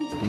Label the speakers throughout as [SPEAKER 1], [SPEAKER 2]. [SPEAKER 1] tem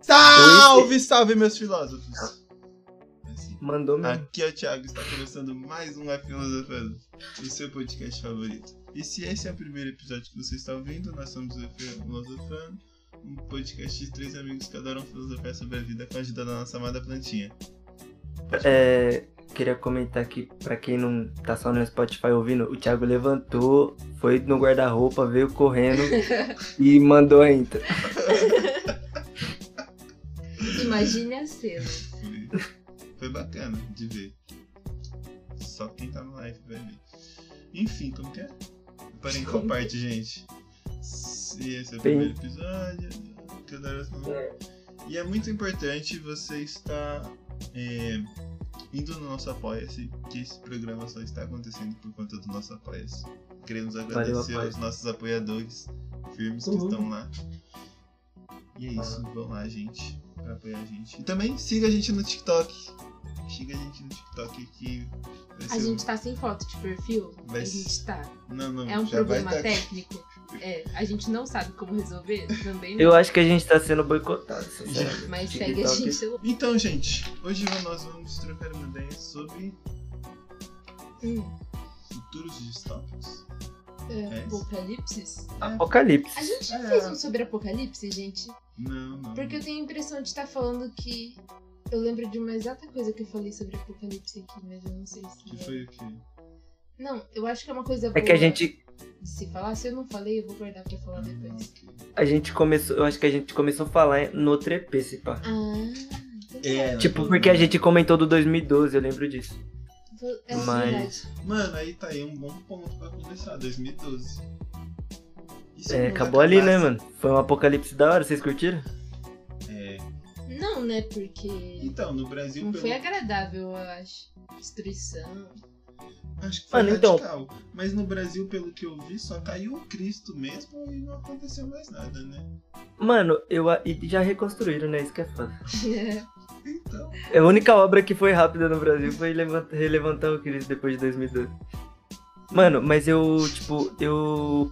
[SPEAKER 2] Salve, salve, meus filósofos!
[SPEAKER 3] Mandou mesmo.
[SPEAKER 2] Aqui é o Thiago, está começando mais um É Filosofando, o seu podcast favorito. E se esse é o primeiro episódio que você está ouvindo, nós somos o É Filosofando, um podcast de três amigos que adoram filosofar sobre a vida com a ajuda da nossa amada plantinha.
[SPEAKER 3] É, queria comentar aqui, pra quem não tá só no Spotify ouvindo, o Thiago levantou, foi no guarda-roupa, veio correndo e mandou a intro.
[SPEAKER 4] Imagine a cena.
[SPEAKER 2] Foi, foi bacana de ver. Só quem tá no live vai ver. Enfim, como que é? Parem em qual parte, gente? Se esse é o primeiro episódio, que eu dar as mãos. E é muito importante você estar é, indo no nosso Apoia-se, que esse programa só está acontecendo por conta do nosso Apoia-se. Queremos agradecer
[SPEAKER 3] Apoia-se.
[SPEAKER 2] aos nossos apoiadores firmes que
[SPEAKER 3] Uhum.
[SPEAKER 2] estão lá. E é isso, vão lá, gente, pra apoiar a gente. E também siga a gente no TikTok. Siga a gente no TikTok que vai
[SPEAKER 4] A
[SPEAKER 2] ser
[SPEAKER 4] gente tá sem foto de perfil?
[SPEAKER 2] Vai
[SPEAKER 4] a
[SPEAKER 2] ser-
[SPEAKER 4] gente tá.
[SPEAKER 2] um- Não, não,
[SPEAKER 4] É um
[SPEAKER 2] já vai
[SPEAKER 4] problema
[SPEAKER 2] tá-
[SPEAKER 4] técnico. É, a gente não sabe como resolver também,
[SPEAKER 3] Eu acho que a gente tá sendo boicotado, sinceramente.
[SPEAKER 4] mas
[SPEAKER 3] TikTok. é
[SPEAKER 4] segue a gente.
[SPEAKER 2] Então, gente, hoje nós vamos trocar uma ideia sobre
[SPEAKER 4] Hum,
[SPEAKER 2] futuros distópicos.
[SPEAKER 4] é,
[SPEAKER 2] É.
[SPEAKER 4] apocalipses? A
[SPEAKER 3] Apocalipse.
[SPEAKER 4] gente já fez um sobre apocalipse, gente?
[SPEAKER 2] Não, não.
[SPEAKER 4] Porque eu tenho a impressão de estar falando que. Eu lembro de uma exata coisa que eu falei sobre apocalipse aqui, mas eu não sei se.
[SPEAKER 2] Que
[SPEAKER 4] é.
[SPEAKER 2] foi o quê?
[SPEAKER 4] Não, eu acho que é uma coisa
[SPEAKER 3] É
[SPEAKER 4] boa
[SPEAKER 3] que a gente,
[SPEAKER 4] de se falar. Se eu não falei, eu vou guardar pra falar depois.
[SPEAKER 3] a gente começou, eu acho que a gente começou a falar no outro EP, se pá.
[SPEAKER 4] Ah,
[SPEAKER 2] É,
[SPEAKER 3] Tipo,
[SPEAKER 2] não,
[SPEAKER 3] porque a
[SPEAKER 2] não.
[SPEAKER 3] gente comentou do 2012, eu lembro disso.
[SPEAKER 4] vou- é
[SPEAKER 3] Mas-
[SPEAKER 4] verdade.
[SPEAKER 2] Mano, aí tá aí um bom ponto pra começar, 2012. Isso
[SPEAKER 3] É, acabou ali, né, mano? Foi um apocalipse da hora, vocês curtiram?
[SPEAKER 2] É.
[SPEAKER 4] Não, né? Porque.
[SPEAKER 2] Então, no Brasil,
[SPEAKER 4] Não
[SPEAKER 2] pelo...
[SPEAKER 4] foi agradável, eu acho. Destruição.
[SPEAKER 2] acho que foi
[SPEAKER 3] Mano, então-
[SPEAKER 2] radical. Mas no Brasil, pelo que eu vi, só caiu o Cristo mesmo e não aconteceu mais nada, né?
[SPEAKER 3] Mano, eu a- e já reconstruíram, né? Isso que é foda.
[SPEAKER 2] Então,
[SPEAKER 3] A única obra que foi rápida no Brasil foi levant- relevantar o Cristo depois de 2012. Mano, mas eu, tipo, eu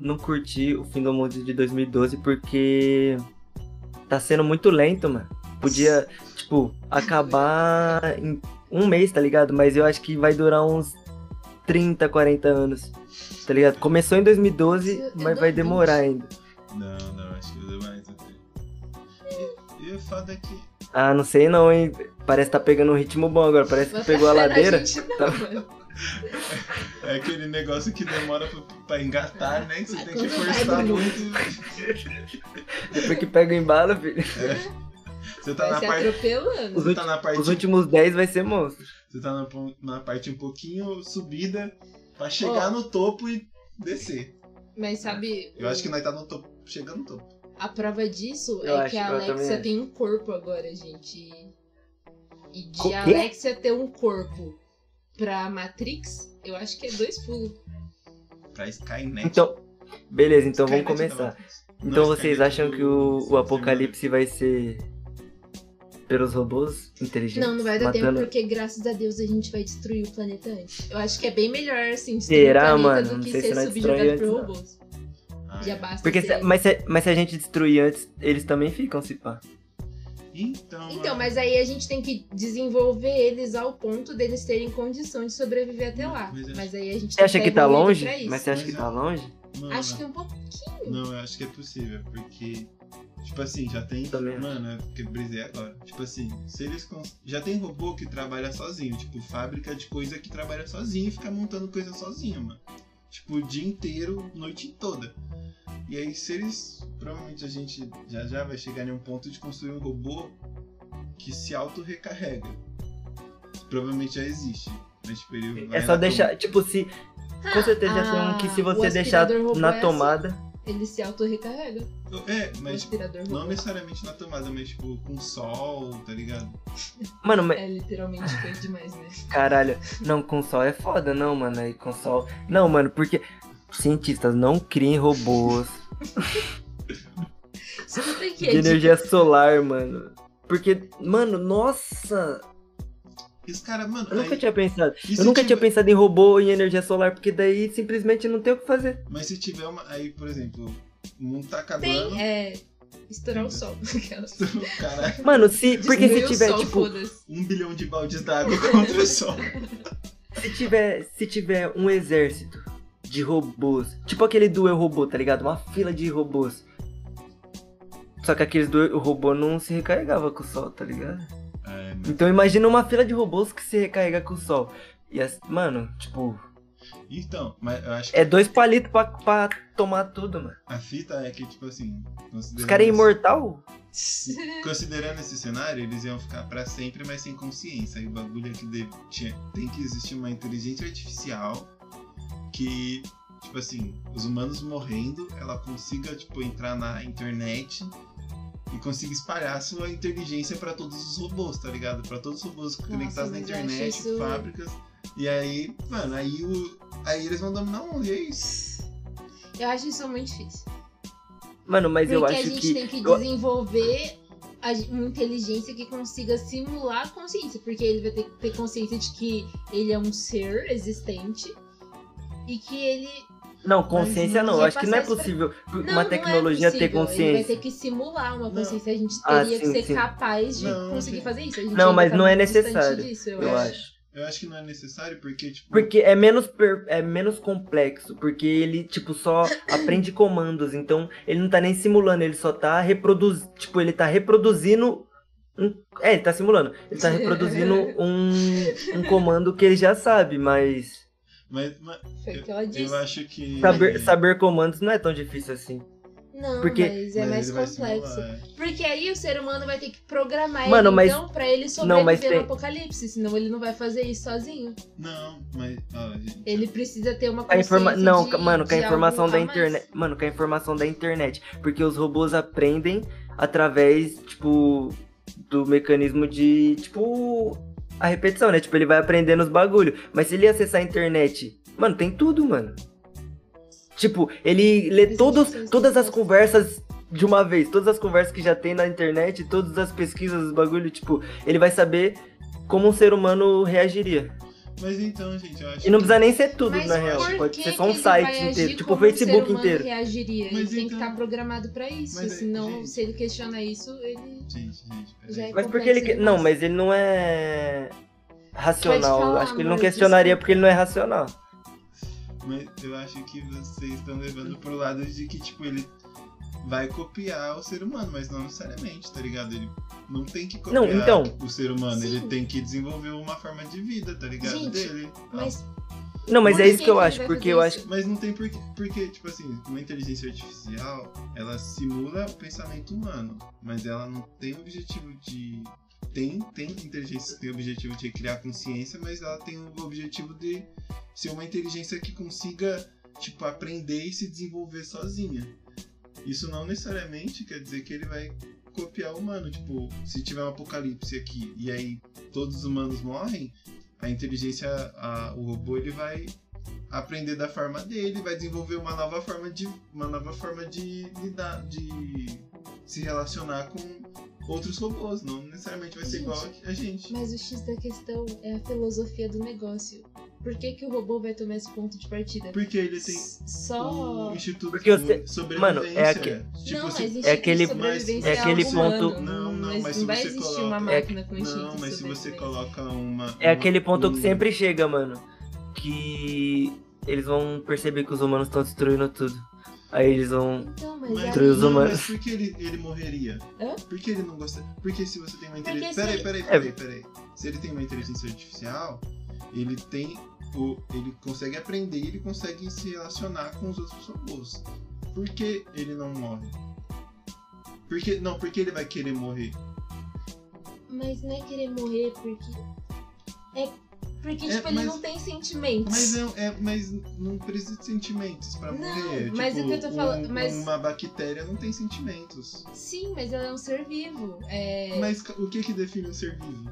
[SPEAKER 3] não curti o fim do mundo de 2012 porque tá sendo muito lento, mano. Podia, tipo, acabar em um mês, tá ligado? Mas eu acho que vai durar uns 30, 40 anos, tá ligado? Começou em 2012,
[SPEAKER 4] Eu- eu
[SPEAKER 3] mas
[SPEAKER 4] dou
[SPEAKER 3] vai
[SPEAKER 4] 20.
[SPEAKER 3] demorar ainda.
[SPEAKER 2] não, não, acho que deu mais até. E, e o foda é que
[SPEAKER 3] Ah, não sei não, hein? Parece que tá pegando um ritmo bom agora, parece que
[SPEAKER 4] Vai
[SPEAKER 3] pegou a
[SPEAKER 4] passar na
[SPEAKER 3] ladeira.
[SPEAKER 4] gente, não,
[SPEAKER 3] Tá-
[SPEAKER 4] mano.
[SPEAKER 2] é aquele negócio que demora pra, pra engatar, né? Você tem que
[SPEAKER 4] Quando vai
[SPEAKER 2] forçar
[SPEAKER 4] no-
[SPEAKER 2] muito.
[SPEAKER 3] Depois que pega o embalo, filho.
[SPEAKER 2] Você tá,
[SPEAKER 4] Vai
[SPEAKER 2] na
[SPEAKER 4] se
[SPEAKER 2] parte,
[SPEAKER 4] atropelando.
[SPEAKER 2] você tá na parte.
[SPEAKER 3] Os últimos 10 vai ser monstro.
[SPEAKER 2] Você tá na, pon- na parte um pouquinho subida pra chegar no topo e descer.
[SPEAKER 4] Mas sabe,
[SPEAKER 2] Eu acho que nós tá no topo, chegando no topo.
[SPEAKER 4] a prova disso
[SPEAKER 3] Eu
[SPEAKER 4] é
[SPEAKER 3] acho,
[SPEAKER 4] que a
[SPEAKER 3] eu também
[SPEAKER 4] Alexa
[SPEAKER 3] acho.
[SPEAKER 4] tem um corpo agora, gente. E de
[SPEAKER 3] Co- quê?
[SPEAKER 4] a Alexa ter um corpo pra Matrix, eu acho que é dois pulos.
[SPEAKER 2] Pra Skynet.
[SPEAKER 3] Então, beleza, então
[SPEAKER 2] Skynet
[SPEAKER 3] vamos começar.
[SPEAKER 2] tá lá.
[SPEAKER 3] Então
[SPEAKER 2] Não,
[SPEAKER 3] vocês
[SPEAKER 2] Skynet
[SPEAKER 3] acham
[SPEAKER 2] do-
[SPEAKER 3] que o, o
[SPEAKER 2] do-
[SPEAKER 3] apocalipse vai ser pelos robôs inteligentes?
[SPEAKER 4] Não, não vai dar tempo
[SPEAKER 3] matando...
[SPEAKER 4] porque, graças a Deus, a gente vai destruir o planeta antes. Eu acho que é bem melhor, assim, destruir
[SPEAKER 3] Será,
[SPEAKER 4] o
[SPEAKER 3] mano?
[SPEAKER 4] planeta do
[SPEAKER 3] Não
[SPEAKER 4] que
[SPEAKER 3] sei se
[SPEAKER 4] ser
[SPEAKER 3] nós
[SPEAKER 4] subjugado
[SPEAKER 3] destrói
[SPEAKER 4] por
[SPEAKER 3] antes, não.
[SPEAKER 4] robôs.
[SPEAKER 2] Ah,
[SPEAKER 4] Já
[SPEAKER 2] é.
[SPEAKER 4] basta
[SPEAKER 3] Porque se-
[SPEAKER 4] ser...
[SPEAKER 3] mas, se, mas se a gente destruir antes, eles também ficam, se pá.
[SPEAKER 2] Então,
[SPEAKER 4] Então,
[SPEAKER 2] mano,
[SPEAKER 4] mas aí a gente tem que desenvolver eles ao ponto deles terem condição de sobreviver até lá.
[SPEAKER 2] Mas
[SPEAKER 4] Mas,
[SPEAKER 2] eu-
[SPEAKER 4] aí a gente
[SPEAKER 3] Você acha que tá longe?
[SPEAKER 4] um Pra isso.
[SPEAKER 3] Mas você acha
[SPEAKER 2] Mas
[SPEAKER 3] que
[SPEAKER 2] é-
[SPEAKER 3] tá longe?
[SPEAKER 2] mano,
[SPEAKER 4] Acho que um pouquinho.
[SPEAKER 2] Não, eu acho que é possível, porque. Tipo assim, já tem.
[SPEAKER 3] Também acho.
[SPEAKER 2] Mano, eu fiquei- brisei agora. Tipo assim, se eles. cons- Já tem robô que trabalha sozinho. Tipo, fábrica de coisa que trabalha sozinho e fica montando coisa sozinho, mano. Tipo, o dia inteiro, noite toda. E aí, se eles. Provavelmente a gente já já vai chegar em um ponto de construir um robô que se auto-recarrega. Provavelmente já existe. Mas, tipo, ele vai
[SPEAKER 3] É só
[SPEAKER 2] na
[SPEAKER 3] deixar, tipo, se. Com certeza já tem um que se
[SPEAKER 4] Ah, o
[SPEAKER 3] você deixar
[SPEAKER 4] aspirador robô é
[SPEAKER 3] na
[SPEAKER 4] assim.
[SPEAKER 3] tomada.
[SPEAKER 4] Ele se auto-recarrega.
[SPEAKER 2] É,
[SPEAKER 4] O
[SPEAKER 2] mas tipo,
[SPEAKER 4] aspirador
[SPEAKER 2] não
[SPEAKER 4] robô.
[SPEAKER 2] necessariamente na tomada, mas tipo, com sol, tá ligado?
[SPEAKER 3] Mano, mas.
[SPEAKER 4] É literalmente feio demais, né?
[SPEAKER 3] Caralho. Não, com sol é foda, não, mano. Aí com sol. Não, mano, porque. Cientistas, não criem robôs
[SPEAKER 4] Escuta aqui,
[SPEAKER 3] de energia solar, mano. Porque, mano, nossa!
[SPEAKER 2] Esse cara, mano,
[SPEAKER 3] Eu nunca
[SPEAKER 2] aí-
[SPEAKER 3] tinha pensado.
[SPEAKER 2] e se
[SPEAKER 3] Eu nunca
[SPEAKER 2] tiver-
[SPEAKER 3] tinha pensado em robô e energia solar, porque daí simplesmente não tem o que fazer.
[SPEAKER 2] Mas se tiver uma. Aí, por exemplo, o mundo tá acabando.
[SPEAKER 4] Tem, é. Estourar o sol. Aquelas.
[SPEAKER 2] Caralho,
[SPEAKER 3] Mano, se. Porque se
[SPEAKER 4] Destruir o
[SPEAKER 3] tiver,
[SPEAKER 4] sol,
[SPEAKER 3] tipo,
[SPEAKER 4] foda-se.
[SPEAKER 2] um bilhão de baldes d'água contra o sol.
[SPEAKER 3] se tiver. Se tiver um exército de robôs. Tipo aquele do eu robô, tá ligado? Uma fila de robôs. Só que aqueles do eu robô não se recarregava com o sol, tá ligado?
[SPEAKER 2] Ai, mano.
[SPEAKER 3] Então imagina uma fila de robôs que se recarrega com o sol. E as, mano, tipo,
[SPEAKER 2] Então, mas eu acho que
[SPEAKER 3] é dois palitos pra, pra tomar tudo, mano.
[SPEAKER 2] a fita é que, tipo assim.
[SPEAKER 3] Os
[SPEAKER 2] Considerando,
[SPEAKER 3] caras é imortal?
[SPEAKER 2] esse- considerando esse cenário, eles iam ficar pra sempre, mas sem consciência. E o bagulho é que de- tinha- tem que existir uma inteligência artificial que, tipo assim, os humanos morrendo, ela consiga, tipo, entrar na internet. E consiga espalhar a sua inteligência pra todos os robôs, tá ligado? Pra todos os robôs conectados na
[SPEAKER 4] mas eu acho
[SPEAKER 2] internet,
[SPEAKER 4] isso-
[SPEAKER 2] fábricas. E aí, mano, aí, o, aí eles vão dominar o mundo, e é isso.
[SPEAKER 4] Eu acho isso muito difícil.
[SPEAKER 3] Mano, mas
[SPEAKER 4] Porque
[SPEAKER 3] eu
[SPEAKER 4] a
[SPEAKER 3] acho
[SPEAKER 4] gente
[SPEAKER 3] que.
[SPEAKER 4] tem que
[SPEAKER 3] eu-
[SPEAKER 4] desenvolver a gen- uma inteligência que consiga simular a consciência, porque ele vai ter que ter consciência de que ele é um ser existente e que ele
[SPEAKER 3] Não, consciência
[SPEAKER 4] Mas
[SPEAKER 3] não.
[SPEAKER 4] ia
[SPEAKER 3] Acho que não é
[SPEAKER 4] passar isso pra-
[SPEAKER 3] possível
[SPEAKER 4] não,
[SPEAKER 3] uma
[SPEAKER 4] não é
[SPEAKER 3] tecnologia ter
[SPEAKER 4] possível. Ele vai
[SPEAKER 3] consciência.
[SPEAKER 4] ter que simular uma
[SPEAKER 2] Não.
[SPEAKER 4] consciência. A gente
[SPEAKER 3] Ah,
[SPEAKER 4] teria que
[SPEAKER 3] sim,
[SPEAKER 4] ser
[SPEAKER 3] sim.
[SPEAKER 4] capaz de
[SPEAKER 2] Não,
[SPEAKER 4] conseguir
[SPEAKER 2] sim.
[SPEAKER 4] fazer isso. A gente
[SPEAKER 3] Não,
[SPEAKER 4] ainda
[SPEAKER 3] mas
[SPEAKER 4] tá
[SPEAKER 3] não é
[SPEAKER 4] muito distante
[SPEAKER 3] necessário,
[SPEAKER 4] disso, eu
[SPEAKER 3] Eu
[SPEAKER 4] acho.
[SPEAKER 3] acho.
[SPEAKER 2] Eu acho que não é necessário porque, tipo.
[SPEAKER 3] Porque é menos, per- é menos complexo, porque ele, tipo, só aprende comandos, então ele não tá nem simulando, ele só tá reproduzindo, tipo, ele tá reproduzindo, um- é, ele tá simulando, ele tá reproduzindo um, um comando que ele já sabe, mas
[SPEAKER 2] Mas, mas
[SPEAKER 4] Foi o que ela
[SPEAKER 2] eu
[SPEAKER 4] disse.
[SPEAKER 2] acho que.
[SPEAKER 4] Uhum.
[SPEAKER 3] saber, saber comandos não é tão difícil assim.
[SPEAKER 4] Não,
[SPEAKER 3] porque-
[SPEAKER 4] mas é
[SPEAKER 2] mas
[SPEAKER 4] mais
[SPEAKER 2] ele vai
[SPEAKER 4] complexo.
[SPEAKER 2] simular. é.
[SPEAKER 4] Porque aí o ser humano vai ter que programar
[SPEAKER 3] Mano,
[SPEAKER 4] ele,
[SPEAKER 3] mas-
[SPEAKER 4] então, pra ele
[SPEAKER 3] Não, mas
[SPEAKER 4] sobreviver
[SPEAKER 3] tem-
[SPEAKER 4] no apocalipse. Senão ele não vai fazer isso sozinho.
[SPEAKER 2] Não, mas. ó, gente,
[SPEAKER 4] Ele precisa ter uma
[SPEAKER 3] A
[SPEAKER 4] consciência
[SPEAKER 3] informa... Não,
[SPEAKER 4] de,
[SPEAKER 3] mano, com a
[SPEAKER 4] de assim.
[SPEAKER 3] informação
[SPEAKER 4] algo
[SPEAKER 3] da
[SPEAKER 4] a mais.
[SPEAKER 3] internet. Mano, com a informação da internet. Porque os robôs aprendem através, tipo, do mecanismo de. Tipo. A repetição, né? Tipo, ele vai aprendendo os bagulho. Mas se ele acessar a internet, mano, tem tudo, mano. Tipo, ele lê
[SPEAKER 4] Mas
[SPEAKER 3] todos,
[SPEAKER 4] isso é
[SPEAKER 3] todas as
[SPEAKER 4] interessante.
[SPEAKER 3] conversas de uma vez, todas as conversas que já tem na internet, todas as pesquisas, os bagulho, tipo, ele vai saber como um ser humano reagiria.
[SPEAKER 2] Mas então, gente, eu acho.
[SPEAKER 3] E não precisa nem ser tudo,
[SPEAKER 4] Mas
[SPEAKER 3] na real.
[SPEAKER 4] por
[SPEAKER 3] Pode
[SPEAKER 4] que
[SPEAKER 3] ser
[SPEAKER 4] que
[SPEAKER 3] só um
[SPEAKER 4] ele vai
[SPEAKER 3] site
[SPEAKER 4] agir
[SPEAKER 3] inteiro, tipo o
[SPEAKER 4] como um ser
[SPEAKER 3] Facebook
[SPEAKER 4] humano
[SPEAKER 3] inteiro.
[SPEAKER 4] reagiria? Ele
[SPEAKER 2] Mas
[SPEAKER 4] tem que
[SPEAKER 2] então-
[SPEAKER 4] estar programado pra isso.
[SPEAKER 2] Mas é-
[SPEAKER 4] senão,
[SPEAKER 2] gente-
[SPEAKER 4] se ele questiona isso, ele
[SPEAKER 2] que- Gente, gente, peraí.
[SPEAKER 4] Já é
[SPEAKER 3] Mas porque ele. que-
[SPEAKER 4] complexo
[SPEAKER 3] Não,
[SPEAKER 4] demais.
[SPEAKER 3] mas ele não é. Racional.
[SPEAKER 4] Pode falar,
[SPEAKER 3] Acho que ele não
[SPEAKER 4] amor,
[SPEAKER 3] questionaria
[SPEAKER 4] desculpa.
[SPEAKER 3] porque ele não é racional.
[SPEAKER 2] Mas eu acho que vocês estão levando pro lado de que, tipo, ele vai copiar o ser humano, mas não necessariamente, tá ligado? Ele não tem que copiar
[SPEAKER 3] Não, então.
[SPEAKER 2] o ser humano,
[SPEAKER 4] Sim.
[SPEAKER 2] ele tem que desenvolver uma forma de vida, tá ligado?
[SPEAKER 4] Gente,
[SPEAKER 2] Dele. Ah,
[SPEAKER 4] Mas
[SPEAKER 3] Não, mas
[SPEAKER 4] Por
[SPEAKER 3] é isso que eu
[SPEAKER 4] ele
[SPEAKER 3] acho,
[SPEAKER 4] vai
[SPEAKER 3] porque
[SPEAKER 4] fazer
[SPEAKER 3] eu
[SPEAKER 4] isso?
[SPEAKER 3] acho.
[SPEAKER 2] Mas não tem porquê, porque, tipo assim, uma inteligência artificial, ela simula o pensamento humano, mas ela não tem o objetivo de... Tem, tem inteligência que tem o objetivo de criar consciência, mas ela tem o objetivo de ser uma inteligência que consiga, tipo, aprender e se desenvolver sozinha. Isso não necessariamente quer dizer que ele vai copiar o humano, tipo, se tiver um apocalipse aqui e aí todos os humanos morrem, a inteligência, a- o robô, ele vai aprender da forma dele, vai desenvolver uma nova forma de uma nova forma de lidar, de se relacionar com outros robôs, não necessariamente vai ser
[SPEAKER 4] Gente.
[SPEAKER 2] igual a gente.
[SPEAKER 4] Mas o X da questão é a filosofia do negócio. Por que, que o robô vai tomar esse ponto de partida?
[SPEAKER 2] Porque ele tem
[SPEAKER 4] S-
[SPEAKER 2] o
[SPEAKER 4] Só.
[SPEAKER 2] Instituto
[SPEAKER 3] Porque eu
[SPEAKER 2] de
[SPEAKER 3] sei-
[SPEAKER 2] Sobrevivência.
[SPEAKER 3] Mano, é aque-
[SPEAKER 2] Tipo,
[SPEAKER 4] não,
[SPEAKER 2] se-
[SPEAKER 4] mas
[SPEAKER 3] é aquele-
[SPEAKER 4] instinto de sobrevivência
[SPEAKER 2] mas- é
[SPEAKER 4] algo
[SPEAKER 2] aquele
[SPEAKER 4] humano.
[SPEAKER 2] ponto- Não, não, mas se
[SPEAKER 4] vai
[SPEAKER 2] você
[SPEAKER 4] existir
[SPEAKER 2] coloca-
[SPEAKER 4] uma
[SPEAKER 3] é-
[SPEAKER 4] máquina com instinto
[SPEAKER 2] Não,
[SPEAKER 4] de
[SPEAKER 2] mas se você
[SPEAKER 4] sobrevivência.
[SPEAKER 2] coloca uma.
[SPEAKER 3] É
[SPEAKER 2] uma-
[SPEAKER 3] aquele ponto
[SPEAKER 2] um-
[SPEAKER 3] que sempre chega, mano. Que eles vão perceber que os humanos estão destruindo tudo. Aí eles vão.
[SPEAKER 4] Então, mas,
[SPEAKER 2] Mas,
[SPEAKER 4] é...
[SPEAKER 3] Destruir os
[SPEAKER 2] não,
[SPEAKER 3] humanos.
[SPEAKER 2] mas por que ele, ele morreria?
[SPEAKER 4] Hã?
[SPEAKER 2] Por que ele não gosta? Porque se você tem uma
[SPEAKER 4] Porque
[SPEAKER 2] inteligência.
[SPEAKER 4] se
[SPEAKER 2] Peraí,
[SPEAKER 4] ele-
[SPEAKER 2] peraí, peraí, peraí. Se ele tem uma inteligência artificial, ele tem. O... Ele consegue aprender ele consegue se relacionar com os outros robôs. Por que ele não morre? Porque, não, porque ele vai querer morrer.
[SPEAKER 4] mas não é querer morrer porque. É Porque,
[SPEAKER 2] É,
[SPEAKER 4] tipo, ele
[SPEAKER 2] mas-
[SPEAKER 4] não tem sentimentos.
[SPEAKER 2] Mas, não, é, mas não precisa de sentimentos pra
[SPEAKER 4] Não,
[SPEAKER 2] morrer.
[SPEAKER 4] mas
[SPEAKER 2] tipo,
[SPEAKER 4] o que eu tô falando-
[SPEAKER 2] um-
[SPEAKER 4] mas-
[SPEAKER 2] Uma bactéria não tem sentimentos.
[SPEAKER 4] Sim, mas ela é um ser vivo. É...
[SPEAKER 2] Mas ca- o que que define um ser vivo?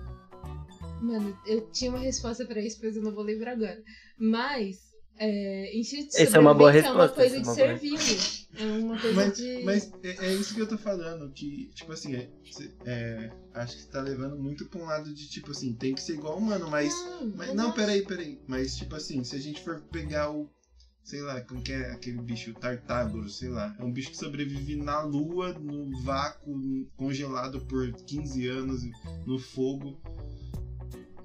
[SPEAKER 4] Mano, eu tinha uma resposta pra isso, mas eu não vou lembrar agora. Mas, é... instinto de
[SPEAKER 3] Essa é uma boa
[SPEAKER 4] sobrevivência É uma
[SPEAKER 3] resposta,
[SPEAKER 4] coisa de
[SPEAKER 3] essa é
[SPEAKER 4] ser
[SPEAKER 3] uma
[SPEAKER 4] vivo. É uma coisa
[SPEAKER 2] Mas,
[SPEAKER 4] de...
[SPEAKER 2] mas é, é isso que eu tô falando, que, tipo assim, é- cê- é, acho que você tá levando muito pra um lado de, tipo assim, tem que ser igual humano, mas.
[SPEAKER 4] Não, é
[SPEAKER 2] mas
[SPEAKER 4] eu
[SPEAKER 2] não,
[SPEAKER 4] acho.
[SPEAKER 2] peraí, peraí. Mas, tipo assim, se a gente for pegar o. Sei lá, como que é aquele bicho, o tartágoro, sei lá. É um bicho que sobrevive na lua, no vácuo, congelado por 15 anos, no fogo.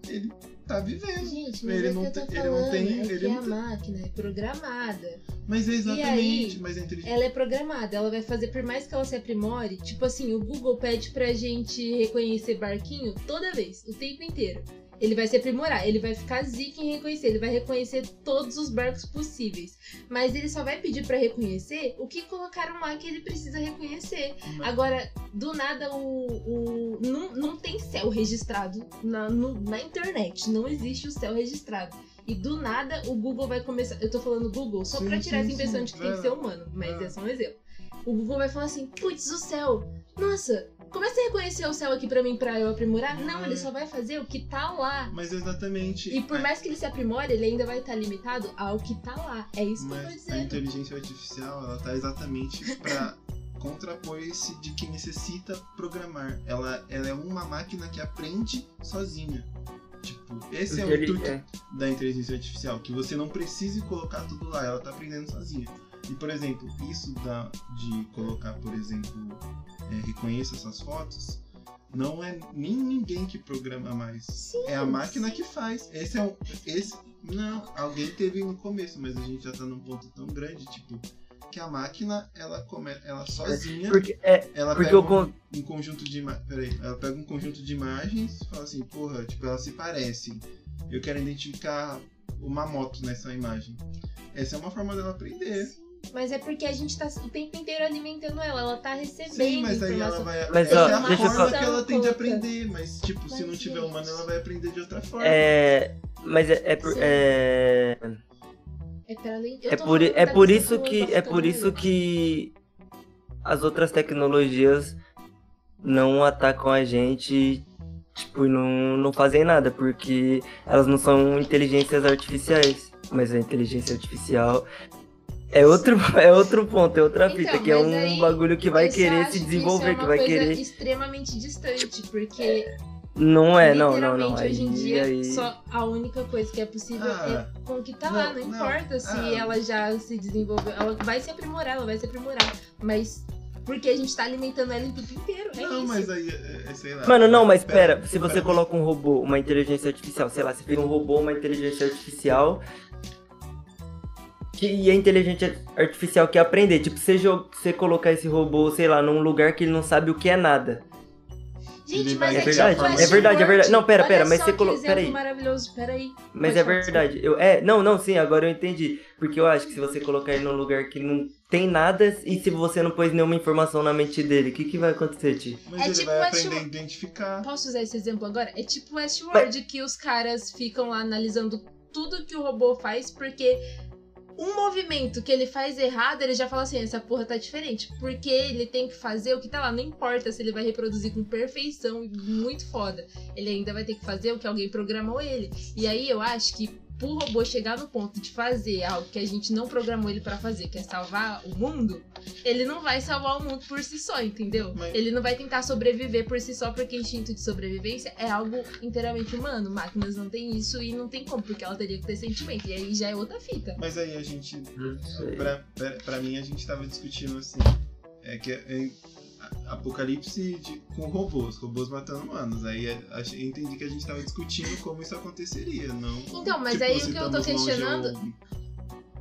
[SPEAKER 2] Ele tá vivendo.
[SPEAKER 4] Gente, mas
[SPEAKER 2] Ele
[SPEAKER 4] é o
[SPEAKER 2] não
[SPEAKER 4] que eu tô
[SPEAKER 2] tem- ele não
[SPEAKER 4] falando
[SPEAKER 2] tem-
[SPEAKER 4] é
[SPEAKER 2] ele
[SPEAKER 4] que
[SPEAKER 2] não
[SPEAKER 4] a
[SPEAKER 2] tem-
[SPEAKER 4] máquina é programada.
[SPEAKER 2] Mas é exatamente.
[SPEAKER 4] aí,
[SPEAKER 2] mas entre.
[SPEAKER 4] Ela é programada, ela vai fazer, por mais que ela se aprimore, tipo assim, o Google pede pra gente reconhecer barquinho toda vez, o tempo inteiro. Ele vai se aprimorar, ele vai ficar zica em reconhecer, ele vai reconhecer todos os barcos possíveis. Mas ele só vai pedir pra reconhecer o que colocaram lá que ele precisa reconhecer. Agora, do nada, o. o- não, não tem céu registrado na, no- na internet. Não existe o céu registrado. E do nada, o Google vai começar. Eu tô falando Google só
[SPEAKER 2] Sim,
[SPEAKER 4] pra tirar
[SPEAKER 2] sim,
[SPEAKER 4] essa impressão
[SPEAKER 2] sim,
[SPEAKER 4] de que tem que
[SPEAKER 2] é.
[SPEAKER 4] ser humano, mas
[SPEAKER 2] É.
[SPEAKER 4] é só um exemplo. O Google vai falar assim: putz, o céu. Nossa, começa a reconhecer o céu aqui pra mim pra eu aprimorar. Não,
[SPEAKER 2] Uhum.
[SPEAKER 4] ele só vai fazer o que tá lá.
[SPEAKER 2] Mas é exatamente. é,
[SPEAKER 4] E por
[SPEAKER 2] a-
[SPEAKER 4] mais que ele se aprimore, ele ainda vai estar limitado ao que tá lá. É isso que eu tô
[SPEAKER 2] Mas a
[SPEAKER 4] dizendo.
[SPEAKER 2] inteligência artificial, ela tá exatamente pra contrapor esse de que necessita programar. Ela, ela é uma máquina que aprende sozinha. Tipo, esse é o
[SPEAKER 3] Ele-
[SPEAKER 2] intuito
[SPEAKER 3] é.
[SPEAKER 2] da inteligência artificial, que você não precise colocar tudo lá, ela tá aprendendo sozinha. E, por exemplo, isso da, de colocar, por exemplo, é, reconheça suas fotos, não é nem ninguém que programa mais.
[SPEAKER 4] Sim,
[SPEAKER 2] é a máquina
[SPEAKER 4] sim.
[SPEAKER 2] que faz. Esse é um. Esse, não, alguém teve no começo, mas a gente já tá num ponto tão grande, tipo, que a máquina, ela, come, ela sozinha,
[SPEAKER 3] Porque, é,
[SPEAKER 2] ela
[SPEAKER 3] porque
[SPEAKER 2] pega
[SPEAKER 3] eu
[SPEAKER 2] um-
[SPEAKER 3] con-
[SPEAKER 2] um conjunto de imagens. Peraí, ela pega um conjunto de imagens e fala assim, porra, tipo, elas se parecem. Eu quero identificar uma moto nessa imagem. Essa é uma forma dela aprender.
[SPEAKER 4] Mas é porque a gente tá o tempo inteiro alimentando ela, ela tá recebendo
[SPEAKER 2] Sim, mas aí ela
[SPEAKER 4] informação.
[SPEAKER 2] vai.
[SPEAKER 3] Mas,
[SPEAKER 2] essa
[SPEAKER 3] ó,
[SPEAKER 2] é a
[SPEAKER 3] deixa eu
[SPEAKER 2] forma
[SPEAKER 3] só-
[SPEAKER 2] que ela tem de
[SPEAKER 4] Coloca.
[SPEAKER 2] aprender. Mas, tipo, se
[SPEAKER 4] Mas,
[SPEAKER 2] não tiver
[SPEAKER 4] gente.
[SPEAKER 2] humano, ela vai aprender de outra forma.
[SPEAKER 3] É. Mas é, é por. É,
[SPEAKER 4] É, pra além... eu
[SPEAKER 3] é,
[SPEAKER 4] tô
[SPEAKER 3] por,
[SPEAKER 4] falando
[SPEAKER 3] é
[SPEAKER 4] da né?
[SPEAKER 3] por
[SPEAKER 4] visão
[SPEAKER 3] isso
[SPEAKER 4] eu
[SPEAKER 3] que.
[SPEAKER 4] tô
[SPEAKER 3] É por
[SPEAKER 4] falando.
[SPEAKER 3] isso que as outras tecnologias não atacam a gente. Tipo, e não, não fazem nada, porque elas não são inteligências artificiais. Mas a inteligência artificial é outro, é outro ponto, é outra
[SPEAKER 4] Então,
[SPEAKER 3] fita, que é
[SPEAKER 4] mas
[SPEAKER 3] um
[SPEAKER 4] aí,
[SPEAKER 3] bagulho que vai
[SPEAKER 4] Eu só
[SPEAKER 3] querer
[SPEAKER 4] acho
[SPEAKER 3] se
[SPEAKER 4] que
[SPEAKER 3] desenvolver,
[SPEAKER 4] isso é
[SPEAKER 3] que
[SPEAKER 4] uma
[SPEAKER 3] vai
[SPEAKER 4] coisa
[SPEAKER 3] querer.
[SPEAKER 4] extremamente distante, porque
[SPEAKER 3] Não é, não, não,
[SPEAKER 4] literalmente
[SPEAKER 3] não. Aí,
[SPEAKER 4] hoje em dia
[SPEAKER 3] aí...
[SPEAKER 4] só a única coisa que é possível
[SPEAKER 2] Ah,
[SPEAKER 4] é com o que tá
[SPEAKER 2] não,
[SPEAKER 4] lá, não,
[SPEAKER 2] não,
[SPEAKER 4] importa se
[SPEAKER 2] ah.
[SPEAKER 4] ela já se desenvolveu, ela vai se aprimorar, ela vai se aprimorar, mas porque a gente tá alimentando ela o tempo inteiro, é
[SPEAKER 2] não,
[SPEAKER 4] isso.
[SPEAKER 2] mas aí, é, é, sei lá.
[SPEAKER 3] Mano, não, mas pera, se você
[SPEAKER 2] pera.
[SPEAKER 3] coloca um robô, uma inteligência artificial, sei lá, você vira um robô, uma inteligência artificial. que- E a inteligência artificial quer aprender. Tipo, você, jo- você colocar esse robô, sei lá, num lugar que ele não sabe o que é nada.
[SPEAKER 4] Gente,
[SPEAKER 2] Ele
[SPEAKER 4] mas
[SPEAKER 2] vai-
[SPEAKER 3] É
[SPEAKER 4] é
[SPEAKER 3] verdade,
[SPEAKER 4] tipo
[SPEAKER 3] é verdade, é verdade. Não, pera,
[SPEAKER 4] Olha
[SPEAKER 3] pera, mas
[SPEAKER 4] só
[SPEAKER 3] você
[SPEAKER 4] que
[SPEAKER 3] colocou.
[SPEAKER 4] exemplo
[SPEAKER 3] Pera aí.
[SPEAKER 4] maravilhoso, peraí.
[SPEAKER 3] Mas
[SPEAKER 4] Pode
[SPEAKER 3] é
[SPEAKER 4] falar,
[SPEAKER 3] verdade. Eu, é, não, não, sim, agora eu entendi. Porque eu acho que se você colocar ele num lugar que não tem nada e se você não pôs nenhuma informação na mente dele, o que, que vai acontecer, Ti?
[SPEAKER 2] Mas
[SPEAKER 4] É
[SPEAKER 2] ele
[SPEAKER 4] tipo
[SPEAKER 2] vai
[SPEAKER 4] uma
[SPEAKER 2] aprender a
[SPEAKER 4] chuva.
[SPEAKER 2] identificar.
[SPEAKER 4] Posso usar esse exemplo agora? É tipo Westworld que os caras ficam lá analisando tudo que o robô faz, porque um movimento que ele faz errado, ele já fala assim, essa porra tá diferente. Porque ele tem que fazer o que tá lá, não importa se ele vai reproduzir com perfeição, muito foda. Ele ainda vai ter que fazer o que alguém programou ele. E aí eu acho que pro robô chegar no ponto de fazer algo que a gente não programou ele pra fazer, que é salvar o mundo, ele não vai salvar o mundo por si só, entendeu?
[SPEAKER 2] Mas-
[SPEAKER 4] Ele não vai tentar sobreviver por si só, porque instinto de sobrevivência é algo inteiramente humano. Máquinas não têm isso e não tem como, porque ela teria que ter sentimento. E aí já é outra fita.
[SPEAKER 2] Mas aí a gente
[SPEAKER 3] Não sei.
[SPEAKER 2] Pra, pra, pra mim, a gente tava discutindo assim: é que é, a- apocalipse de- com robôs, robôs matando humanos. Aí é, ach- eu entendi que a gente tava discutindo como isso aconteceria, não.
[SPEAKER 4] Então, mas
[SPEAKER 2] tipo,
[SPEAKER 4] aí o
[SPEAKER 2] se
[SPEAKER 4] que eu tô
[SPEAKER 2] estamos longe
[SPEAKER 4] questionando-
[SPEAKER 2] ou-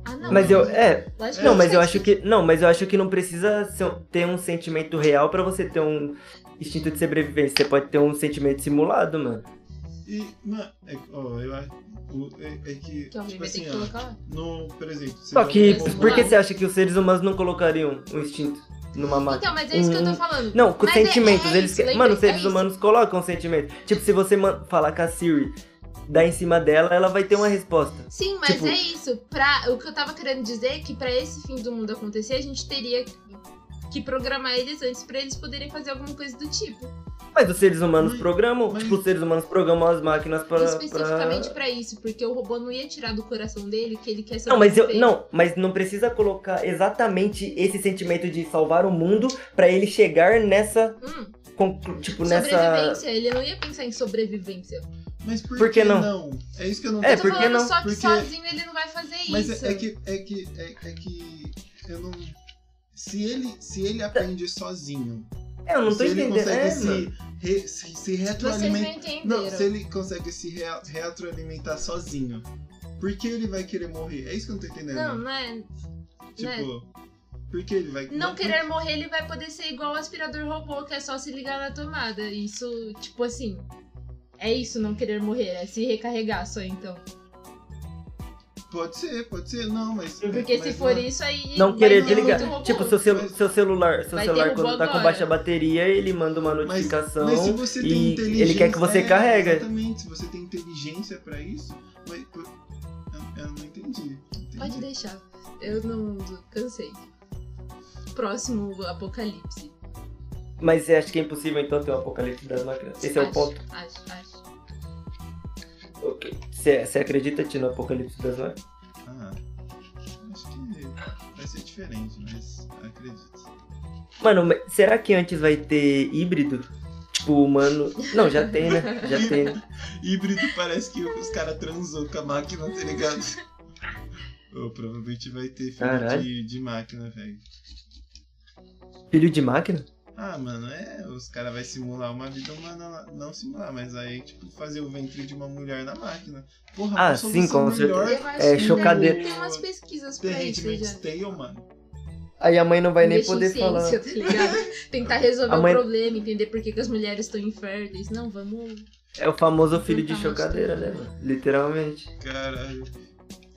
[SPEAKER 4] Ah, não.
[SPEAKER 3] Mas eu. É,
[SPEAKER 4] Lógico que
[SPEAKER 3] Não, mas
[SPEAKER 4] faz
[SPEAKER 3] eu acho
[SPEAKER 4] sentido.
[SPEAKER 3] que não, mas eu acho que não precisa ser- ter um sentimento real pra você ter um instinto de sobrevivência. Você pode ter um sentimento simulado, mano.
[SPEAKER 2] E, mano, é, que, ó, eu acho. o- É, é que.
[SPEAKER 4] Que alguém
[SPEAKER 2] tipo
[SPEAKER 4] vai
[SPEAKER 2] assim,
[SPEAKER 4] ter Então, que
[SPEAKER 2] ó,
[SPEAKER 4] colocar lá.
[SPEAKER 2] no, por exemplo. você
[SPEAKER 3] Só
[SPEAKER 2] joga
[SPEAKER 3] que
[SPEAKER 4] é
[SPEAKER 2] um robô-
[SPEAKER 3] por que você acha que os seres humanos não colocariam um instinto numa máquina?
[SPEAKER 4] Então, mas é isso que eu
[SPEAKER 3] Uhum.
[SPEAKER 4] tô falando.
[SPEAKER 3] Não, com
[SPEAKER 4] Mas é-
[SPEAKER 3] sentimentos,
[SPEAKER 4] é
[SPEAKER 3] eles
[SPEAKER 4] isso,
[SPEAKER 3] que-
[SPEAKER 4] lembrei,
[SPEAKER 3] Mano, os
[SPEAKER 4] é
[SPEAKER 3] seres
[SPEAKER 4] isso.
[SPEAKER 3] humanos colocam sentimentos. Tipo, se você man- falar com a Siri, dar em cima dela, ela vai ter uma resposta.
[SPEAKER 4] Sim, mas
[SPEAKER 3] Tipo-
[SPEAKER 4] é isso. Pra, o que eu tava querendo dizer é que pra esse fim do mundo acontecer, a gente teria que programar eles antes pra eles poderem fazer alguma coisa do tipo.
[SPEAKER 3] Mas os seres humanos
[SPEAKER 4] Hum,
[SPEAKER 2] Mas-
[SPEAKER 3] programam,
[SPEAKER 2] mas-
[SPEAKER 3] tipo, os seres humanos programam as máquinas para
[SPEAKER 4] Especificamente pra isso, porque o robô não ia tirar do coração dele que ele quer ser
[SPEAKER 3] Não, mas eu
[SPEAKER 4] feito.
[SPEAKER 3] não, mas não precisa colocar exatamente esse sentimento de salvar o mundo pra ele chegar nessa
[SPEAKER 4] Hum,
[SPEAKER 3] conclu- tipo nessa
[SPEAKER 4] Sobrevivência, ele não ia pensar em sobrevivência.
[SPEAKER 2] Mas por,
[SPEAKER 3] Por que
[SPEAKER 2] que
[SPEAKER 3] não?
[SPEAKER 2] É isso que eu não
[SPEAKER 3] É,
[SPEAKER 4] eu tô
[SPEAKER 3] por que
[SPEAKER 4] falando
[SPEAKER 3] não?
[SPEAKER 4] só que
[SPEAKER 2] Porque-
[SPEAKER 4] sozinho ele não vai fazer
[SPEAKER 2] Mas
[SPEAKER 4] isso.
[SPEAKER 2] é, é que é que é, é que eu não se ele se ele aprende sozinho,
[SPEAKER 3] É, eu não tô
[SPEAKER 2] se ele
[SPEAKER 3] entendendo.
[SPEAKER 2] consegue
[SPEAKER 3] É,
[SPEAKER 2] se,
[SPEAKER 3] mano.
[SPEAKER 2] re- se se
[SPEAKER 4] Vocês não
[SPEAKER 2] retroalimentar,
[SPEAKER 4] entenderam.
[SPEAKER 2] não, se ele consegue se rea- retroalimentar sozinho, por que ele vai querer morrer? É isso que eu não tô entendendo.
[SPEAKER 4] não, não é.
[SPEAKER 2] tipo, por que ele vai
[SPEAKER 4] Não querer morrer, ele vai poder ser igual o aspirador robô, que é só se ligar na tomada. Isso, tipo assim. É isso, não querer morrer, é se recarregar só então.
[SPEAKER 2] Pode ser, pode ser, não, mas
[SPEAKER 4] Porque se
[SPEAKER 2] mas
[SPEAKER 4] for
[SPEAKER 2] não-
[SPEAKER 4] isso, aí.
[SPEAKER 3] Não
[SPEAKER 4] vai
[SPEAKER 3] querer
[SPEAKER 4] ter
[SPEAKER 3] desligar.
[SPEAKER 4] muito robô.
[SPEAKER 3] Tipo, seu, celu- seu celular, seu
[SPEAKER 4] Vai ter
[SPEAKER 3] celular
[SPEAKER 4] robô
[SPEAKER 3] quando tá com
[SPEAKER 4] agora.
[SPEAKER 3] baixa bateria, ele manda uma
[SPEAKER 2] Mas-
[SPEAKER 3] notificação.
[SPEAKER 2] Mas se você
[SPEAKER 3] e
[SPEAKER 2] tem inteligência.
[SPEAKER 3] ele quer que você
[SPEAKER 2] é,
[SPEAKER 3] carrega.
[SPEAKER 2] Exatamente, se você tem inteligência pra isso, mas. pô, Eu, eu não entendi. entendi.
[SPEAKER 4] Pode deixar. Eu não cansei. Próximo apocalipse.
[SPEAKER 3] Mas você acha que é impossível então ter um apocalipse das máquinas? Esse é o
[SPEAKER 4] Acho,
[SPEAKER 3] ponto.
[SPEAKER 4] Acho, acho.
[SPEAKER 3] Ok. Você você acredita Ti, no apocalipse das máquinas?
[SPEAKER 2] Ah, acho que vai ser diferente, mas acredito.
[SPEAKER 3] Mano, mas será que antes vai ter híbrido? Tipo, humano. Não, já tem, né? Já tem. né?
[SPEAKER 2] Híbrido parece que os caras transou com a máquina, tá ligado? Ô, provavelmente vai ter filho
[SPEAKER 3] Caralho.
[SPEAKER 2] de, de máquina, velho.
[SPEAKER 3] Filho de máquina?
[SPEAKER 2] Ah, mano, é. Os caras vão simular uma vida humana lá. Não simular, mas aí, tipo, fazer o ventre de uma mulher na máquina. Porra,
[SPEAKER 3] Ah,
[SPEAKER 2] uma
[SPEAKER 3] sim,
[SPEAKER 2] solução
[SPEAKER 3] com
[SPEAKER 2] melhor
[SPEAKER 4] Eu acho
[SPEAKER 3] É,
[SPEAKER 4] que tem-
[SPEAKER 3] chocadeira.
[SPEAKER 4] Tem umas pesquisas
[SPEAKER 2] The
[SPEAKER 4] pra isso
[SPEAKER 2] Handmaid's
[SPEAKER 4] já.
[SPEAKER 2] Tale, mano.
[SPEAKER 3] Aí a mãe não vai nem
[SPEAKER 4] Mexer em
[SPEAKER 3] poder
[SPEAKER 4] ciência,
[SPEAKER 3] falar.
[SPEAKER 4] Tá ligado? Tentar resolver
[SPEAKER 3] A mãe-
[SPEAKER 4] o problema, entender por que, que as mulheres estão inférteis. Não, vamos.
[SPEAKER 3] É o famoso filho de
[SPEAKER 4] Tentar mostrar.
[SPEAKER 3] chocadeira, né, mano? Literalmente. É
[SPEAKER 2] Caralho.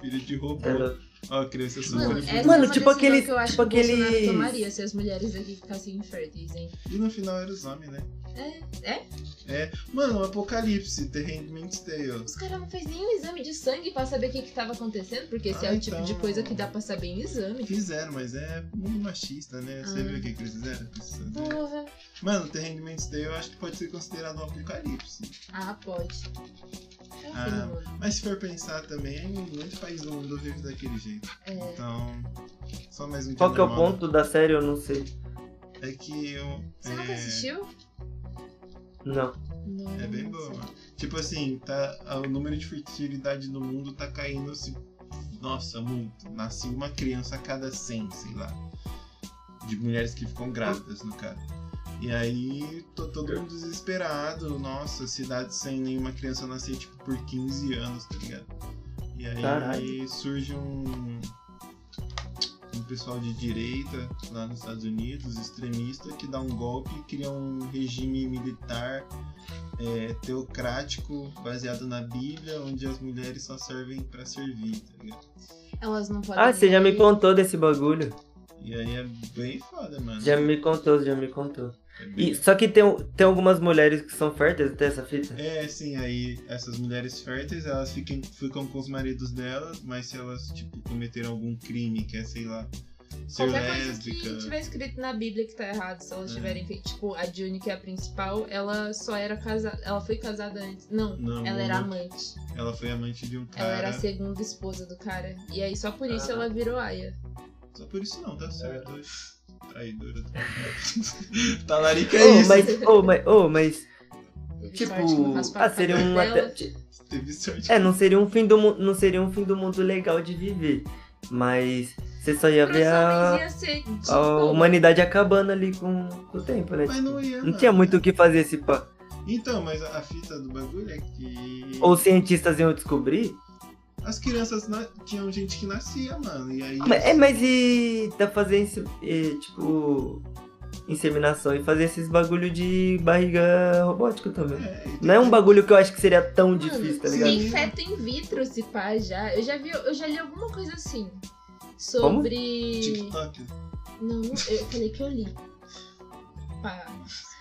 [SPEAKER 2] Filho de robô.
[SPEAKER 3] Ela-
[SPEAKER 2] Ó, a criança
[SPEAKER 4] Mano,
[SPEAKER 2] sofre.
[SPEAKER 4] essa é
[SPEAKER 3] Mano,
[SPEAKER 4] uma
[SPEAKER 3] tipo
[SPEAKER 4] decisão
[SPEAKER 3] aqueles-
[SPEAKER 4] Que eu acho
[SPEAKER 3] tipo
[SPEAKER 4] que o Bolsonaro
[SPEAKER 3] aqueles-
[SPEAKER 4] tomaria se as mulheres daqui ficassem inférteis, hein?
[SPEAKER 2] E no final era os homens, né?
[SPEAKER 4] É, é?
[SPEAKER 2] Mano, o Apocalipse, The Handmaid's Tale.
[SPEAKER 4] Os caras não fez nenhum exame de sangue pra saber o que, que tava acontecendo, porque esse
[SPEAKER 2] Ah,
[SPEAKER 4] é o tipo de
[SPEAKER 2] então.
[SPEAKER 4] coisa que dá pra saber em exame.
[SPEAKER 2] Fizeram, mas é muito machista, né? Você
[SPEAKER 4] Ah.
[SPEAKER 2] viu o que que eles fizeram? Isso, né?
[SPEAKER 4] Porra.
[SPEAKER 2] Mano, The Handmaid's Tale eu acho que pode ser considerado um apocalipse.
[SPEAKER 4] Ah, pode. É um
[SPEAKER 2] Ah.
[SPEAKER 4] filho, mano.
[SPEAKER 2] Mas se for pensar também, é muito país do mundo vive daquele jeito.
[SPEAKER 4] É.
[SPEAKER 2] Então, só mais um
[SPEAKER 3] Qual
[SPEAKER 2] dia
[SPEAKER 3] que é o
[SPEAKER 2] normal.
[SPEAKER 3] ponto da série? Eu não sei.
[SPEAKER 2] É que eu.
[SPEAKER 4] Você
[SPEAKER 2] é...
[SPEAKER 4] nunca assistiu?
[SPEAKER 3] Não.
[SPEAKER 4] Não.
[SPEAKER 2] É bem boa. Tipo assim, tá, a- o número de fertilidade no mundo tá caindo assim. Nossa, muito. Nasce uma criança a cada 100, sei lá. De mulheres que ficam grávidas, no caso. E aí, tô todo mundo desesperado. Nossa, cidade sem nenhuma criança nascer, tipo, por 15 anos, tá ligado? E aí,
[SPEAKER 3] Caralho.
[SPEAKER 2] surge um. Um pessoal de direita lá nos Estados Unidos, extremista, que dá um golpe e cria um regime militar é, teocrático baseado na Bíblia, onde as mulheres só servem pra servir, tá ligado?
[SPEAKER 4] Elas não podem.
[SPEAKER 3] Ah, você já me
[SPEAKER 4] ver.
[SPEAKER 3] contou desse bagulho.
[SPEAKER 2] E aí é bem foda, mano.
[SPEAKER 3] Já é me contou, já me contou.
[SPEAKER 2] É, bem-
[SPEAKER 3] E, só que tem, tem algumas mulheres que são férteis até essa fita.
[SPEAKER 2] É, sim, aí essas mulheres férteis, elas ficam, ficam com os maridos delas, mas se elas, tipo, cometeram algum crime, que é, sei lá, ser
[SPEAKER 4] Qualquer coisa
[SPEAKER 2] lésbica...
[SPEAKER 4] que tiver escrito na Bíblia que tá errado, se elas
[SPEAKER 2] É.
[SPEAKER 4] tiverem feito, tipo, a June, que é a principal, ela só era casada. Ela foi casada antes. Não,
[SPEAKER 2] Não,
[SPEAKER 4] ela era amante.
[SPEAKER 2] ela foi amante de um
[SPEAKER 4] Ela
[SPEAKER 2] cara.
[SPEAKER 4] era a segunda esposa do cara. E aí só por isso
[SPEAKER 3] Ah.
[SPEAKER 4] ela virou aia.
[SPEAKER 2] Só por isso não, tá certo. Traidora. Talarica é
[SPEAKER 3] Oh,
[SPEAKER 2] isso.
[SPEAKER 3] mas, oh, mas, oh, mas, tipo,
[SPEAKER 4] Sorte que não faz parte
[SPEAKER 3] ah, seria um
[SPEAKER 4] dela. Tipo,
[SPEAKER 3] até, ti-
[SPEAKER 2] Teve sorte.
[SPEAKER 3] é, não seria um fim do mundo, não seria um fim do mundo legal de viver, mas você só ia
[SPEAKER 4] Pra
[SPEAKER 3] ver
[SPEAKER 4] homens
[SPEAKER 3] a,
[SPEAKER 4] ia ser tipo,
[SPEAKER 3] a humanidade acabando ali com, com o tempo, né?
[SPEAKER 2] Mas
[SPEAKER 3] Tipo,
[SPEAKER 2] não ia,
[SPEAKER 3] não
[SPEAKER 2] mano.
[SPEAKER 3] tinha muito o que fazer esse pá.
[SPEAKER 2] Então, mas a a fita do bagulho é que.
[SPEAKER 3] Ou os cientistas iam descobrir?
[SPEAKER 2] As crianças na- tinham gente que nascia, mano. E aí.
[SPEAKER 3] Mas, é, mas e tá dá pra fazer, inse- eh, tipo, inseminação e fazer esses bagulho de barriga robótica também?
[SPEAKER 2] É, e tem
[SPEAKER 3] Não é um
[SPEAKER 2] que-
[SPEAKER 3] bagulho que eu acho que seria tão
[SPEAKER 4] Mano,
[SPEAKER 3] difícil, tá
[SPEAKER 2] sim.
[SPEAKER 3] ligado?
[SPEAKER 4] Tem feto in vitro, se pá, já. Eu já vi, eu já li alguma coisa assim. Sobre.
[SPEAKER 2] TikTok.
[SPEAKER 4] Não, não- eu falei que eu li. Opa! Ah,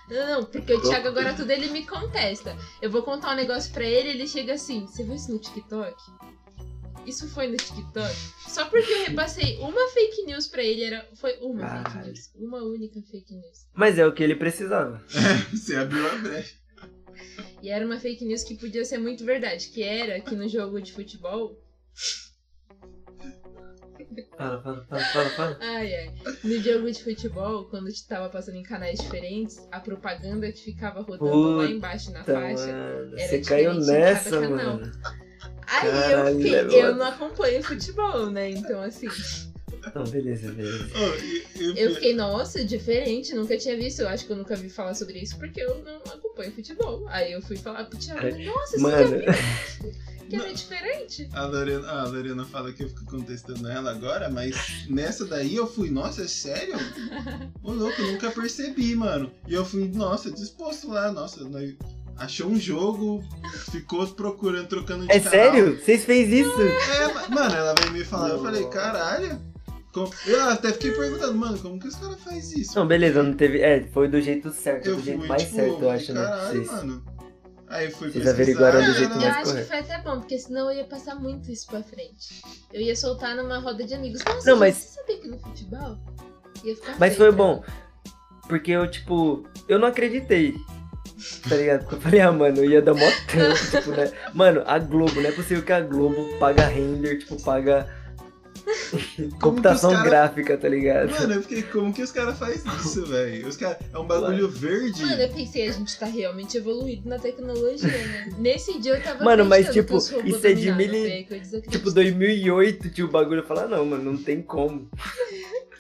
[SPEAKER 4] Não, não, porque o Thiago agora tudo ele me contesta. Eu vou contar um negócio pra ele, ele chega assim: Você viu isso no TikTok? Isso foi no TikTok? Só porque eu repassei uma fake news pra ele, era, foi uma fake
[SPEAKER 3] Caralho.
[SPEAKER 4] news. Uma única fake news.
[SPEAKER 3] Mas é o que ele precisava.
[SPEAKER 2] Você abriu a brecha.
[SPEAKER 4] E era uma fake news que podia ser muito verdade, que era que no jogo de futebol.
[SPEAKER 3] Fala, fala, fala, fala, fala.
[SPEAKER 4] Ai, ai. No jogo de futebol, quando tava passando em canais diferentes, a propaganda que ficava rodando lá
[SPEAKER 3] Puta,
[SPEAKER 4] embaixo na
[SPEAKER 3] Tá,
[SPEAKER 4] faixa.
[SPEAKER 3] mano,
[SPEAKER 4] era
[SPEAKER 3] você caiu
[SPEAKER 4] diferente em cada
[SPEAKER 3] nessa,
[SPEAKER 4] canal.
[SPEAKER 3] mano.
[SPEAKER 4] Aí eu
[SPEAKER 3] Caralho, é
[SPEAKER 4] fiquei,
[SPEAKER 3] levou.
[SPEAKER 4] eu não acompanho futebol, né? Então, assim,
[SPEAKER 3] Não, beleza, beleza.
[SPEAKER 2] Oh, e- e-
[SPEAKER 4] eu fiquei, nossa, diferente, nunca tinha visto. Eu acho que eu nunca vi falar sobre isso porque eu não acompanho futebol. Aí eu fui falar pro Thiago, nossa, isso
[SPEAKER 3] Mano,
[SPEAKER 4] aqui é- que era
[SPEAKER 2] Não.
[SPEAKER 4] diferente.
[SPEAKER 2] A Lorena, ah, a Lorena fala que eu fico contestando ela agora, mas nessa daí eu fui, nossa, é sério? Ô louco, nunca percebi, mano. E eu fui, nossa, disposto lá, nossa, nós- achou um jogo, ficou procurando, trocando de
[SPEAKER 3] é
[SPEAKER 2] canal.
[SPEAKER 3] sério? Vocês fez isso?
[SPEAKER 2] É, ma- mano, ela veio me falar, eu falei, caralho. como- Eu até fiquei perguntando, mano, como que os caras fazem isso?
[SPEAKER 3] Não, beleza, não teve. É, foi do jeito certo,
[SPEAKER 2] eu
[SPEAKER 3] do
[SPEAKER 2] fui,
[SPEAKER 3] jeito mais
[SPEAKER 2] tipo,
[SPEAKER 3] certo, eu acho, né? pra
[SPEAKER 2] caralho,
[SPEAKER 3] Vocês.
[SPEAKER 2] mano. Aí eu fui
[SPEAKER 3] Vocês
[SPEAKER 2] pesquisar,
[SPEAKER 3] averiguaram É do
[SPEAKER 2] era
[SPEAKER 3] jeito
[SPEAKER 2] na-
[SPEAKER 4] eu
[SPEAKER 3] mais
[SPEAKER 4] acho que
[SPEAKER 3] correto.
[SPEAKER 4] foi até bom, porque senão eu ia passar muito isso pra frente. Eu ia soltar numa roda de amigos. Nossa,
[SPEAKER 3] Não,
[SPEAKER 4] gente,
[SPEAKER 3] mas-
[SPEAKER 4] você sabia que no futebol ia ficar
[SPEAKER 3] Mas
[SPEAKER 4] feio,
[SPEAKER 3] foi
[SPEAKER 4] tá?
[SPEAKER 3] bom. Porque eu, tipo, eu não acreditei. Tá ligado? Porque eu falei, ah, mano, eu ia dar mó trampo, tipo, né? Mano, a Globo, não é possível que a Globo paga render, tipo, paga computação
[SPEAKER 2] cara-
[SPEAKER 3] gráfica, tá ligado?
[SPEAKER 2] Mano, eu fiquei, como que os caras fazem isso, velho? Os caras. É um bagulho verde.
[SPEAKER 4] Mano, eu pensei, a gente tá realmente evoluído na tecnologia, né? Nesse dia eu tava
[SPEAKER 3] Mano, mas,
[SPEAKER 4] acreditando que
[SPEAKER 3] tipo,
[SPEAKER 4] os robôs né?
[SPEAKER 3] isso é de
[SPEAKER 4] dominavam,
[SPEAKER 3] mili-
[SPEAKER 4] velho, que eu desacreditei.
[SPEAKER 3] Tipo, 2008 tinha o bagulho falar, não, mano, não tem como.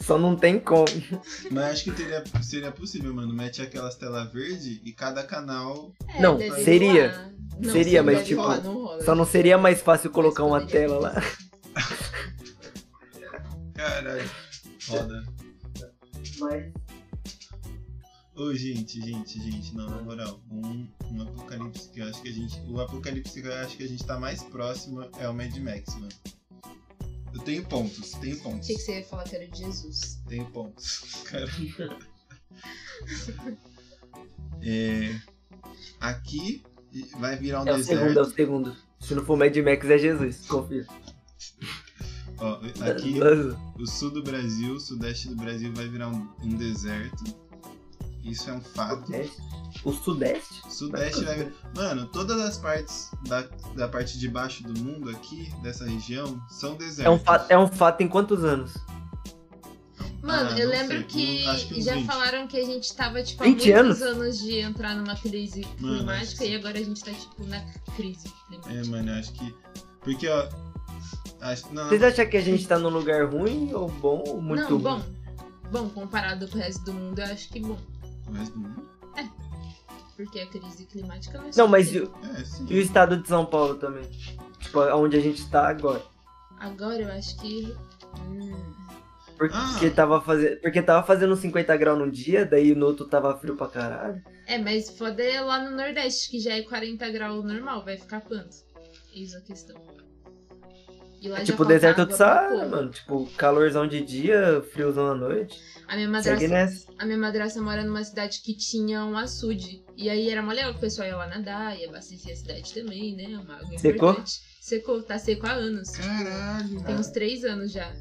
[SPEAKER 3] Só não tem como.
[SPEAKER 2] Mas acho que teria, seria possível, mano. Mete aquelas telas verde e cada canal.
[SPEAKER 4] É,
[SPEAKER 3] Não,
[SPEAKER 4] desenho
[SPEAKER 3] seria.
[SPEAKER 4] lá.
[SPEAKER 3] Seria,
[SPEAKER 4] Não, seria,
[SPEAKER 3] mas,
[SPEAKER 4] não
[SPEAKER 2] tipo,
[SPEAKER 4] rola, não rola.
[SPEAKER 3] Só não seria mais fácil colocar uma
[SPEAKER 4] Mas poderia.
[SPEAKER 3] tela lá.
[SPEAKER 2] Caralho. Foda.
[SPEAKER 3] Mas
[SPEAKER 2] Ô, gente, gente, gente, não, na moral. Um, um apocalipse que eu acho que a gente. O apocalipse que eu acho que a gente tá mais próximo é o Mad Max, mano. Eu tenho pontos, tenho pontos.
[SPEAKER 4] Achei que você ia falar que era de Jesus.
[SPEAKER 2] Tenho pontos. Caramba. É, aqui vai virar um
[SPEAKER 3] é o segundo, é
[SPEAKER 2] deserto.
[SPEAKER 3] o segundo. Se não for Mad Max, é Jesus, confia. É
[SPEAKER 2] Ó, aqui o sul do Brasil, o sudeste do Brasil vai virar um, um deserto. Isso é um fato.
[SPEAKER 3] O Sudeste?
[SPEAKER 2] Sudeste né? vai virar. Mano, todas as partes da, da parte de baixo do mundo aqui, dessa região, são desertos.
[SPEAKER 3] É um, fato, é um fato em quantos anos?
[SPEAKER 4] Mano,
[SPEAKER 2] Ah,
[SPEAKER 4] eu
[SPEAKER 2] não
[SPEAKER 4] lembro
[SPEAKER 2] sei,
[SPEAKER 4] que
[SPEAKER 2] um- acho que uns
[SPEAKER 4] já
[SPEAKER 2] 20.
[SPEAKER 4] falaram que a gente tava, tipo, há
[SPEAKER 3] 20
[SPEAKER 4] muitos
[SPEAKER 3] anos?
[SPEAKER 4] anos? de entrar numa crise
[SPEAKER 2] Mano,
[SPEAKER 4] climática
[SPEAKER 2] acho que-
[SPEAKER 4] e agora a gente tá, tipo, na crise climática.
[SPEAKER 2] É, mano, eu acho que. Porque, ó. Acho, não,
[SPEAKER 3] Vocês acham que a gente tá num lugar ruim ou bom ou muito
[SPEAKER 4] não,
[SPEAKER 3] ruim?
[SPEAKER 4] bom. Bom, comparado com o resto do mundo, eu acho que bom.
[SPEAKER 2] o resto do mundo.
[SPEAKER 4] Porque a crise climática não é só
[SPEAKER 3] Não, mas
[SPEAKER 4] aqui.
[SPEAKER 3] e, o-
[SPEAKER 2] É, sim.
[SPEAKER 3] e o estado de São Paulo também? Tipo, onde a gente tá agora.
[SPEAKER 4] Agora eu acho que. Hum,
[SPEAKER 3] Porque,
[SPEAKER 2] Ah.
[SPEAKER 3] tava fazendo, porque tava fazendo 50 graus num dia, daí no outro tava frio pra caralho.
[SPEAKER 4] É, mas foda é lá no Nordeste, que já é 40 graus normal, vai ficar quanto? Isso é a questão. E lá
[SPEAKER 3] É
[SPEAKER 4] já
[SPEAKER 3] tipo o
[SPEAKER 4] falta
[SPEAKER 3] deserto
[SPEAKER 4] água
[SPEAKER 3] do
[SPEAKER 4] pra
[SPEAKER 3] Saara,
[SPEAKER 4] povo.
[SPEAKER 3] mano. Tipo, calorzão de dia, friozão à noite.
[SPEAKER 4] A minha,
[SPEAKER 3] Segue né?
[SPEAKER 4] madrasta,
[SPEAKER 3] nessa.
[SPEAKER 2] É
[SPEAKER 4] a minha madrasta mora numa cidade que tinha um açude. E aí era mó legal que o pessoal ia lá nadar e abastecia a cidade também, né? Uma água
[SPEAKER 3] Secou?
[SPEAKER 4] importante. Secou, tá seco há anos.
[SPEAKER 2] Caralho,
[SPEAKER 4] Tem uns três anos já.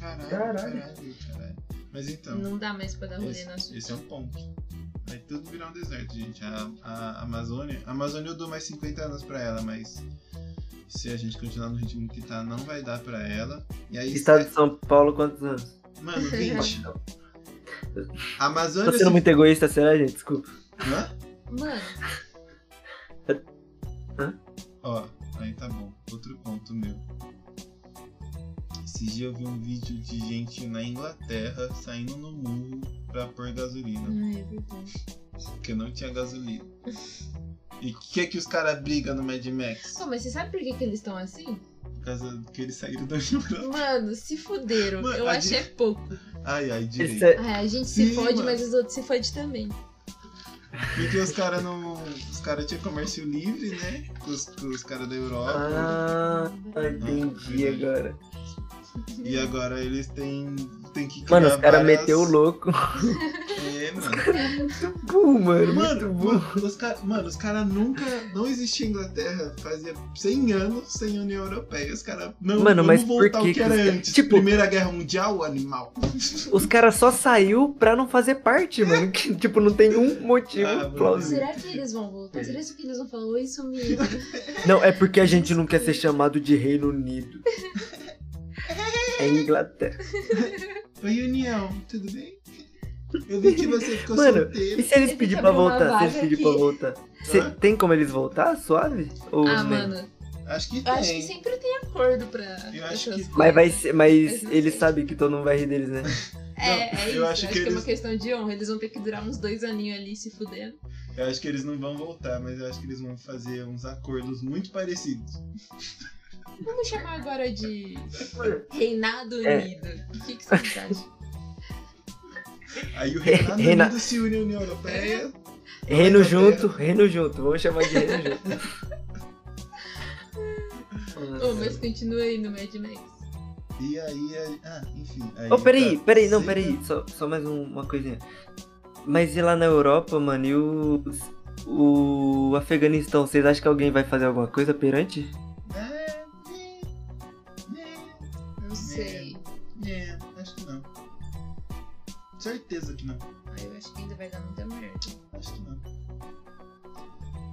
[SPEAKER 2] Caralho,
[SPEAKER 3] Caralho.
[SPEAKER 2] caralho, caralho. Mas então,
[SPEAKER 4] Não dá mais pra dar rolê no
[SPEAKER 2] esse,
[SPEAKER 4] açude.
[SPEAKER 2] esse é um ponto. Vai tudo virar um deserto, gente. A, a Amazônia. A Amazônia eu dou mais 50 anos pra ela, mas se a gente continuar no ritmo que tá, não vai dar pra ela. E aí. é,
[SPEAKER 3] Estado de São Paulo, quantos anos?
[SPEAKER 2] Mano, 20. A Amazônia.
[SPEAKER 3] Tô Tá sendo
[SPEAKER 2] se-
[SPEAKER 3] muito egoísta, será, gente? Desculpa.
[SPEAKER 2] Hã?
[SPEAKER 4] Mano,
[SPEAKER 2] Ó, aí tá bom. Outro ponto meu. Esse dia eu vi um vídeo de gente na Inglaterra saindo no murro pra pôr gasolina.
[SPEAKER 4] ai, é verdade.
[SPEAKER 2] Porque não tinha gasolina. E o que que os caras brigam no Mad Max?
[SPEAKER 4] Pô, mas você sabe por que, que eles estão assim?
[SPEAKER 2] Por causa que eles saíram da Jura.
[SPEAKER 4] Mano, se fuderam.
[SPEAKER 2] Mano,
[SPEAKER 4] eu
[SPEAKER 2] a
[SPEAKER 4] acho
[SPEAKER 2] gente-
[SPEAKER 4] é pouco.
[SPEAKER 2] Ai, ai,
[SPEAKER 3] Isso
[SPEAKER 2] direito.
[SPEAKER 3] é-
[SPEAKER 4] Ah, a gente
[SPEAKER 2] Sim,
[SPEAKER 4] se fode,
[SPEAKER 2] mano.
[SPEAKER 4] mas os outros se fodem também. tá
[SPEAKER 2] Porque os caras não. Os caras tinham comércio livre, né? Com os, com os caras da Europa.
[SPEAKER 3] Ah, entendi agora.
[SPEAKER 2] E agora eles têm, têm que criar
[SPEAKER 3] Mano, os caras
[SPEAKER 2] várias-
[SPEAKER 3] meteu o louco.
[SPEAKER 2] É, mano.
[SPEAKER 3] Bum, mano, muito
[SPEAKER 2] Mano,
[SPEAKER 3] bom.
[SPEAKER 2] mano, os caras cara nunca. Não existia Inglaterra. Fazia 100 anos sem União Europeia. Os caras. Não,
[SPEAKER 3] Mano,
[SPEAKER 2] vamos
[SPEAKER 3] mas por
[SPEAKER 2] voltar
[SPEAKER 3] que
[SPEAKER 2] o que
[SPEAKER 3] que
[SPEAKER 2] era
[SPEAKER 3] os ca-
[SPEAKER 2] antes.
[SPEAKER 3] tipo-
[SPEAKER 2] Primeira Guerra Mundial, animal.
[SPEAKER 3] Os caras só saiu pra não fazer parte, mano. Que, tipo, não tem um motivo
[SPEAKER 2] Ah, mano.
[SPEAKER 3] plausível.
[SPEAKER 4] Será que eles vão voltar? Será que eles não falou isso mesmo?
[SPEAKER 3] Não, é porque a gente não quer ser chamado de Reino Unido. É Inglaterra.
[SPEAKER 2] Oi, União, tudo bem? Eu vi que você ficou
[SPEAKER 3] Mano, E
[SPEAKER 2] solteiro.
[SPEAKER 3] se eles
[SPEAKER 4] Ele
[SPEAKER 3] pedir
[SPEAKER 4] tá
[SPEAKER 3] pra
[SPEAKER 4] abrindo uma
[SPEAKER 3] voltar? Se eles
[SPEAKER 4] vaga
[SPEAKER 3] pedir
[SPEAKER 4] aqui.
[SPEAKER 3] pra voltar? Cê-
[SPEAKER 2] Hã?
[SPEAKER 3] tem como eles voltar? Suave? Ou
[SPEAKER 4] ah,
[SPEAKER 3] nem?
[SPEAKER 4] mano,
[SPEAKER 2] Acho que
[SPEAKER 4] eu
[SPEAKER 2] tem.
[SPEAKER 4] acho que sempre tem acordo pra
[SPEAKER 2] Eu acho
[SPEAKER 4] essas
[SPEAKER 2] que-
[SPEAKER 4] coisas.
[SPEAKER 3] Mas vai ser. Mas
[SPEAKER 4] Mas não
[SPEAKER 3] eles
[SPEAKER 4] sei.
[SPEAKER 3] sabem que todo mundo vai rir deles, né?
[SPEAKER 4] É,
[SPEAKER 2] Não,
[SPEAKER 4] é isso.
[SPEAKER 2] eu
[SPEAKER 4] Eu
[SPEAKER 2] acho
[SPEAKER 4] acho,
[SPEAKER 2] que
[SPEAKER 4] que, é uma
[SPEAKER 2] eles-
[SPEAKER 4] questão de honra. Eles vão ter que durar uns dois aninhos ali se fudendo.
[SPEAKER 2] Eu acho que eles não vão voltar, mas eu acho que eles vão fazer uns acordos muito parecidos.
[SPEAKER 4] Vamos chamar agora de Reinado
[SPEAKER 3] É.
[SPEAKER 4] Unido. O que, que vocês acham?
[SPEAKER 2] Aí o Renato
[SPEAKER 3] Reina-
[SPEAKER 2] Unido se une à União Europeia.
[SPEAKER 3] Reino
[SPEAKER 2] Inglaterra.
[SPEAKER 3] junto, reino junto. Vamos chamar de reino junto.
[SPEAKER 4] Ô, mas continua aí no Mad Max.
[SPEAKER 2] E aí. aí- Ah, enfim. Aí
[SPEAKER 3] Ô, Oh, peraí,
[SPEAKER 2] tá
[SPEAKER 3] peraí, não,
[SPEAKER 2] sempre-
[SPEAKER 3] peraí. Só, só mais um- uma coisinha. Mas e lá na Europa, mano, e o. O Afeganistão, vocês acham que alguém vai fazer alguma coisa perante?
[SPEAKER 2] Ah, né, né.
[SPEAKER 4] Não sei.
[SPEAKER 2] É, acho que não. Certeza que não.
[SPEAKER 4] Ah, eu acho que ainda vai dar muita merda.
[SPEAKER 2] Acho que não.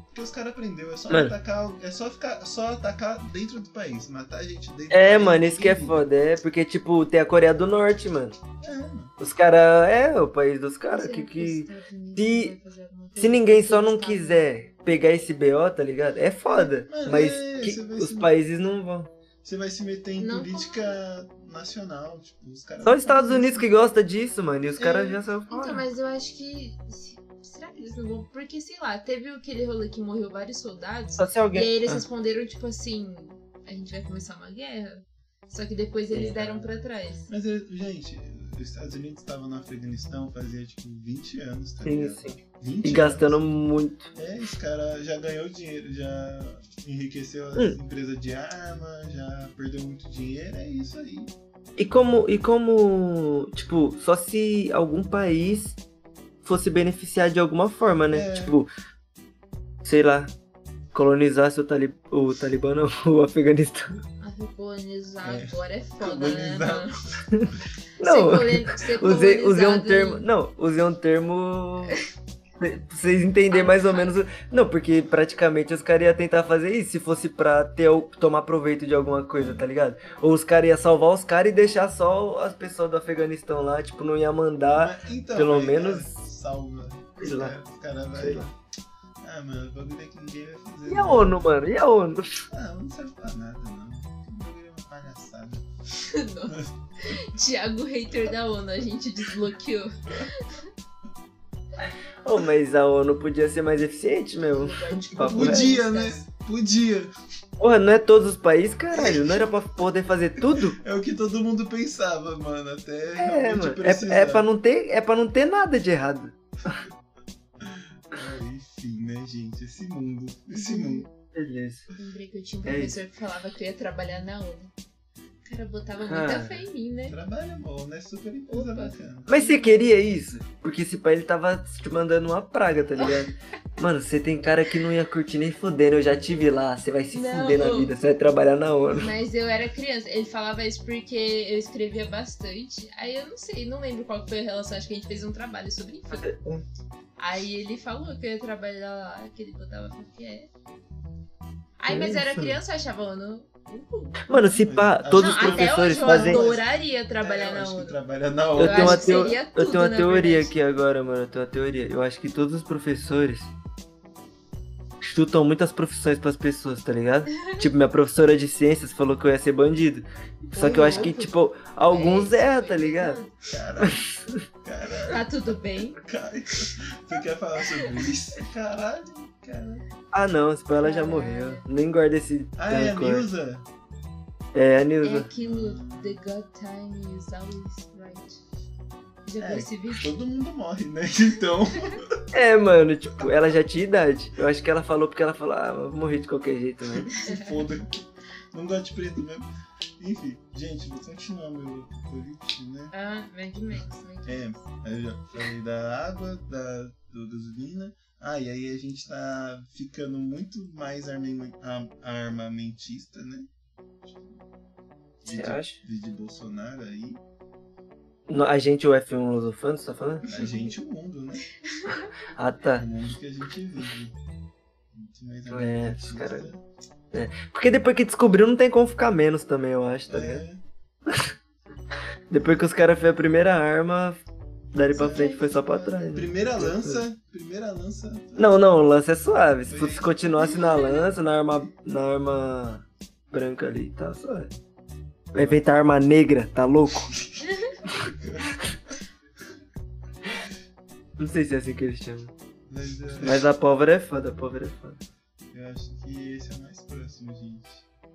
[SPEAKER 2] Porque os caras aprendeu, é só
[SPEAKER 3] Mano.
[SPEAKER 2] atacar. É só ficar. Só atacar dentro do país. Matar a gente dentro
[SPEAKER 3] É,
[SPEAKER 2] do país.
[SPEAKER 3] mano, isso que é
[SPEAKER 2] Enfim.
[SPEAKER 3] foda. É, porque, tipo, tem a Coreia do Norte, mano.
[SPEAKER 2] É, mano.
[SPEAKER 3] Os caras. É, o país dos caras.
[SPEAKER 4] Será
[SPEAKER 3] Que,
[SPEAKER 4] os
[SPEAKER 3] que.
[SPEAKER 4] Estados Unidos
[SPEAKER 3] se-
[SPEAKER 4] vai fazer alguma coisa? Tá
[SPEAKER 3] Se ninguém só não
[SPEAKER 4] Eles tavam-
[SPEAKER 3] quiser pegar esse BO, tá ligado? É foda.
[SPEAKER 2] Mano,
[SPEAKER 3] Mas
[SPEAKER 2] é,
[SPEAKER 3] que-
[SPEAKER 2] você vai
[SPEAKER 3] os
[SPEAKER 2] se-
[SPEAKER 3] países não vão.
[SPEAKER 2] Você vai se meter em
[SPEAKER 4] Não
[SPEAKER 2] política nacional. Tipo, os caras.
[SPEAKER 3] Só os Estados Unidos que gostam disso, mano. E os
[SPEAKER 2] É.
[SPEAKER 3] caras já são
[SPEAKER 4] Então,
[SPEAKER 3] fora.
[SPEAKER 4] mas eu acho que. se- Será que eles não vão? Porque, sei lá, teve aquele rolê que morreu vários soldados.
[SPEAKER 3] Só se
[SPEAKER 4] E
[SPEAKER 3] alguém.
[SPEAKER 4] aí eles
[SPEAKER 3] Ah.
[SPEAKER 4] responderam, tipo assim, a gente vai começar uma guerra. Só que depois
[SPEAKER 3] É.
[SPEAKER 4] eles deram pra trás.
[SPEAKER 2] Mas, é, gente, os Estados Unidos estavam no Afeganistão fazia, tipo, 20 anos, tá
[SPEAKER 3] Sim,
[SPEAKER 2] ligado?
[SPEAKER 3] sim.
[SPEAKER 2] 20
[SPEAKER 3] E
[SPEAKER 2] anos.
[SPEAKER 3] gastando muito.
[SPEAKER 2] É, esse cara já ganhou dinheiro, já enriqueceu as
[SPEAKER 3] Hum.
[SPEAKER 2] empresas de arma, já perdeu muito dinheiro, é isso aí.
[SPEAKER 3] E como, e como, tipo, só se algum país fosse beneficiar de alguma forma, né?
[SPEAKER 2] É.
[SPEAKER 3] Tipo, sei lá, colonizasse o, tali o Talibã, não, o Afeganistão.
[SPEAKER 4] Ah, vou colonizar
[SPEAKER 2] É.
[SPEAKER 4] agora é foda, né,
[SPEAKER 2] Colonizar.
[SPEAKER 4] mano?
[SPEAKER 3] Não,
[SPEAKER 4] Ser colo- ser
[SPEAKER 3] usei, usei um
[SPEAKER 4] colonizado né?
[SPEAKER 3] termo.
[SPEAKER 4] em-
[SPEAKER 3] Não, usei um termo. Pra vocês entenderem mais ou menos. o- Não, porque praticamente os caras iam tentar fazer isso se fosse pra ter, o- tomar proveito de alguma coisa, tá ligado? Ou os caras iam salvar os caras e deixar só as pessoas do Afeganistão lá, tipo, não ia mandar.
[SPEAKER 2] Mas, então,
[SPEAKER 3] pelo
[SPEAKER 2] aí, cara,
[SPEAKER 3] menos-
[SPEAKER 2] salva.
[SPEAKER 3] Sei lá.
[SPEAKER 2] É, Os caras
[SPEAKER 3] Sei
[SPEAKER 2] vão.
[SPEAKER 3] lá.
[SPEAKER 2] Ah, mano, o bagulho é que ninguém vai fazer.
[SPEAKER 3] E a
[SPEAKER 2] nada.
[SPEAKER 3] ONU, mano? E a ONU?
[SPEAKER 2] Ah, não serve pra nada, não. O bagulho é uma palhaçada.
[SPEAKER 4] Nossa. Tiago, hater da ONU, a gente desbloqueou.
[SPEAKER 3] Oh, mas a ONU podia ser mais eficiente, meu. Papo
[SPEAKER 2] Podia, né? Podia.
[SPEAKER 3] Porra, não é todos os países, caralho. Não era pra poder fazer tudo?
[SPEAKER 2] É o que todo mundo pensava, mano. Até
[SPEAKER 3] É,
[SPEAKER 2] realmente
[SPEAKER 3] mano.
[SPEAKER 2] precisar.
[SPEAKER 3] É, é, pra não ter, é pra não ter nada de errado.
[SPEAKER 2] Ah, Enfim, né, gente? Esse mundo. Esse mundo.
[SPEAKER 3] Beleza.
[SPEAKER 4] Lembrei que eu tinha um
[SPEAKER 3] É
[SPEAKER 4] professor que falava que eu ia trabalhar na ONU. O cara botava
[SPEAKER 3] Cara.
[SPEAKER 4] muita fé em mim, né?
[SPEAKER 2] Trabalha bom, né? Super empresa
[SPEAKER 4] Opa.
[SPEAKER 2] bacana.
[SPEAKER 3] Mas você queria isso? Porque esse pai ele tava te mandando uma praga, tá ligado? Mano, você tem cara que não ia curtir nem fudendo, eu já tive lá, você vai se
[SPEAKER 4] Não.
[SPEAKER 3] fuder na vida, você vai trabalhar na ONU.
[SPEAKER 4] Mas eu era criança. Ele falava isso porque eu escrevia bastante. Aí eu não sei, não lembro qual foi a relação. Acho que a gente fez um trabalho sobre enfim. Aí ele falou que eu ia trabalhar lá, que ele botava porque é. Aí, mas eu era
[SPEAKER 3] Isso.
[SPEAKER 4] criança, eu achava ONU. uhul.
[SPEAKER 3] Mano, se pá,
[SPEAKER 2] Não,
[SPEAKER 3] todos os
[SPEAKER 4] não, até
[SPEAKER 3] professores
[SPEAKER 4] hoje eu
[SPEAKER 3] fazem.
[SPEAKER 2] adoro.
[SPEAKER 4] adoraria trabalhar
[SPEAKER 2] É, eu
[SPEAKER 4] na
[SPEAKER 2] acho que
[SPEAKER 4] ONU.
[SPEAKER 2] trabalha na
[SPEAKER 3] Eu
[SPEAKER 2] hora.
[SPEAKER 3] tenho uma
[SPEAKER 4] acho que
[SPEAKER 3] teo-
[SPEAKER 4] seria
[SPEAKER 3] Eu tenho uma
[SPEAKER 4] tudo, na
[SPEAKER 3] teoria
[SPEAKER 4] verdade.
[SPEAKER 3] aqui agora, mano, eu tenho uma teoria. Eu acho que todos os professores chutam muitas profissões pras pessoas, tá ligado? tipo, minha professora de ciências falou que eu ia ser bandido. Só que eu acho que, tipo, alguns
[SPEAKER 4] Uhum. É,
[SPEAKER 3] é,
[SPEAKER 4] isso
[SPEAKER 3] tá
[SPEAKER 4] foi
[SPEAKER 3] ligado?
[SPEAKER 4] errado.
[SPEAKER 2] Cara, cara,
[SPEAKER 4] Tá tudo bem.
[SPEAKER 2] cara. Você quer falar sobre isso? Caralho, cara.
[SPEAKER 3] Ah não, esse pai ela já
[SPEAKER 4] Caralho.
[SPEAKER 3] morreu. Nem guarda esse
[SPEAKER 2] Ah, é a
[SPEAKER 3] rancor.
[SPEAKER 2] Nilza?
[SPEAKER 3] É, a
[SPEAKER 4] É
[SPEAKER 3] Nilza.
[SPEAKER 4] aquilo, the God time is always right. Já viu
[SPEAKER 2] É.
[SPEAKER 4] esse vídeo?
[SPEAKER 2] Todo mundo morre, né? Então.
[SPEAKER 3] É, mano, tipo, ela já tinha idade. Eu acho que ela falou porque ela falou, ah, eu vou morrer de qualquer jeito, né?
[SPEAKER 2] Se foda. Não gosto de preto mesmo. Enfim, gente, vou continuar meu apocalipse, né?
[SPEAKER 4] Ah, Mad Max, Mad Max.
[SPEAKER 2] É, aí eu já falei da água, da, do gasolina. Ah, e aí a gente tá ficando muito mais arme- a- armamentista, né?
[SPEAKER 3] Você
[SPEAKER 2] Vide-
[SPEAKER 3] acha?
[SPEAKER 2] vide Bolsonaro aí.
[SPEAKER 3] No- A gente, o F1 Lusofano, você tá falando?
[SPEAKER 2] A gente, o mundo, né?
[SPEAKER 3] Ah,
[SPEAKER 2] O
[SPEAKER 3] tá.
[SPEAKER 2] mundo que a gente vive. Muito mais
[SPEAKER 3] É,
[SPEAKER 2] armamentista.
[SPEAKER 3] cara, Porque depois que descobriu, não tem como ficar menos também, eu acho, tá ligado?
[SPEAKER 2] É,
[SPEAKER 3] Depois que os caras fez a primeira arma, dali pra
[SPEAKER 2] Sim.
[SPEAKER 3] frente foi só pra trás. né?
[SPEAKER 2] primeira lança, primeira lança.
[SPEAKER 3] Não, não, o lance é suave. Se fosse- se continuasse na lança, na arma. na arma branca ali, tá suave. Vai inventar arma negra, tá louco? Não sei se é assim que eles chamam.
[SPEAKER 2] Mas, é,
[SPEAKER 3] Mas a pólvora é foda, a pólvora é foda.
[SPEAKER 2] Eu acho que esse é o mais próximo, gente.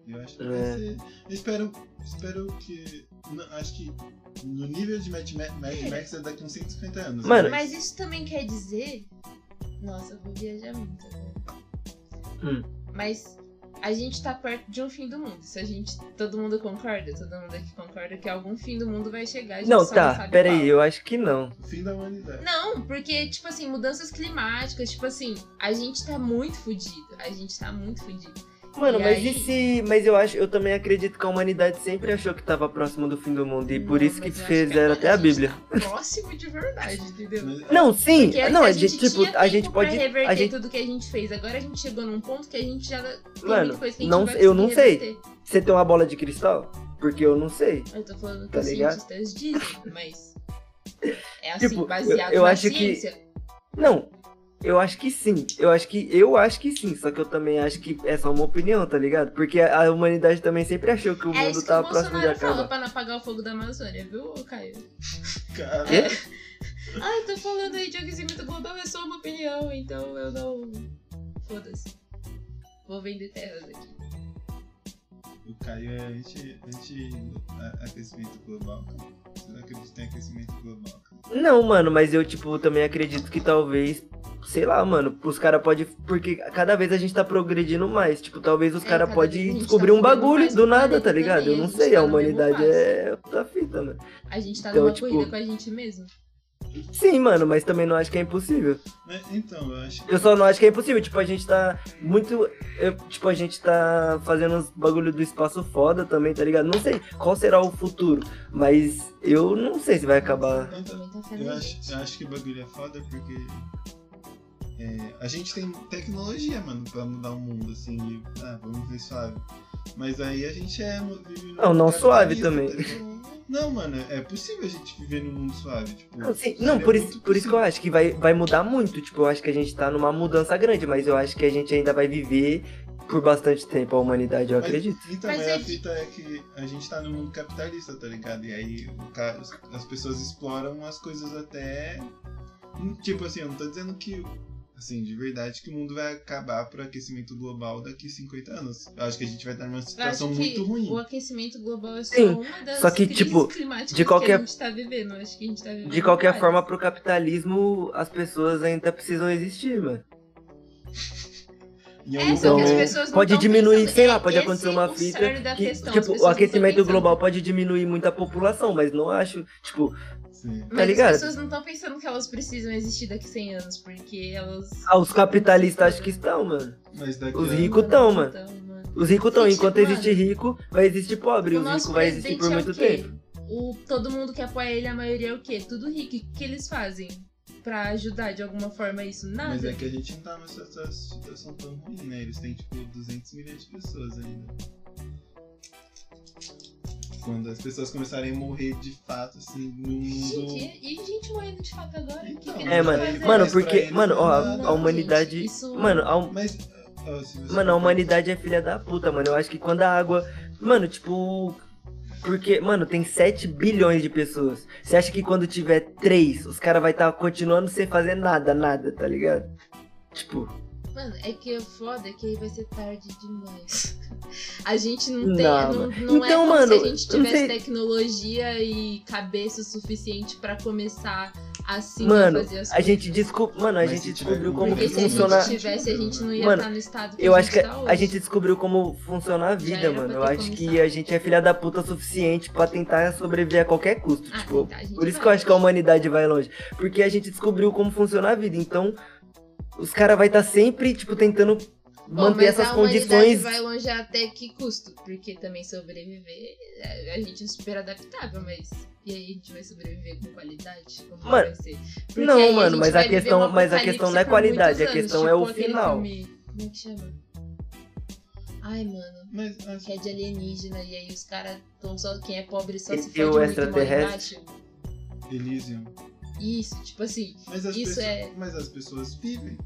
[SPEAKER 2] Eu acho que
[SPEAKER 3] É.
[SPEAKER 2] vai ser. eu Espero, espero que. não, acho que no nível de Mad, Ma- Mad Max é daqui uns 150 anos. Né?
[SPEAKER 3] Mano,
[SPEAKER 4] Mas isso também quer dizer. Nossa, eu vou viajar muito agora.
[SPEAKER 3] Hum.
[SPEAKER 4] Mas a gente tá perto de um fim do mundo. Isso a gente. Todo mundo concorda? Todo mundo aqui concorda que algum fim do mundo vai chegar. A gente
[SPEAKER 3] Não,
[SPEAKER 4] só não
[SPEAKER 3] tá,
[SPEAKER 4] sabe
[SPEAKER 3] pera
[SPEAKER 4] qual.
[SPEAKER 3] aí, eu acho que não.
[SPEAKER 2] o fim da humanidade.
[SPEAKER 4] Não, porque, tipo assim, mudanças climáticas, tipo assim, a gente tá muito fudido. A gente tá muito fudido.
[SPEAKER 3] Mano,
[SPEAKER 4] E
[SPEAKER 3] mas
[SPEAKER 4] aí?
[SPEAKER 3] e se. Mas eu acho, eu também acredito que a humanidade sempre achou que tava próximo do fim do mundo. E por
[SPEAKER 4] Não,
[SPEAKER 3] isso que
[SPEAKER 4] mas eu acho é
[SPEAKER 3] fizeram
[SPEAKER 4] agora
[SPEAKER 3] até a
[SPEAKER 4] gente
[SPEAKER 3] Bíblia.
[SPEAKER 4] tá próximo de verdade, entendeu?
[SPEAKER 2] Mas-
[SPEAKER 3] Não, sim.
[SPEAKER 4] Porque antes
[SPEAKER 3] Hum. não,
[SPEAKER 4] a
[SPEAKER 3] a gente,
[SPEAKER 4] tinha
[SPEAKER 3] tipo, a
[SPEAKER 4] tempo
[SPEAKER 3] gente
[SPEAKER 4] pra
[SPEAKER 3] pode.
[SPEAKER 4] reverter
[SPEAKER 3] A gente,
[SPEAKER 4] tudo que a gente fez. Agora a gente chegou num ponto que a gente já tem
[SPEAKER 3] Mano,
[SPEAKER 4] muita coisa que a gente
[SPEAKER 3] não-
[SPEAKER 4] vai
[SPEAKER 3] eu não
[SPEAKER 4] conseguir
[SPEAKER 3] sei.
[SPEAKER 4] reverter.
[SPEAKER 3] você tem uma bola de cristal? Porque eu não sei.
[SPEAKER 4] Eu tô falando que
[SPEAKER 3] Tá
[SPEAKER 4] os
[SPEAKER 3] ligado?
[SPEAKER 4] cientistas dizem, mas. É assim,
[SPEAKER 3] Tipo, eu-
[SPEAKER 4] baseado
[SPEAKER 3] eu
[SPEAKER 4] na
[SPEAKER 3] acho que-
[SPEAKER 4] ciência.
[SPEAKER 3] Não. Eu acho que sim. Eu acho que eu acho que sim, só que eu também acho que é só uma opinião, tá ligado? Porque a humanidade também sempre achou que o
[SPEAKER 4] É
[SPEAKER 3] mundo
[SPEAKER 4] isso que o
[SPEAKER 3] tava próximo de
[SPEAKER 4] Bolsonaro falou
[SPEAKER 3] acabar.
[SPEAKER 4] pra não apagar o fogo da Amazônia, viu, Caio?
[SPEAKER 2] Cara,
[SPEAKER 3] Quê?
[SPEAKER 4] Ah, eu tô falando aí de aquecimento global, é só uma opinião, então eu não. Foda-se. Vou vender terras aqui.
[SPEAKER 2] o Caio é anti, anti a- aquecimento global. cara. Você não acredita em aquecimento global. cara.
[SPEAKER 3] Não, mano, mas eu tipo também acredito que talvez Sei lá, mano, os caras podem. Porque cada vez a gente tá progredindo mais. Tipo, talvez os
[SPEAKER 4] É,
[SPEAKER 3] caras
[SPEAKER 4] cada vez a
[SPEAKER 3] podem
[SPEAKER 4] gente tá
[SPEAKER 3] descobrir um
[SPEAKER 4] fudendo
[SPEAKER 3] bagulho
[SPEAKER 4] mais
[SPEAKER 3] do
[SPEAKER 4] o
[SPEAKER 3] nada,
[SPEAKER 4] planeta
[SPEAKER 3] tá ligado?
[SPEAKER 4] também,
[SPEAKER 3] Eu
[SPEAKER 4] a
[SPEAKER 3] não
[SPEAKER 4] gente
[SPEAKER 3] sei,
[SPEAKER 4] tá
[SPEAKER 3] a
[SPEAKER 4] no mesmo
[SPEAKER 3] humanidade
[SPEAKER 4] passo.
[SPEAKER 3] é outra fita, mano.
[SPEAKER 4] A gente tá
[SPEAKER 3] Então,
[SPEAKER 4] numa
[SPEAKER 3] tipo-
[SPEAKER 4] corrida com a gente mesmo.
[SPEAKER 3] Sim, mano, mas também não acho que é impossível.
[SPEAKER 2] Mas, então, eu acho que.
[SPEAKER 3] Eu só não acho que é impossível. Tipo, a gente tá muito. eu- tipo, a gente tá fazendo uns bagulho do espaço foda também, tá ligado? Não sei qual será o futuro, mas eu não sei se vai acabar.
[SPEAKER 2] então,
[SPEAKER 4] Nossa, também tá fazendo
[SPEAKER 2] Eu acho,
[SPEAKER 4] isso.
[SPEAKER 2] eu acho que o bagulho é foda porque é, a gente tem tecnologia, mano, pra mudar o mundo, assim, e, ah, vamos ver suave. Mas aí a gente é. mu- Vive num
[SPEAKER 3] Não, não
[SPEAKER 2] mundo
[SPEAKER 3] suave
[SPEAKER 2] capitalista, tá ligado? não, mano, é possível a gente viver num mundo suave. Tipo,
[SPEAKER 3] Não, sim,
[SPEAKER 2] seria
[SPEAKER 3] não por,
[SPEAKER 2] muito
[SPEAKER 3] isso, por isso que
[SPEAKER 2] possível.
[SPEAKER 3] eu acho que vai, vai mudar muito. Tipo, eu acho que a gente tá numa mudança grande, mas eu acho que a gente ainda vai viver por bastante tempo a humanidade, eu
[SPEAKER 2] Mas-
[SPEAKER 3] acredito.
[SPEAKER 2] Então,
[SPEAKER 4] Mas
[SPEAKER 2] mas,
[SPEAKER 4] é
[SPEAKER 2] a
[SPEAKER 4] que-
[SPEAKER 2] fita é que a gente tá no mundo capitalista, tá ligado? E aí o cara- as pessoas exploram as coisas até. Tipo assim, eu não tô dizendo que. Assim, de verdade, que o mundo vai acabar pro aquecimento global daqui 50 anos. Eu acho que a gente vai estar numa
[SPEAKER 4] Eu acho
[SPEAKER 2] situação
[SPEAKER 4] que
[SPEAKER 2] muito ruim.
[SPEAKER 4] o aquecimento global é só
[SPEAKER 3] Sim,
[SPEAKER 4] uma das
[SPEAKER 3] só que,
[SPEAKER 4] crises
[SPEAKER 3] tipo,
[SPEAKER 4] climáticas
[SPEAKER 3] de qualquer-
[SPEAKER 4] que a gente tá vivendo. Eu Acho que a gente tá vivendo
[SPEAKER 3] De qualquer
[SPEAKER 4] várias.
[SPEAKER 3] forma, pro capitalismo, as pessoas ainda precisam existir, mano.
[SPEAKER 2] Em
[SPEAKER 4] É,
[SPEAKER 2] algum
[SPEAKER 4] só que as
[SPEAKER 3] Então,
[SPEAKER 2] momento-
[SPEAKER 4] pessoas não
[SPEAKER 3] pode
[SPEAKER 4] tão
[SPEAKER 3] diminuir,
[SPEAKER 4] pensando.
[SPEAKER 3] sei lá,
[SPEAKER 4] É
[SPEAKER 3] pode
[SPEAKER 4] esse
[SPEAKER 3] acontecer uma
[SPEAKER 4] o
[SPEAKER 3] fita
[SPEAKER 4] cerne da
[SPEAKER 3] que,
[SPEAKER 4] é questão,
[SPEAKER 3] tipo,
[SPEAKER 4] as pessoas
[SPEAKER 3] o
[SPEAKER 4] não tão
[SPEAKER 3] aquecimento
[SPEAKER 4] pensando.
[SPEAKER 3] global pode diminuir muito a população, mas não acho, tipo,
[SPEAKER 2] Sim.
[SPEAKER 4] Mas
[SPEAKER 3] ligado?
[SPEAKER 4] as pessoas não estão pensando que elas precisam existir daqui 100 anos, porque elas.
[SPEAKER 3] ah, os capitalistas acho que estão, mano.
[SPEAKER 2] Mas daqui
[SPEAKER 3] Os
[SPEAKER 2] a-
[SPEAKER 3] ricos tão, mano.
[SPEAKER 4] Então, mano.
[SPEAKER 3] Os ricos estão,
[SPEAKER 4] Gente,
[SPEAKER 3] enquanto
[SPEAKER 4] mano,
[SPEAKER 3] existe rico, vai existir pobre,
[SPEAKER 4] o
[SPEAKER 3] os
[SPEAKER 4] nosso
[SPEAKER 3] ricos vai existir
[SPEAKER 4] presidente
[SPEAKER 3] por
[SPEAKER 4] é
[SPEAKER 3] muito
[SPEAKER 4] o quê?
[SPEAKER 3] tempo.
[SPEAKER 4] O, todo mundo que apoia ele, a maioria é o quê? Tudo rico. E O que eles fazem pra ajudar de alguma forma isso?
[SPEAKER 2] Mas
[SPEAKER 4] Nada.
[SPEAKER 2] é que a gente não tá numa situa- situação tão ruim, né? Eles têm tipo 200 milhões de pessoas ainda. Quando as pessoas começarem a morrer de fato, assim, no mundo.
[SPEAKER 4] Gente, e e gente morrendo de fato agora? O que
[SPEAKER 2] Então,
[SPEAKER 4] que
[SPEAKER 3] É,
[SPEAKER 4] eles
[SPEAKER 3] mano,
[SPEAKER 4] fazem?
[SPEAKER 3] mano,
[SPEAKER 2] Mas pra
[SPEAKER 3] porque,
[SPEAKER 2] eles
[SPEAKER 3] mano, ó,
[SPEAKER 2] não dá,
[SPEAKER 3] a
[SPEAKER 2] não,
[SPEAKER 3] humanidade,
[SPEAKER 4] gente, isso-
[SPEAKER 3] mano, a, hum-
[SPEAKER 2] Mas. ó, se você
[SPEAKER 3] mano, a
[SPEAKER 2] for-
[SPEAKER 3] humanidade é filha da puta, mano. Eu acho que quando a água, mano, tipo, porque, mano, tem 7 bilhões de pessoas. Você acha que quando tiver 3, os caras vai estar continuando sem fazer nada, nada, tá ligado? Tipo,
[SPEAKER 4] Mano, é que é foda que aí vai ser tarde demais. A gente não tem.
[SPEAKER 3] Não,
[SPEAKER 4] Não,
[SPEAKER 3] mano.
[SPEAKER 4] não é
[SPEAKER 3] Então,
[SPEAKER 4] como
[SPEAKER 3] mano,
[SPEAKER 4] se a gente
[SPEAKER 3] eu não
[SPEAKER 4] tivesse
[SPEAKER 3] sei.
[SPEAKER 4] tecnologia e cabeça o suficiente pra começar Assim
[SPEAKER 3] Mano,
[SPEAKER 4] eu fazia as
[SPEAKER 3] A
[SPEAKER 4] coisas.
[SPEAKER 3] gente descobriu. Mano, a
[SPEAKER 2] Mas se
[SPEAKER 3] gente
[SPEAKER 2] tiver
[SPEAKER 3] descobriu
[SPEAKER 2] com
[SPEAKER 3] como
[SPEAKER 4] Porque
[SPEAKER 3] que
[SPEAKER 4] se
[SPEAKER 3] funciona.
[SPEAKER 4] a gente tivesse, a gente não ia
[SPEAKER 3] Mano,
[SPEAKER 4] estar no estado que
[SPEAKER 3] Eu
[SPEAKER 4] a
[SPEAKER 3] acho
[SPEAKER 4] gente
[SPEAKER 3] que
[SPEAKER 4] tá
[SPEAKER 3] a
[SPEAKER 4] hoje.
[SPEAKER 3] gente descobriu como funciona a
[SPEAKER 4] Já
[SPEAKER 3] vida,
[SPEAKER 4] era
[SPEAKER 3] mano.
[SPEAKER 4] pra
[SPEAKER 3] Eu
[SPEAKER 4] ter
[SPEAKER 3] acho que
[SPEAKER 4] começado.
[SPEAKER 3] a gente é filha da puta o suficiente pra tentar sobreviver a qualquer custo.
[SPEAKER 4] Ah,
[SPEAKER 3] tipo,
[SPEAKER 4] tá, a gente
[SPEAKER 3] por isso
[SPEAKER 4] vai.
[SPEAKER 3] que eu acho que a humanidade vai longe. Porque a gente descobriu como funciona a vida. Então, os caras vai estar sempre, tipo, tentando
[SPEAKER 4] Bom,
[SPEAKER 3] manter
[SPEAKER 4] mas
[SPEAKER 3] essas
[SPEAKER 4] a humanidade
[SPEAKER 3] condições.
[SPEAKER 4] vai longe até que custo? Porque também sobreviver, é, a gente é super adaptável, mas e aí a gente vai sobreviver com qualidade? Como que
[SPEAKER 3] Mano,
[SPEAKER 4] vai ser? Porque
[SPEAKER 3] Não,
[SPEAKER 4] aí a
[SPEAKER 3] mano,
[SPEAKER 4] gente
[SPEAKER 3] mas
[SPEAKER 4] vai
[SPEAKER 3] a
[SPEAKER 4] viver
[SPEAKER 3] questão-
[SPEAKER 4] um
[SPEAKER 3] mas a questão não é
[SPEAKER 4] apocalipse por muitos
[SPEAKER 3] qualidade, a
[SPEAKER 4] anos,
[SPEAKER 3] questão
[SPEAKER 4] tipo
[SPEAKER 3] é o
[SPEAKER 4] aquele
[SPEAKER 3] final.
[SPEAKER 4] filme- Como é que chama? Ai, mano,
[SPEAKER 2] Mas assim,
[SPEAKER 4] que é de alienígena e aí os caras tão só quem é pobre só
[SPEAKER 3] E
[SPEAKER 4] se
[SPEAKER 3] o
[SPEAKER 4] fode muito
[SPEAKER 3] extraterrestre?
[SPEAKER 4] mal embaixo.
[SPEAKER 2] Elysium.
[SPEAKER 4] Isso, tipo assim,
[SPEAKER 2] Mas as,
[SPEAKER 4] Isso
[SPEAKER 2] pessoas,
[SPEAKER 4] é-
[SPEAKER 2] mas as pessoas vivem.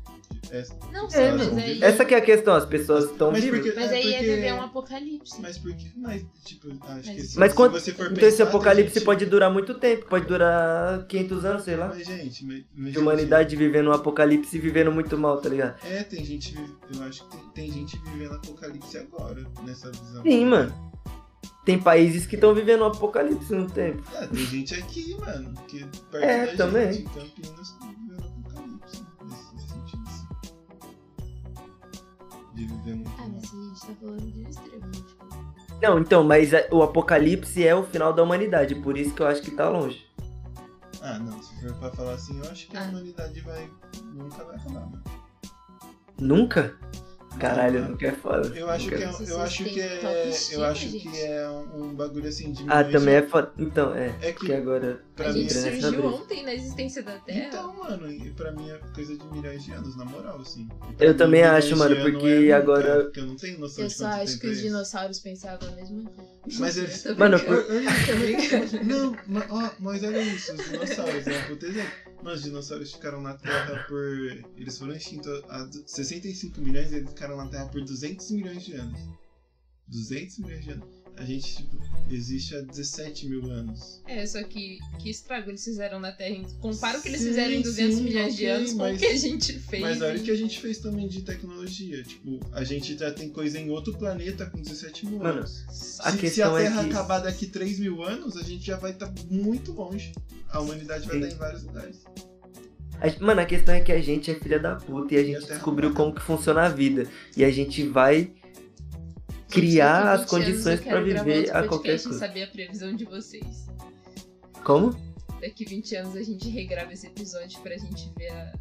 [SPEAKER 2] É-
[SPEAKER 4] não sei,
[SPEAKER 3] É,
[SPEAKER 4] mas
[SPEAKER 3] mano.
[SPEAKER 4] aí
[SPEAKER 3] Essa que é a questão, as pessoas estão
[SPEAKER 2] Mas
[SPEAKER 3] vivas.
[SPEAKER 2] porque-
[SPEAKER 4] Mas
[SPEAKER 2] é
[SPEAKER 4] aí é
[SPEAKER 2] porque-
[SPEAKER 4] viver um apocalipse.
[SPEAKER 2] Mas por que? Mas, tipo, acho que se,
[SPEAKER 3] Mas
[SPEAKER 2] se
[SPEAKER 3] quando-
[SPEAKER 2] você for
[SPEAKER 3] Então
[SPEAKER 2] pensar,
[SPEAKER 3] esse
[SPEAKER 2] tem
[SPEAKER 3] apocalipse
[SPEAKER 2] gente-
[SPEAKER 3] pode durar muito tempo, pode durar 500 anos, sei lá.
[SPEAKER 2] Mas, gente, mas, mas,
[SPEAKER 3] De humanidade vivendo um apocalipse e vivendo muito mal, tá ligado?
[SPEAKER 2] gente, É, tem gente. vive- Eu acho que tem, tem gente vivendo apocalipse agora, nessa visão.
[SPEAKER 3] Sim, mano. Tem países que estão vivendo um apocalipse no tempo.
[SPEAKER 2] Ah, tem gente aqui, mano. Que perto
[SPEAKER 3] É,
[SPEAKER 2] da
[SPEAKER 3] também.
[SPEAKER 2] Gente, em Campinas, tá vivendo apocalipse. Nesse sentido. assim. De viver muito.
[SPEAKER 4] Ah, mas a gente tá falando de um extremo, tipo.
[SPEAKER 3] Não, então, mas a- o apocalipse é o final da humanidade, por isso que eu acho que tá longe.
[SPEAKER 2] Ah, não. Se for pra falar assim, eu acho que a
[SPEAKER 4] Ah.
[SPEAKER 2] humanidade vai. Nunca vai acabar, mano.
[SPEAKER 3] Nunca? Caralho, nunca é foda.
[SPEAKER 2] Eu acho
[SPEAKER 3] Nunca.
[SPEAKER 2] que é,
[SPEAKER 4] Vocês
[SPEAKER 2] eu acho
[SPEAKER 4] têm
[SPEAKER 2] que é,
[SPEAKER 4] toque
[SPEAKER 2] eu
[SPEAKER 4] chique,
[SPEAKER 2] acho
[SPEAKER 4] gente.
[SPEAKER 2] que é um, um bagulho assim de
[SPEAKER 3] Ah, também é foda. Então, é.
[SPEAKER 2] É
[SPEAKER 3] Porque
[SPEAKER 2] que
[SPEAKER 3] agora.
[SPEAKER 2] pra
[SPEAKER 4] a
[SPEAKER 2] mim
[SPEAKER 4] gente
[SPEAKER 3] é
[SPEAKER 2] é...
[SPEAKER 3] essa
[SPEAKER 4] surgiu
[SPEAKER 3] brisa.
[SPEAKER 4] ontem na existência da Terra.
[SPEAKER 2] Então, mano, e pra mim é coisa de milhões de anos, na moral, assim. E pra
[SPEAKER 3] Eu
[SPEAKER 2] mim,
[SPEAKER 3] também
[SPEAKER 2] milhões
[SPEAKER 3] acho,
[SPEAKER 2] de
[SPEAKER 3] mano,
[SPEAKER 2] anos
[SPEAKER 3] porque
[SPEAKER 2] é muito,
[SPEAKER 3] agora-
[SPEAKER 2] Porque eu não tenho noção
[SPEAKER 4] eu
[SPEAKER 2] de
[SPEAKER 4] só
[SPEAKER 2] quanto
[SPEAKER 4] acho
[SPEAKER 2] tempo
[SPEAKER 4] que os
[SPEAKER 2] é isso.
[SPEAKER 4] dinossauros pensavam a mesma coisa.
[SPEAKER 2] Mas eles.
[SPEAKER 4] Tô
[SPEAKER 3] Mano,
[SPEAKER 4] brincando.
[SPEAKER 2] Eu- eu-
[SPEAKER 4] Tô brincando.
[SPEAKER 2] Não, mas, ó, mas olha isso, os dinossauros, é um puta exemplo. Mano, os dinossauros ficaram na Terra por. Eles foram extintos há du- 65 milhões e eles ficaram na Terra por 200 milhões de anos. 200 milhões de anos. A gente, tipo, existe há 17 mil anos.
[SPEAKER 4] É, só que que estrago eles fizeram na Terra. Compara o que eles
[SPEAKER 2] Sim,
[SPEAKER 4] fizeram em 200
[SPEAKER 2] sim,
[SPEAKER 4] milhões de
[SPEAKER 2] ok,
[SPEAKER 4] anos com
[SPEAKER 2] mas-
[SPEAKER 4] o que a gente fez.
[SPEAKER 2] Mas olha o
[SPEAKER 4] e-
[SPEAKER 2] que a gente fez também de tecnologia. Tipo, a gente já tem coisa em outro planeta com 17 mil
[SPEAKER 3] Mano,
[SPEAKER 2] anos.
[SPEAKER 3] a
[SPEAKER 2] se, se
[SPEAKER 3] questão
[SPEAKER 2] a
[SPEAKER 3] é
[SPEAKER 2] Terra
[SPEAKER 3] que-
[SPEAKER 2] acabar daqui 3 mil anos, a gente já vai estar muito longe. A humanidade vai
[SPEAKER 3] Sim.
[SPEAKER 2] estar em vários lugares.
[SPEAKER 3] A- Mano, a questão é que a gente é filha da puta e a gente
[SPEAKER 2] até
[SPEAKER 3] descobriu
[SPEAKER 2] arrumar.
[SPEAKER 3] como que funciona a vida. E a gente vai
[SPEAKER 4] Gente,
[SPEAKER 3] criar
[SPEAKER 4] daqui
[SPEAKER 3] as
[SPEAKER 4] 20 anos
[SPEAKER 3] condições
[SPEAKER 4] eu
[SPEAKER 3] pra
[SPEAKER 4] quero gravar
[SPEAKER 3] viver
[SPEAKER 4] outro
[SPEAKER 3] a qualquer
[SPEAKER 4] podcast e
[SPEAKER 3] custo.
[SPEAKER 4] saber a previsão de vocês.
[SPEAKER 3] Como?
[SPEAKER 4] Daqui 20 anos a gente regrava esse episódio pra gente ver a.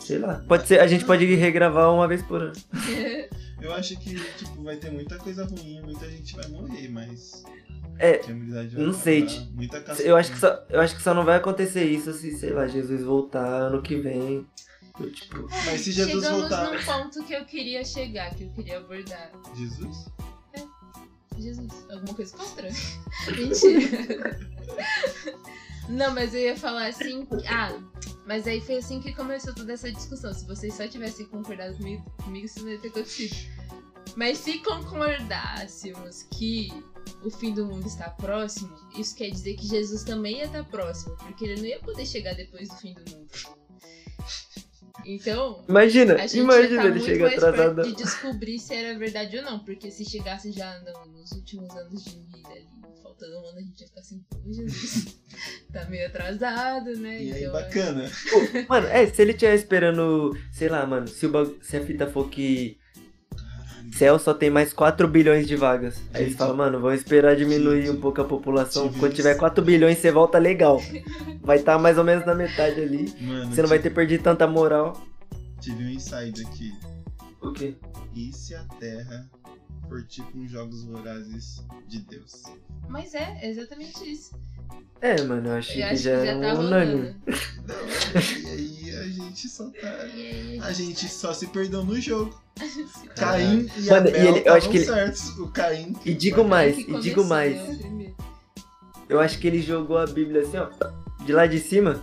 [SPEAKER 3] Sei lá. Pode ser, a gente pode regravar uma vez por ano.
[SPEAKER 2] Eu acho que, tipo, vai ter muita coisa ruim, muita gente vai morrer, mas.
[SPEAKER 3] É,
[SPEAKER 2] que a humanidade vai
[SPEAKER 3] não sei, tipo,
[SPEAKER 2] acabar, Muita caça-
[SPEAKER 3] Eu acho que só, eu acho que só não vai acontecer isso se, sei lá, Jesus voltar ano que vem. Eu, tipo,
[SPEAKER 2] Mas se Jesus
[SPEAKER 4] Chegamos
[SPEAKER 2] voltar.
[SPEAKER 4] num ponto que eu queria chegar, que eu queria abordar.
[SPEAKER 2] Jesus?
[SPEAKER 4] Jesus, alguma coisa contra? Mentira. Não, mas eu ia falar assim. que- Ah, mas aí foi assim que começou toda essa discussão. Se vocês só tivessem concordado comigo, comigo isso não ia ter acontecido. Mas se concordássemos que o fim do mundo está próximo, isso quer dizer que Jesus também ia estar próximo, porque ele não ia poder chegar depois do fim do mundo. Então,
[SPEAKER 3] imagina,
[SPEAKER 4] a gente
[SPEAKER 3] imagina
[SPEAKER 4] tá
[SPEAKER 3] ele
[SPEAKER 4] muito
[SPEAKER 3] chega
[SPEAKER 4] mais perto
[SPEAKER 3] atrasado.
[SPEAKER 4] de descobrir se era verdade ou não, porque se chegasse já no- nos últimos anos de vida ali, faltando um ano, a gente ia ficar assim, pô, Jesus, tá meio atrasado, né?
[SPEAKER 2] E aí,
[SPEAKER 4] Então,
[SPEAKER 2] bacana.
[SPEAKER 3] Pô, mano, é, se ele tiver esperando, sei lá, mano, se, o bag- se a fita for que céu só tem mais 4 bilhões de vagas. Aí eles
[SPEAKER 2] Gente.
[SPEAKER 3] falam, mano, vamos esperar diminuir
[SPEAKER 2] Gente.
[SPEAKER 3] um pouco a população.
[SPEAKER 2] Tive
[SPEAKER 3] Quando tiver 4 bilhões, você volta legal. Vai estar mais ou menos na metade ali.
[SPEAKER 2] Mano,
[SPEAKER 3] Você não vai ter perdido tanta moral.
[SPEAKER 2] tive um insight aqui.
[SPEAKER 3] O quê?
[SPEAKER 2] E se a Terra for tipo uns jogos vorazes de Deus?
[SPEAKER 4] Mas é, é exatamente isso.
[SPEAKER 3] É, mano, eu achei
[SPEAKER 4] Eu
[SPEAKER 3] que
[SPEAKER 4] acho
[SPEAKER 3] já
[SPEAKER 4] que já
[SPEAKER 3] era
[SPEAKER 4] tá
[SPEAKER 3] um unânime.
[SPEAKER 4] rolando.
[SPEAKER 2] Não, e aí a gente só
[SPEAKER 4] E
[SPEAKER 2] tá.
[SPEAKER 4] aí,
[SPEAKER 2] A gente só se perdeu no jogo.
[SPEAKER 4] gente-
[SPEAKER 2] Caim e
[SPEAKER 3] Mano, e
[SPEAKER 2] Abel
[SPEAKER 3] ele- eu acho
[SPEAKER 2] tavam
[SPEAKER 3] que ele-
[SPEAKER 2] certos. O Caim.
[SPEAKER 3] E digo mais,
[SPEAKER 4] Quem que
[SPEAKER 3] Ah, e digo
[SPEAKER 4] começou,
[SPEAKER 3] mais.
[SPEAKER 4] né, o primeiro?
[SPEAKER 3] Eu acho que ele jogou a Bíblia assim, ó, de lá de cima,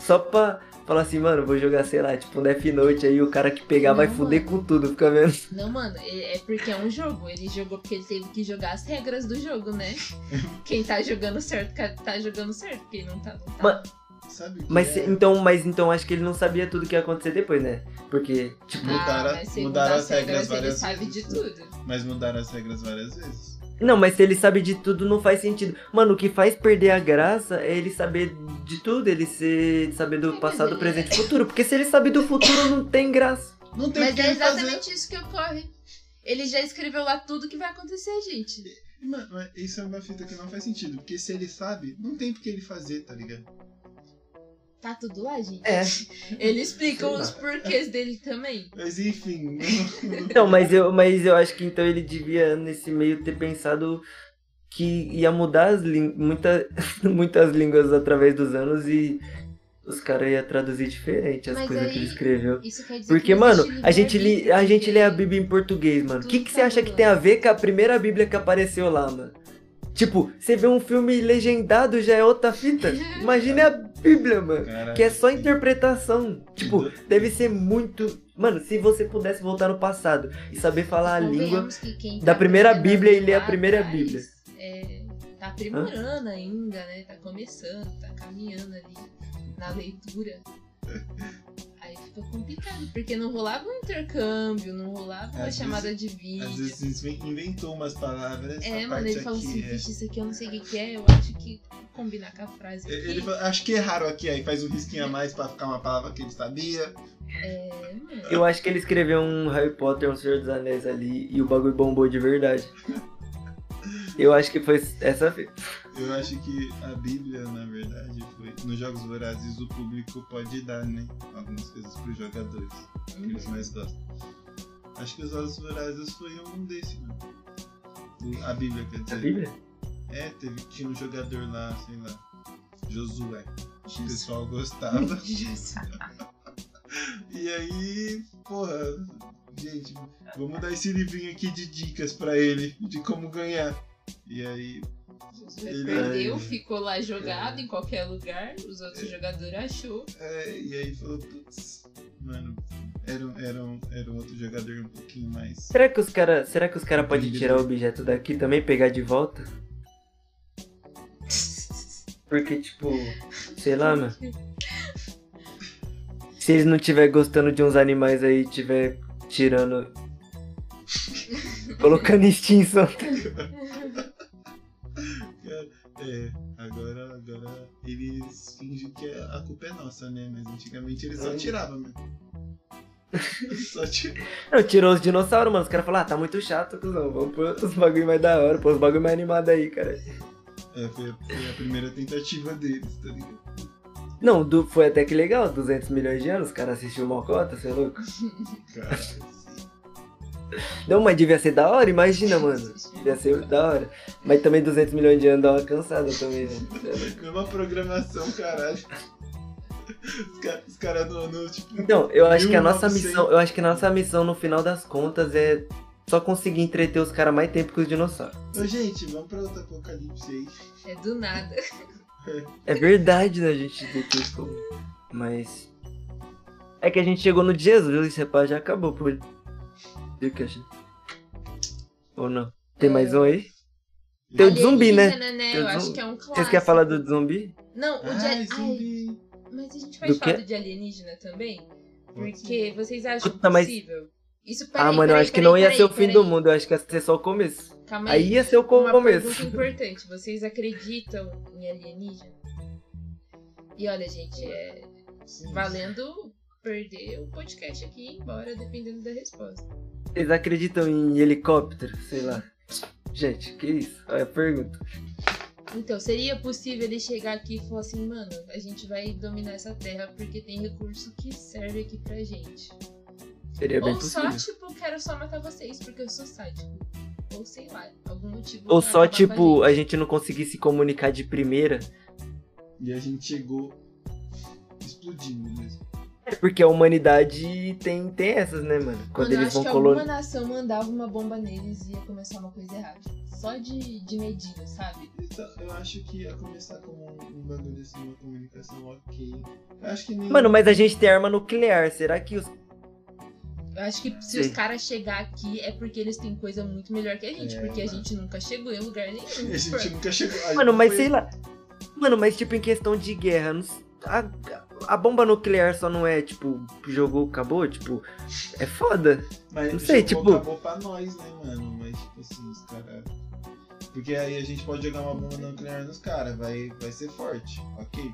[SPEAKER 3] só pra falar assim, mano, vou jogar, sei lá, tipo um Death Note aí, o cara que pegar vai
[SPEAKER 4] Não,
[SPEAKER 3] fuder
[SPEAKER 4] mano.
[SPEAKER 3] com tudo, fica vendo?
[SPEAKER 4] Não, mano, é é porque é um jogo. Ele jogou porque ele teve que jogar as regras do jogo, né? Quem tá jogando certo, ca- tá jogando certo. Quem não tá, não tá.
[SPEAKER 3] Mano,
[SPEAKER 2] Sabe? o que
[SPEAKER 3] Mas
[SPEAKER 2] é?
[SPEAKER 3] se- então, mas então acho que ele não sabia tudo que ia acontecer depois, né? Porque, tipo,
[SPEAKER 2] Mudaram-
[SPEAKER 4] Ah, mas se
[SPEAKER 2] mudaram
[SPEAKER 4] mudar
[SPEAKER 2] as regras
[SPEAKER 4] ele
[SPEAKER 2] várias
[SPEAKER 4] sabe
[SPEAKER 2] vezes. né?
[SPEAKER 4] de tudo.
[SPEAKER 2] Mas mudaram as regras várias vezes.
[SPEAKER 3] Não, mas se ele sabe de tudo, não faz sentido. Mano, o que faz perder a graça é ele saber de tudo, ele ser, saber do passado, presente
[SPEAKER 4] é-
[SPEAKER 3] e futuro. Porque se ele sabe do futuro, não tem graça.
[SPEAKER 2] Não tem o
[SPEAKER 4] Mas
[SPEAKER 2] que
[SPEAKER 4] é
[SPEAKER 2] ele fazer.
[SPEAKER 4] exatamente isso que ocorre. Ele já escreveu lá tudo que vai acontecer, gente.
[SPEAKER 2] Mano, mas isso é uma fita que não faz sentido. Porque se ele sabe, não tem porque ele fazer, tá ligado?
[SPEAKER 4] Tá tudo lá, gente.
[SPEAKER 3] É.
[SPEAKER 4] Ele explica
[SPEAKER 3] Sei lá.
[SPEAKER 4] os porquês dele também.
[SPEAKER 2] Mas enfim, não-
[SPEAKER 3] Não, Então, mas eu, mas eu acho que então ele devia, nesse meio, ter pensado que ia mudar as lin- muita, muitas línguas através dos anos e os caras iam traduzir diferente as
[SPEAKER 4] Mas
[SPEAKER 3] coisas que ele
[SPEAKER 4] aí-
[SPEAKER 3] escreveu.
[SPEAKER 4] Isso quer dizer que
[SPEAKER 3] Porque,
[SPEAKER 4] não
[SPEAKER 3] mano,
[SPEAKER 4] existe
[SPEAKER 3] a gente, li, a
[SPEAKER 4] livre-arbítrio,
[SPEAKER 3] gente lê a
[SPEAKER 4] gente.
[SPEAKER 3] Bíblia em português, mano. O
[SPEAKER 4] Tudo
[SPEAKER 3] que, que você
[SPEAKER 4] tá
[SPEAKER 3] acha que
[SPEAKER 4] lá.
[SPEAKER 3] tem a ver com a primeira Bíblia que apareceu lá, mano? Tipo, você vê um filme legendado já é outra fita. Imagine a Bíblia, mano.
[SPEAKER 2] Cara,
[SPEAKER 3] Que é só
[SPEAKER 2] tem-
[SPEAKER 3] interpretação. Tipo, deve ser muito. Mano, se você pudesse voltar no passado e saber falar a língua.
[SPEAKER 4] Convenhamos que quem
[SPEAKER 3] da
[SPEAKER 4] tá
[SPEAKER 3] primeira
[SPEAKER 4] aprendendo
[SPEAKER 3] Bíblia e ler a
[SPEAKER 4] lá
[SPEAKER 3] primeira
[SPEAKER 4] atrás,
[SPEAKER 3] Bíblia.
[SPEAKER 4] é, tá aprimorando ainda, né? Tá começando, tá caminhando ali na leitura. Aí fica complicado, porque não rolava um intercâmbio, não rolava uma
[SPEAKER 2] Às
[SPEAKER 4] chamada de vídeo.
[SPEAKER 2] Às vezes inven- inventou umas palavras.
[SPEAKER 4] É,
[SPEAKER 2] a
[SPEAKER 4] mano,
[SPEAKER 2] parte
[SPEAKER 4] ele falou assim,
[SPEAKER 2] aqui é...
[SPEAKER 4] vixe, isso aqui eu não sei o que, que é, eu acho que combinar com a frase aqui.
[SPEAKER 2] Ele ele fala, acho que erraram aqui, aí faz um risquinho a mais pra ficar uma palavra que ele sabia.
[SPEAKER 4] É, mano.
[SPEAKER 3] Eu acho que ele escreveu um Harry Potter, um Senhor dos Anéis ali e o bagulho bombou de verdade. Eu acho que foi essa fita.
[SPEAKER 2] Eu acho que a Bíblia, na verdade, foi. Nos Jogos Vorazes, o público pode dar, né? Algumas coisas pros jogadores, que eles
[SPEAKER 3] Uhum.
[SPEAKER 2] mais gostam. Acho que os Jogos Vorazes foi um desse, né? O- A Bíblia, quer dizer.
[SPEAKER 3] A Bíblia?
[SPEAKER 2] É, teve, tinha um jogador lá, sei lá. Josué. O
[SPEAKER 4] Jesus.
[SPEAKER 2] pessoal gostava.
[SPEAKER 4] Jesus.
[SPEAKER 2] E aí, porra, gente, vamos dar esse livrinho aqui de dicas pra ele, de como ganhar. E aí,
[SPEAKER 4] Ele
[SPEAKER 2] Ele-
[SPEAKER 4] perdeu, ficou lá jogado em qualquer lugar, os outros jogadores achou.
[SPEAKER 2] é, e aí falou, putz, mano, era, um- era, um- era um outro jogador um pouquinho mais.
[SPEAKER 3] Será que os caras. Será que os caras podem tirar o objeto daqui também e pegar de volta? Porque, tipo, sei lá, mano. Se eles não tiver gostando de uns animais aí, tiver tirando. colocando em extinção.
[SPEAKER 2] É, agora, agora eles fingem que a culpa é nossa, né? Mas antigamente eles só
[SPEAKER 3] Ai.
[SPEAKER 2] tiravam mesmo. só tiravam.
[SPEAKER 3] Não, tirou os dinossauros, mano. Os caras falaram, ah, tá muito chato, cuzão. Vamos pôr os bagulho mais da hora, pôr os bagulho mais animado aí, cara.
[SPEAKER 2] É, foi, a- foi a primeira tentativa deles, tá ligado?
[SPEAKER 3] Não, do- foi até que legal, 200 milhões de anos, os caras assistiu Mocota, você é louco?
[SPEAKER 2] Cara, sim.
[SPEAKER 3] Não, mas devia ser da hora, imagina, mano. Devia ser da hora. Mas também 200 milhões de anos dá uma cansada também, né? Cê é louco.
[SPEAKER 2] mesma programação, caralho. Os caras os cara não, não, tipo,
[SPEAKER 3] Então, eu acho que a nossa
[SPEAKER 2] 1900.
[SPEAKER 3] missão, eu acho que a nossa missão no final das contas é só conseguir entreter os caras mais tempo que os dinossauros.
[SPEAKER 2] Ô, gente, vamos pra outro apocalipse aí.
[SPEAKER 4] É do nada.
[SPEAKER 3] É verdade, né, gente? depois como- Mas é que a gente chegou no de Jesus, esse rapaz já acabou por podcast. Ou não? Tem mais um aí? Tem o de zumbi, né?
[SPEAKER 4] Alienígena, né?
[SPEAKER 3] Tem o
[SPEAKER 4] Eu acho
[SPEAKER 3] zumbi.
[SPEAKER 4] que é um clássico.
[SPEAKER 3] Vocês querem falar do de zumbi?
[SPEAKER 4] Não, o de...
[SPEAKER 2] Ai,
[SPEAKER 4] Ai,
[SPEAKER 2] "Ah, zumbi.
[SPEAKER 4] mas a gente pode
[SPEAKER 3] Do
[SPEAKER 4] falar
[SPEAKER 3] quê?
[SPEAKER 4] do de alienígena também? Porque vocês acham
[SPEAKER 3] Puta, mas-
[SPEAKER 4] possível? Isso, peraí,
[SPEAKER 3] Ah, mano, eu
[SPEAKER 4] peraí,
[SPEAKER 3] acho que
[SPEAKER 4] peraí,
[SPEAKER 3] não ia
[SPEAKER 4] peraí,
[SPEAKER 3] ser o fim
[SPEAKER 4] peraí.
[SPEAKER 3] do mundo, eu acho que ia ser só o começo.
[SPEAKER 4] Calma aí.
[SPEAKER 3] Aí ia ser é o
[SPEAKER 4] Uma
[SPEAKER 3] começo.
[SPEAKER 4] pergunta importante. Vocês acreditam em alienígena? E olha, gente, é...
[SPEAKER 2] Sim.
[SPEAKER 4] valendo perder o podcast aqui e ir embora, dependendo da resposta.
[SPEAKER 3] Vocês acreditam em helicóptero? Sei lá. Gente, que isso? Olha a pergunta.
[SPEAKER 4] Então, seria possível ele chegar aqui e falar assim, mano, a gente vai dominar essa terra porque tem recurso que serve aqui pra gente.
[SPEAKER 3] Seria É bem
[SPEAKER 4] Ou só,
[SPEAKER 3] possível.
[SPEAKER 4] tipo, quero só matar vocês porque eu sou sádico. Ou sei lá, algum motivo.
[SPEAKER 3] Ou
[SPEAKER 4] pra
[SPEAKER 3] só,
[SPEAKER 4] acabar com
[SPEAKER 3] tipo,
[SPEAKER 4] a
[SPEAKER 3] a gente não conseguir se comunicar de primeira.
[SPEAKER 2] E a gente chegou explodindo né? mesmo.
[SPEAKER 3] É Porque a humanidade tem, tem essas, né, mano? Quando
[SPEAKER 4] Mano, eu
[SPEAKER 3] eles
[SPEAKER 4] acho
[SPEAKER 3] vão
[SPEAKER 4] que
[SPEAKER 3] colonizar.
[SPEAKER 4] alguma nação mandava uma bomba neles e ia começar uma coisa errada. Só de, de medinho, sabe?
[SPEAKER 2] Então, eu acho que ia começar como um, um bagulho assim, uma comunicação ok. Eu acho que nem.
[SPEAKER 3] Mano, mas a gente tem arma nuclear. Será que os.
[SPEAKER 4] Eu acho que se
[SPEAKER 3] Sim.
[SPEAKER 4] os caras chegar aqui é porque eles têm coisa muito melhor que a gente,
[SPEAKER 2] É,
[SPEAKER 4] porque a
[SPEAKER 2] mano.
[SPEAKER 4] gente nunca chegou em lugar nenhum. tipo,
[SPEAKER 2] A gente nunca chegou. a
[SPEAKER 3] Mano,
[SPEAKER 2] gente
[SPEAKER 3] mas
[SPEAKER 2] foi-
[SPEAKER 3] sei lá. Mano, mas tipo, em questão de guerra. não s- A, a bomba nuclear só não é, tipo, jogou, acabou? Tipo, é foda.
[SPEAKER 2] Mas
[SPEAKER 3] não sei,
[SPEAKER 2] chegou,
[SPEAKER 3] tipo-
[SPEAKER 2] Acabou pra nós, né, mano? Mas, tipo assim, os caras. Porque aí a gente pode jogar uma bomba nuclear nos caras, vai, vai ser forte, ok.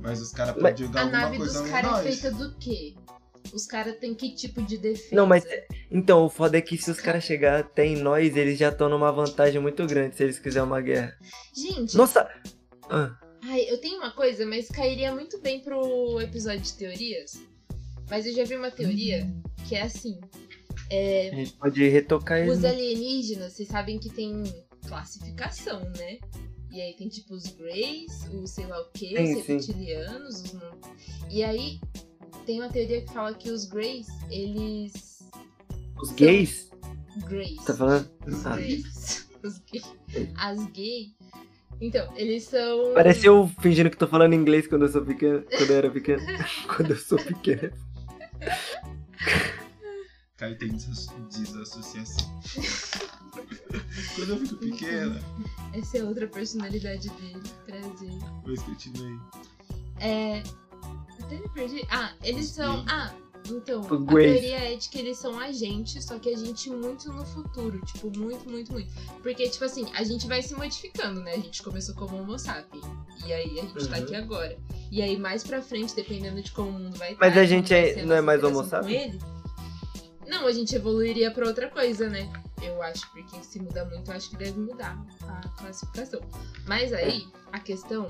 [SPEAKER 2] Mas os caras podem jogar
[SPEAKER 4] A
[SPEAKER 2] alguma
[SPEAKER 4] nave dos
[SPEAKER 2] coisa no
[SPEAKER 4] caras é
[SPEAKER 2] nós.
[SPEAKER 4] feita do quê? Os caras têm que tipo de defesa?
[SPEAKER 3] Não, mas então, o foda é que se os caras chegarem até em nós, eles já estão numa vantagem muito grande se eles quiserem uma guerra.
[SPEAKER 4] Gente,
[SPEAKER 3] Nossa! Ah,
[SPEAKER 4] ai, eu tenho uma coisa, mas cairia muito bem pro episódio de teorias. Mas eu já vi uma teoria que é assim. É,
[SPEAKER 3] a gente pode retocar eles.
[SPEAKER 4] Os é
[SPEAKER 3] né?
[SPEAKER 4] alienígenas, vocês sabem que tem classificação, né? E aí tem tipo os Greys, os sei lá o que,
[SPEAKER 3] Sim,
[SPEAKER 4] os
[SPEAKER 3] sim.
[SPEAKER 4] reptilianos, os não- E aí tem uma teoria que fala que os Greys, eles.
[SPEAKER 3] Os gays?
[SPEAKER 4] Greys.
[SPEAKER 3] Tá falando?
[SPEAKER 4] Os
[SPEAKER 3] Ah.
[SPEAKER 4] Greys. Os gays. As gays. Então, eles são.
[SPEAKER 3] Parece eu fingindo que tô falando inglês quando eu sou pequeno. Quando eu era pequeno. quando eu sou pequeno.
[SPEAKER 2] Caio tem desasso- desassociação. Quando eu fico pequena,
[SPEAKER 4] Essa é outra personalidade dele. Prazer.
[SPEAKER 2] pois continuei.
[SPEAKER 4] É. Até me perdi. Ah, eles
[SPEAKER 2] Os
[SPEAKER 4] são.
[SPEAKER 2] gays.
[SPEAKER 4] Ah, então.
[SPEAKER 3] Os
[SPEAKER 4] A
[SPEAKER 3] gays.
[SPEAKER 4] teoria é de que eles são a gente, só que a gente muito no futuro. Tipo, muito, muito, muito. Porque, tipo assim, a gente vai se modificando, né? A gente começou como Homo sapiens. E aí a gente tá
[SPEAKER 3] Uhum.
[SPEAKER 4] aqui agora. E aí mais pra frente, dependendo de como o mundo vai
[SPEAKER 3] Mas
[SPEAKER 4] tá,
[SPEAKER 3] a gente
[SPEAKER 4] como vai
[SPEAKER 3] é-
[SPEAKER 4] ser a
[SPEAKER 3] não é
[SPEAKER 4] nossa
[SPEAKER 3] mais Homo
[SPEAKER 4] interação com ele, Não, a gente evoluiria pra outra coisa, né? Eu acho, porque se mudar muito, eu acho que deve mudar a classificação. Mas aí, a questão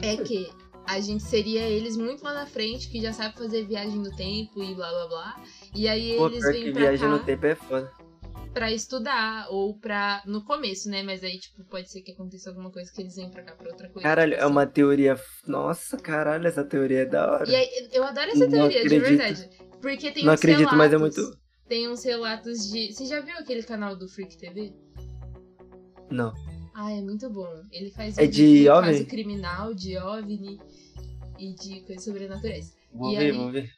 [SPEAKER 4] é que a gente seria eles muito lá na frente, que já sabe fazer viagem no tempo e blá blá blá. E aí
[SPEAKER 3] Pô,
[SPEAKER 4] eles
[SPEAKER 3] pior que
[SPEAKER 4] vêm pra
[SPEAKER 3] viagem
[SPEAKER 4] cá
[SPEAKER 3] no tempo é foda.
[SPEAKER 4] pra estudar ou pra. No começo, né? Mas aí, tipo, pode ser que aconteça alguma coisa que eles vêm pra cá pra outra coisa.
[SPEAKER 3] Caralho,
[SPEAKER 4] tipo
[SPEAKER 3] é uma teoria. Nossa, caralho, essa teoria é da hora.
[SPEAKER 4] E aí, eu adoro essa
[SPEAKER 3] Não
[SPEAKER 4] teoria, de
[SPEAKER 3] acredito.
[SPEAKER 4] verdade. Porque tem
[SPEAKER 3] Não
[SPEAKER 4] uns
[SPEAKER 3] acredito,
[SPEAKER 4] relatos,
[SPEAKER 3] mas é muito.
[SPEAKER 4] Tem uns relatos de. Você já viu aquele canal do Freak TV?
[SPEAKER 3] Não.
[SPEAKER 4] Ah, é muito bom. Ele faz
[SPEAKER 3] É
[SPEAKER 4] vídeo
[SPEAKER 3] de OVNI?
[SPEAKER 4] caso criminal, de OVNI e de coisas sobrenaturais.
[SPEAKER 3] Vou
[SPEAKER 4] E
[SPEAKER 3] ver,
[SPEAKER 4] aí?
[SPEAKER 3] vou ver.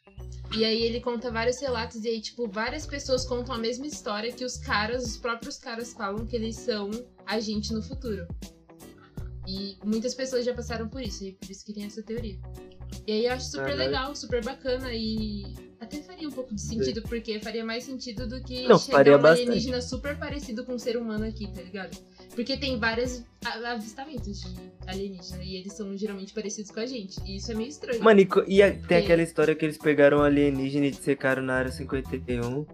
[SPEAKER 4] E aí ele conta vários relatos e aí, tipo, várias pessoas contam a mesma história que os caras, os próprios caras falam que eles são a gente no futuro. E muitas pessoas já passaram por isso, e por isso que tem essa teoria. E aí eu acho super
[SPEAKER 3] Caralho.
[SPEAKER 4] legal, super bacana e até faria um pouco de sentido, porque faria mais sentido do que
[SPEAKER 3] Não,
[SPEAKER 4] chegar
[SPEAKER 3] faria
[SPEAKER 4] um
[SPEAKER 3] bastante.
[SPEAKER 4] alienígena super parecido com um ser humano aqui, tá ligado? Porque tem vários a- avistamentos de alienígena e eles são geralmente parecidos com a gente. E isso é meio estranho.
[SPEAKER 3] Mano, e, co- e a- tem
[SPEAKER 4] E-
[SPEAKER 3] aquela história que eles pegaram um alienígena e dissecaram na área 51.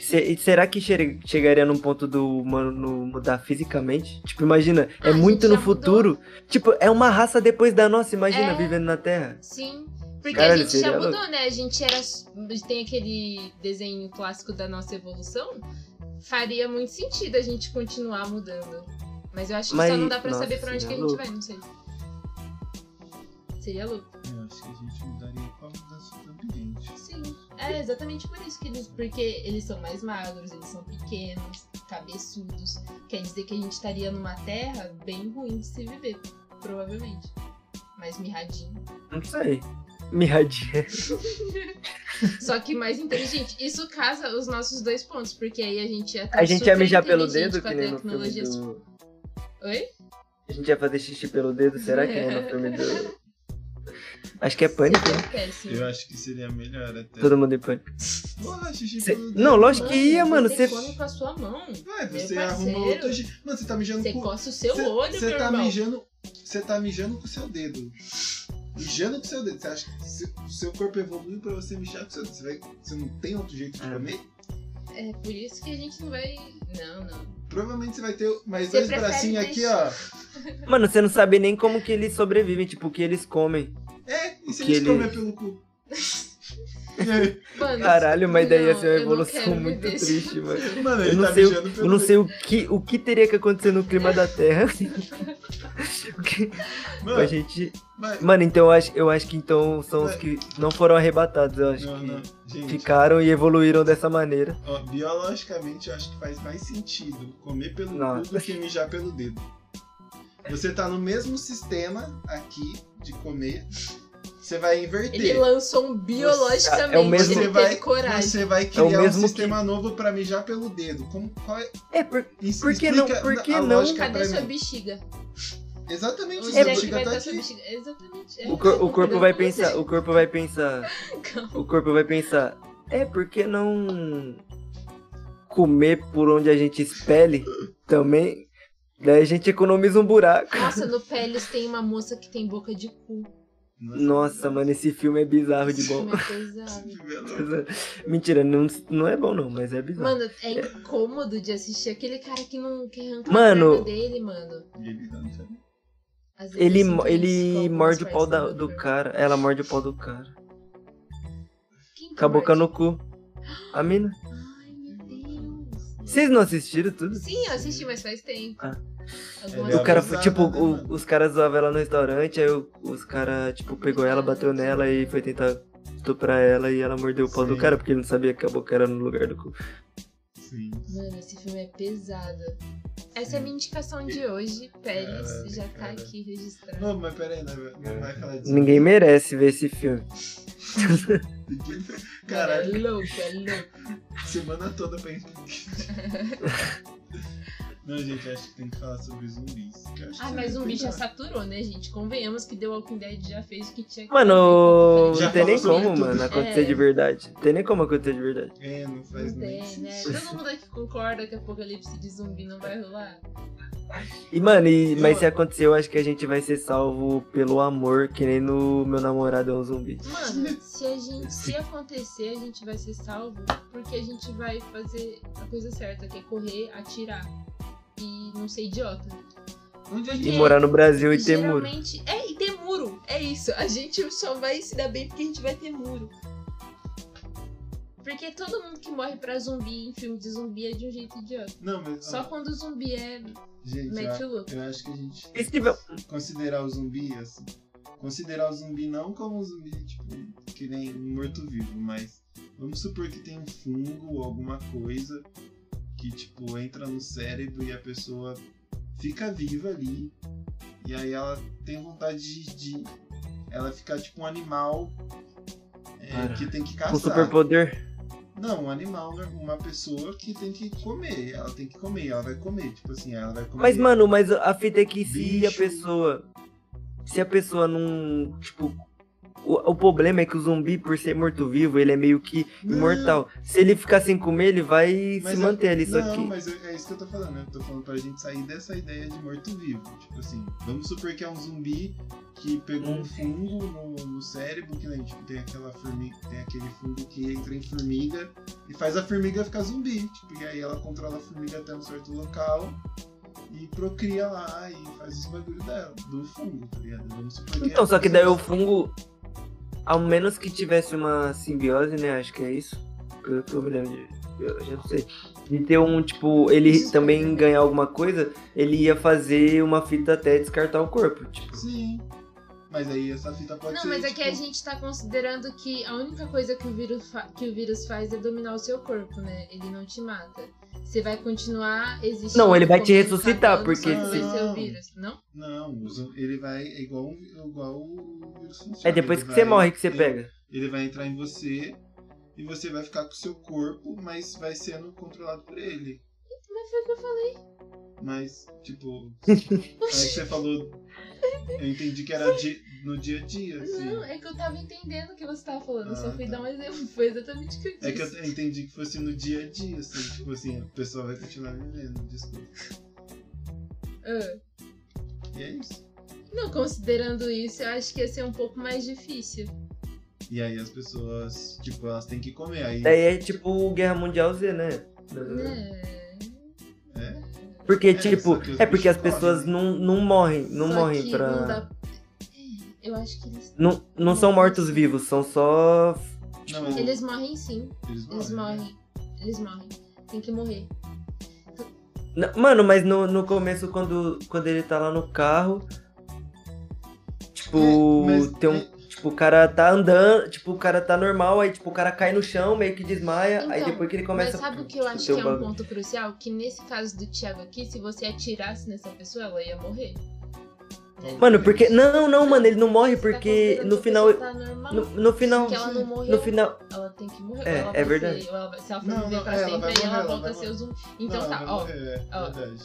[SPEAKER 3] Se- e será que che- chegaria num ponto do humano mudar fisicamente? Tipo, imagina, é
[SPEAKER 4] Ah, a
[SPEAKER 3] muito
[SPEAKER 4] gente
[SPEAKER 3] no
[SPEAKER 4] já mudou.
[SPEAKER 3] futuro. Tipo, é uma raça depois da nossa, imagina,
[SPEAKER 4] É.
[SPEAKER 3] vivendo na Terra.
[SPEAKER 4] Sim. Porque
[SPEAKER 3] Caralho,
[SPEAKER 4] a gente já
[SPEAKER 3] seria
[SPEAKER 4] mudou,
[SPEAKER 3] louco.
[SPEAKER 4] né? A gente era. Tem aquele desenho clássico da nossa evolução. Faria muito sentido a gente continuar mudando. Mas eu acho que
[SPEAKER 3] Mas,
[SPEAKER 4] só não dá pra
[SPEAKER 3] nossa,
[SPEAKER 4] saber pra onde que a
[SPEAKER 3] seria
[SPEAKER 4] gente
[SPEAKER 3] louco.
[SPEAKER 4] vai, não sei. Seria louco.
[SPEAKER 2] Eu acho que a gente mudaria pra mudança do ambiente.
[SPEAKER 4] Sim. É exatamente por isso que eles. Porque eles são mais magros, eles são pequenos, cabeçudos. Quer dizer que a gente estaria numa terra bem ruim de se viver, provavelmente. Mais mirradinho.
[SPEAKER 3] Não sei. Mirradinha.
[SPEAKER 4] Só que mais inteligente. Isso casa os nossos dois pontos, porque aí a gente ia estar
[SPEAKER 3] A gente ia
[SPEAKER 4] É super
[SPEAKER 3] mijar pelo
[SPEAKER 4] inteligente
[SPEAKER 3] dedo,
[SPEAKER 4] com a
[SPEAKER 3] que nem no filme
[SPEAKER 4] tecnologia.
[SPEAKER 3] do...
[SPEAKER 4] Oi?
[SPEAKER 3] A gente ia fazer xixi pelo dedo, será que nem no filme do... Acho que é pânico, né?
[SPEAKER 4] Seria péssimo.
[SPEAKER 2] Eu acho que seria melhor até.
[SPEAKER 3] Todo mundo em pânico.
[SPEAKER 2] Porra, xixi
[SPEAKER 3] Cê-
[SPEAKER 2] pelo
[SPEAKER 3] Não,
[SPEAKER 2] dedo.
[SPEAKER 3] lógico que ia, mano.
[SPEAKER 4] Você
[SPEAKER 3] Você...
[SPEAKER 4] come com a sua mão.
[SPEAKER 2] Ué,
[SPEAKER 4] Meu
[SPEAKER 2] você
[SPEAKER 4] parceiro.
[SPEAKER 2] arruma outro. gi- Mano, você tá mijando
[SPEAKER 4] Você
[SPEAKER 2] com
[SPEAKER 4] coça o seu
[SPEAKER 2] Cê-
[SPEAKER 4] olho,
[SPEAKER 2] cê
[SPEAKER 4] meu
[SPEAKER 2] tá
[SPEAKER 4] irmão.
[SPEAKER 2] mijando. Você tá mijando com o seu dedo. Mijando com o seu dedo. Você acha que se- o seu corpo evoluiu pra você mijar com o seu dedo? Você, vai, você não tem outro jeito de
[SPEAKER 3] Ah.
[SPEAKER 2] comer?
[SPEAKER 4] É por isso que a gente não vai. Não, não.
[SPEAKER 2] Provavelmente você vai ter mais
[SPEAKER 4] Você
[SPEAKER 2] dois
[SPEAKER 4] prefere
[SPEAKER 2] bracinhos aqui,
[SPEAKER 4] deixar-
[SPEAKER 2] ó.
[SPEAKER 3] Mano, você não sabe nem como que eles sobrevivem, tipo, o que eles comem.
[SPEAKER 2] É, e se
[SPEAKER 3] Que
[SPEAKER 2] eles
[SPEAKER 3] ele-
[SPEAKER 2] comer pelo cu? E aí?
[SPEAKER 4] Mano,
[SPEAKER 3] Caralho, mas daí ia
[SPEAKER 4] não,
[SPEAKER 3] ser uma
[SPEAKER 4] eu não
[SPEAKER 3] evolução
[SPEAKER 4] quero
[SPEAKER 3] muito
[SPEAKER 4] viver isso.
[SPEAKER 3] triste, mano.
[SPEAKER 2] Mano,
[SPEAKER 3] Eu
[SPEAKER 2] ele
[SPEAKER 3] não
[SPEAKER 2] tá
[SPEAKER 3] sei o-
[SPEAKER 2] mijando pelo
[SPEAKER 3] Eu não
[SPEAKER 2] cu.
[SPEAKER 3] sei o que, o que teria que acontecer no clima da Terra. O que-
[SPEAKER 2] Mano,
[SPEAKER 3] a gente...
[SPEAKER 2] mas-
[SPEAKER 3] Mano, então eu acho, eu acho que então são os que não foram arrebatados, eu acho
[SPEAKER 2] Não,
[SPEAKER 3] que
[SPEAKER 2] não. Gente,
[SPEAKER 3] ficaram e evoluíram dessa maneira.
[SPEAKER 2] ó, biologicamente eu acho que faz mais sentido comer pelo
[SPEAKER 3] Não.
[SPEAKER 2] cu do que mijar pelo dedo. Você tá no mesmo sistema aqui de comer. Você vai inverter.
[SPEAKER 4] Ele lançou um biologicamente.
[SPEAKER 3] É o mesmo-
[SPEAKER 4] Ele
[SPEAKER 2] Você
[SPEAKER 4] teve
[SPEAKER 2] vai,
[SPEAKER 4] coragem.
[SPEAKER 2] você vai criar um
[SPEAKER 3] É mesmo
[SPEAKER 2] sistema novo pra mijar pelo dedo. Como, qual é,
[SPEAKER 3] É, por-
[SPEAKER 2] isso
[SPEAKER 3] Por que
[SPEAKER 2] explica
[SPEAKER 3] não? Por
[SPEAKER 2] a
[SPEAKER 3] que não?
[SPEAKER 2] lógica
[SPEAKER 4] Cadê
[SPEAKER 2] pra
[SPEAKER 4] sua
[SPEAKER 2] mim.
[SPEAKER 4] bexiga?
[SPEAKER 2] Exatamente,
[SPEAKER 4] Onde
[SPEAKER 2] sua
[SPEAKER 4] é que vai
[SPEAKER 2] bexiga tá
[SPEAKER 4] estar sua
[SPEAKER 2] aqui.
[SPEAKER 4] bexiga? Exatamente. é.
[SPEAKER 3] o, cor- o corpo vai
[SPEAKER 4] Não sei.
[SPEAKER 3] pensar, o corpo vai pensar, o corpo vai pensar, é, por que não comer por onde a gente espelhe também, daí a gente economiza um buraco.
[SPEAKER 4] Nossa, no Peles tem uma moça que tem boca de cu.
[SPEAKER 3] Nossa, mano, esse filme é bizarro de
[SPEAKER 4] Esse
[SPEAKER 3] bom.
[SPEAKER 4] filme é pesado.
[SPEAKER 2] Esse filme é louco.
[SPEAKER 3] Mentira, não, não é bom não, mas é bizarro.
[SPEAKER 4] Mano, é incômodo de assistir aquele cara que não quer arrancar
[SPEAKER 3] Mano.
[SPEAKER 4] a perna dele, mano.
[SPEAKER 2] E ele dá um tchau.
[SPEAKER 4] Às vezes
[SPEAKER 3] ele
[SPEAKER 4] eu sinto isso com
[SPEAKER 3] ele
[SPEAKER 4] alguns
[SPEAKER 3] morde o pau da-
[SPEAKER 4] personagens
[SPEAKER 3] do
[SPEAKER 4] meu.
[SPEAKER 3] cara. Ela morde o pau do cara.
[SPEAKER 4] Quem que
[SPEAKER 3] Acabou com
[SPEAKER 4] morde?
[SPEAKER 3] no cu. A mina.
[SPEAKER 4] Ai, meu Deus.
[SPEAKER 3] Vocês não assistiram tudo?
[SPEAKER 4] Sim, eu assisti, mas faz tempo.
[SPEAKER 3] Ah.
[SPEAKER 4] Algumas
[SPEAKER 2] Ele
[SPEAKER 3] O cara,
[SPEAKER 2] avisava,
[SPEAKER 3] tipo,
[SPEAKER 2] né,
[SPEAKER 3] o-
[SPEAKER 2] mano?
[SPEAKER 3] os caras zoavam ela no restaurante, aí o- os caras, tipo, pegou ela, bateu nela e foi tentar estuprar ela e ela mordeu o pau do
[SPEAKER 2] Sim.
[SPEAKER 3] cara porque ele não sabia que a boca era no lugar do cu.
[SPEAKER 2] Sim.
[SPEAKER 4] Mano, esse filme é pesado. Essa é a minha indicação de hoje, Pérez.
[SPEAKER 2] Caralho,
[SPEAKER 4] já tá
[SPEAKER 2] cara.
[SPEAKER 4] aqui registrado.
[SPEAKER 2] Não, mas peraí, né, não, não vai falar disso.
[SPEAKER 3] Ninguém merece ver esse filme.
[SPEAKER 2] Caralho,
[SPEAKER 4] É louco, é louco.
[SPEAKER 2] semana toda pra isso. Não, gente, acho que tem que falar sobre zumbis. que eu acho
[SPEAKER 4] Ah,
[SPEAKER 2] que é
[SPEAKER 4] mas
[SPEAKER 2] tem
[SPEAKER 4] um
[SPEAKER 2] que
[SPEAKER 4] bicho já
[SPEAKER 2] cuidar.
[SPEAKER 4] saturou, né, gente? Convenhamos que The Walking Dead já fez o que tinha que
[SPEAKER 3] Mano,
[SPEAKER 2] Já
[SPEAKER 3] não tem nem
[SPEAKER 2] falou sobre
[SPEAKER 3] como,
[SPEAKER 2] tudo.
[SPEAKER 3] mano, acontecer
[SPEAKER 4] É.
[SPEAKER 3] de verdade. Não tem nem como acontecer de verdade.
[SPEAKER 2] É, não faz
[SPEAKER 4] Pois
[SPEAKER 2] nem
[SPEAKER 4] é, né?
[SPEAKER 2] sentido.
[SPEAKER 4] Todo mundo aqui concorda que apocalipse de zumbi não vai rolar?
[SPEAKER 3] E, mano, e-
[SPEAKER 2] Eu-
[SPEAKER 3] mas se acontecer, eu acho que a gente vai ser salvo pelo amor, que nem no Meu Namorado é um Zumbi.
[SPEAKER 4] Mano, se a gente. Se acontecer, a gente vai ser salvo porque a gente vai fazer a coisa certa, que é correr, atirar. E não ser idiota. né?
[SPEAKER 2] Onde é a
[SPEAKER 3] E
[SPEAKER 2] gente...
[SPEAKER 3] morar no Brasil e ter muro.
[SPEAKER 4] Geralmente. É, e ter muro. É isso. A gente só vai se dar bem porque a gente vai ter muro. Porque todo mundo que morre pra zumbi em filme de zumbi é de um jeito idiota.
[SPEAKER 2] Não, mas...
[SPEAKER 4] Só
[SPEAKER 2] ó,
[SPEAKER 4] quando o zumbi é
[SPEAKER 2] gente,
[SPEAKER 4] mete
[SPEAKER 2] eu,
[SPEAKER 4] o louco.
[SPEAKER 2] eu acho que a gente...
[SPEAKER 3] E se tiver-
[SPEAKER 2] Considerar o zumbi, assim... Considerar o zumbi não como um zumbi, tipo, que nem um morto-vivo, mas... Vamos supor que tem um fungo ou alguma coisa que, tipo, entra no cérebro e a pessoa fica viva ali. E aí ela tem vontade de... de- ela fica, tipo, um animal... é,
[SPEAKER 3] Cara,
[SPEAKER 2] que tem que
[SPEAKER 3] com
[SPEAKER 2] caçar.
[SPEAKER 3] superpoder.
[SPEAKER 2] Não, um animal, né? uma pessoa que tem que comer. Ela tem que comer, ela vai comer. Tipo assim, ela vai comer.
[SPEAKER 3] Mas, mano, mas a fita é que se a
[SPEAKER 2] Bicho.
[SPEAKER 3] pessoa. Se a pessoa não. Tipo. O, o problema é que o zumbi, por ser morto-vivo, ele é meio que
[SPEAKER 2] Não.
[SPEAKER 3] imortal. Se ele ficar sem comer, ele vai
[SPEAKER 2] Mas
[SPEAKER 3] se
[SPEAKER 2] é-
[SPEAKER 3] manter ali, só
[SPEAKER 2] Não,
[SPEAKER 3] que.
[SPEAKER 2] mas é é isso que eu tô falando, né? Eu tô falando pra gente sair dessa ideia de morto-vivo. Tipo assim, vamos supor que é um zumbi que pegou
[SPEAKER 3] Uhum.
[SPEAKER 2] um fungo no, no cérebro, que né, tipo, tem aquela formiga, tem aquele fungo que entra em formiga e faz a formiga ficar zumbi. Tipo, e aí ela controla a formiga até um certo local e procria lá e faz os bagulhos dela, do fungo, tá ligado? Vamos supor que
[SPEAKER 3] Então,
[SPEAKER 2] é
[SPEAKER 3] só que daí
[SPEAKER 2] isso.
[SPEAKER 3] o fungo. Ao menos que tivesse uma simbiose, né? Acho que é isso. Pelo que eu me lembro de. Eu já não sei. De ter um, tipo, ele também ganhar alguma coisa, ele ia fazer uma fita até descartar o corpo. Tipo,
[SPEAKER 2] Sim. Mas aí essa fita pode
[SPEAKER 4] Não,
[SPEAKER 2] ser.
[SPEAKER 4] mas é
[SPEAKER 2] tipo,
[SPEAKER 4] que a gente tá considerando que a única coisa que o, vírus fa- que o vírus faz é dominar o seu corpo, né? Ele não te mata. Você vai continuar existindo.
[SPEAKER 3] Não, ele vai te
[SPEAKER 4] como um
[SPEAKER 3] ressuscitar,
[SPEAKER 4] cagão,
[SPEAKER 3] porque
[SPEAKER 4] só que
[SPEAKER 2] se-
[SPEAKER 4] vai ser o vírus, não?
[SPEAKER 2] Não, o zo- ele vai. É igual, um- igual o vírus funciona.
[SPEAKER 3] é depois
[SPEAKER 2] Ele
[SPEAKER 3] que você
[SPEAKER 2] vai-
[SPEAKER 3] morre que você
[SPEAKER 2] ele-
[SPEAKER 3] pega.
[SPEAKER 2] Ele vai entrar em você e você vai ficar com o seu corpo, mas vai sendo controlado por ele.
[SPEAKER 4] Mas foi o que eu falei.
[SPEAKER 2] Mas, tipo. aí você falou. Eu entendi que era di- no dia a dia, assim.
[SPEAKER 4] Não, é que eu tava entendendo o que você tava falando. eu
[SPEAKER 2] Ah,
[SPEAKER 4] só fui
[SPEAKER 2] tá.
[SPEAKER 4] dar um exemplo. Foi exatamente o que eu disse.
[SPEAKER 2] É que eu entendi que fosse no dia a dia, assim. Tipo assim, a pessoa vai continuar vivendo, desculpa.
[SPEAKER 4] Ah.
[SPEAKER 2] E é isso.
[SPEAKER 4] Não, considerando isso, eu acho que ia ser um pouco mais difícil.
[SPEAKER 2] E aí as pessoas, tipo, elas têm que comer. Aí
[SPEAKER 3] Daí é tipo o Guerra Mundial Z, né?
[SPEAKER 4] Né?
[SPEAKER 2] É.
[SPEAKER 3] Porque,
[SPEAKER 2] É,
[SPEAKER 3] tipo,
[SPEAKER 2] só que os
[SPEAKER 3] é porque as
[SPEAKER 2] bichos
[SPEAKER 3] pessoas
[SPEAKER 2] correm,
[SPEAKER 3] não, não morrem, não
[SPEAKER 4] Só
[SPEAKER 3] morrem
[SPEAKER 4] que
[SPEAKER 3] pra.
[SPEAKER 4] não dá- É, Eu acho que eles.
[SPEAKER 3] Não, não são mortos-vivos, são só.
[SPEAKER 2] Não, mas
[SPEAKER 4] Eles morrem sim.
[SPEAKER 2] eles
[SPEAKER 4] Eles morrem. Eles morrem. Tem que morrer.
[SPEAKER 3] Não, Mano, mas no, no começo, quando, quando ele tá lá no carro. Tipo,
[SPEAKER 2] É, mas
[SPEAKER 3] tem um.
[SPEAKER 2] é-
[SPEAKER 3] Tipo, o cara tá andando, tipo, o cara tá normal, aí tipo, o cara cai no chão, meio que desmaia, aí
[SPEAKER 4] Então,
[SPEAKER 3] depois que ele começa
[SPEAKER 4] Mas sabe o que eu
[SPEAKER 3] tipo,
[SPEAKER 4] acho
[SPEAKER 3] ter
[SPEAKER 4] que é
[SPEAKER 3] o
[SPEAKER 4] um
[SPEAKER 3] bagulho.
[SPEAKER 4] ponto crucial? Que nesse caso do Thiago aqui, se você atirasse nessa pessoa, ela ia morrer. é
[SPEAKER 3] Mano, porque. Não, não, mano, ele não morre
[SPEAKER 4] Você tá
[SPEAKER 3] porque no
[SPEAKER 4] considerando que a
[SPEAKER 3] final.
[SPEAKER 4] pessoa Tá normal,
[SPEAKER 3] No, no final.
[SPEAKER 4] que ela não morreu.
[SPEAKER 3] No final.
[SPEAKER 4] Ela tem que morrer.
[SPEAKER 3] É,
[SPEAKER 4] ou ela
[SPEAKER 3] é
[SPEAKER 4] vai
[SPEAKER 3] verdade.
[SPEAKER 4] ser- ou ela vai- se ela for
[SPEAKER 2] Não,
[SPEAKER 4] viver
[SPEAKER 2] não,
[SPEAKER 4] pra
[SPEAKER 2] é, ela
[SPEAKER 4] sempre,
[SPEAKER 2] vai
[SPEAKER 4] aí ela
[SPEAKER 2] morrer, ela
[SPEAKER 4] volta
[SPEAKER 2] vai
[SPEAKER 4] a ser o zumbi. Então
[SPEAKER 2] Não,
[SPEAKER 4] tá,
[SPEAKER 2] ela
[SPEAKER 4] ó.
[SPEAKER 2] vai morrer, é,
[SPEAKER 4] ó.
[SPEAKER 2] verdade. Ela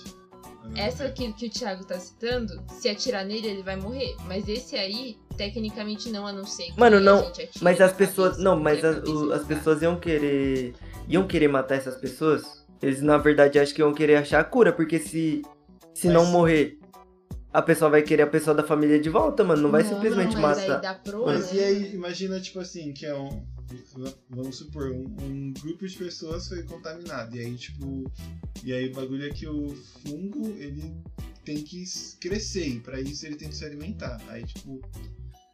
[SPEAKER 2] vai
[SPEAKER 4] Essa
[SPEAKER 2] morrer.
[SPEAKER 4] que, que o Thiago tá citando, se atirar nele, ele vai morrer. Mas esse aí, tecnicamente não, a não ser que
[SPEAKER 3] Mano,
[SPEAKER 4] a
[SPEAKER 3] não,
[SPEAKER 4] gente atire
[SPEAKER 3] Mas
[SPEAKER 4] na
[SPEAKER 3] as pessoas.
[SPEAKER 4] cabeça,
[SPEAKER 3] Não, mas
[SPEAKER 4] porque a
[SPEAKER 3] as,
[SPEAKER 4] cabeça
[SPEAKER 3] o-
[SPEAKER 4] não
[SPEAKER 3] as
[SPEAKER 4] tá.
[SPEAKER 3] pessoas iam querer. Iam querer matar essas pessoas Eles, na verdade, acham que vão querer achar a cura, porque se, se
[SPEAKER 2] Mas-
[SPEAKER 3] não morrer, a pessoa vai querer a pessoa da família de volta, mano. Não vai simplesmente
[SPEAKER 4] não, mas
[SPEAKER 3] matar.
[SPEAKER 4] Aí dá pro,
[SPEAKER 2] Mas
[SPEAKER 4] né?
[SPEAKER 2] e aí, imagina, tipo assim, que é um. Vamos supor, um, um grupo de pessoas foi contaminado. E aí, tipo. E aí o bagulho é que o fungo, ele tem que s- crescer. E pra isso ele tem que se alimentar. Aí, tipo.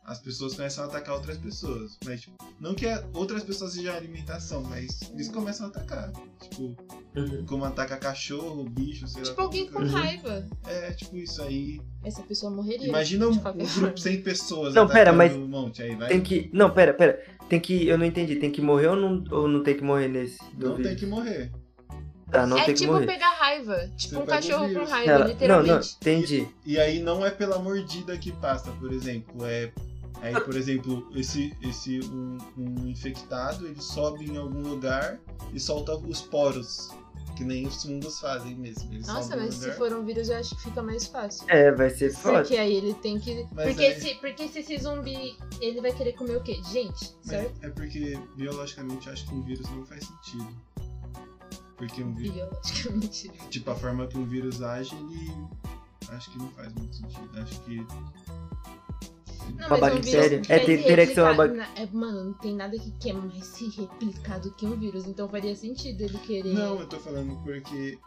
[SPEAKER 2] As pessoas começam a atacar outras pessoas. Mas, tipo, não que a- outras pessoas sejam alimentação, mas eles começam a atacar. Tipo,
[SPEAKER 3] Uhum.
[SPEAKER 2] como ataca cachorro, bicho, sei lá.
[SPEAKER 4] Tipo, alguém com
[SPEAKER 2] qualquer coisa.
[SPEAKER 4] raiva.
[SPEAKER 2] É, tipo isso aí.
[SPEAKER 4] Essa pessoa morreria.
[SPEAKER 2] Imagina um,
[SPEAKER 4] de
[SPEAKER 2] um
[SPEAKER 4] qualquer
[SPEAKER 2] grupo
[SPEAKER 4] forma.
[SPEAKER 2] sem pessoas
[SPEAKER 3] Não, pera,
[SPEAKER 2] atacando
[SPEAKER 3] mas-
[SPEAKER 2] um monte. Aí vai
[SPEAKER 3] Tem que. Não, pera, pera. Tem que. Eu não entendi. Tem que morrer ou não, ou não tem que morrer nesse? do
[SPEAKER 2] Não tem
[SPEAKER 3] vírus?
[SPEAKER 2] que morrer.
[SPEAKER 3] Tá, não
[SPEAKER 4] é
[SPEAKER 3] tem que
[SPEAKER 4] tipo
[SPEAKER 3] morrer.
[SPEAKER 4] pegar raiva. Tipo
[SPEAKER 2] Você pega
[SPEAKER 4] um
[SPEAKER 2] o
[SPEAKER 4] cachorro com
[SPEAKER 2] vírus.
[SPEAKER 4] raiva,
[SPEAKER 3] Ela- Não,
[SPEAKER 4] literalmente.
[SPEAKER 3] não, entendi.
[SPEAKER 2] E aí não é pela mordida que passa, por exemplo. É. Aí, por exemplo, esse, esse um, um infectado, ele sobe em algum lugar e solta os poros. Que nem os fungos fazem mesmo. Eles
[SPEAKER 4] Nossa,
[SPEAKER 2] sobem no
[SPEAKER 4] mas se
[SPEAKER 2] lugar.
[SPEAKER 4] for um vírus, eu acho que fica mais fácil.
[SPEAKER 3] É, vai ser foda.
[SPEAKER 4] Porque aí ele tem que.
[SPEAKER 2] Mas
[SPEAKER 4] Porque,
[SPEAKER 2] aí-
[SPEAKER 4] se, porque se esse zumbi. Ele vai querer comer o quê? Gente, certo?
[SPEAKER 2] Mas É porque, biologicamente, eu acho que um vírus não faz sentido. Porque um vírus.
[SPEAKER 4] Biologicamente.
[SPEAKER 2] Tipo, a forma que um vírus age, ele. Acho que não faz muito sentido. Acho que.
[SPEAKER 4] Não,
[SPEAKER 3] Uma
[SPEAKER 4] mas um
[SPEAKER 3] bactéria.
[SPEAKER 4] vírus
[SPEAKER 3] É,
[SPEAKER 4] vai
[SPEAKER 3] tem-
[SPEAKER 4] se
[SPEAKER 3] teria que ser uma
[SPEAKER 4] replicar na- é, Mano, não tem nada que quer mais se replicar do que um vírus. Então faria sentido ele querer.
[SPEAKER 2] Não, eu tô falando porque,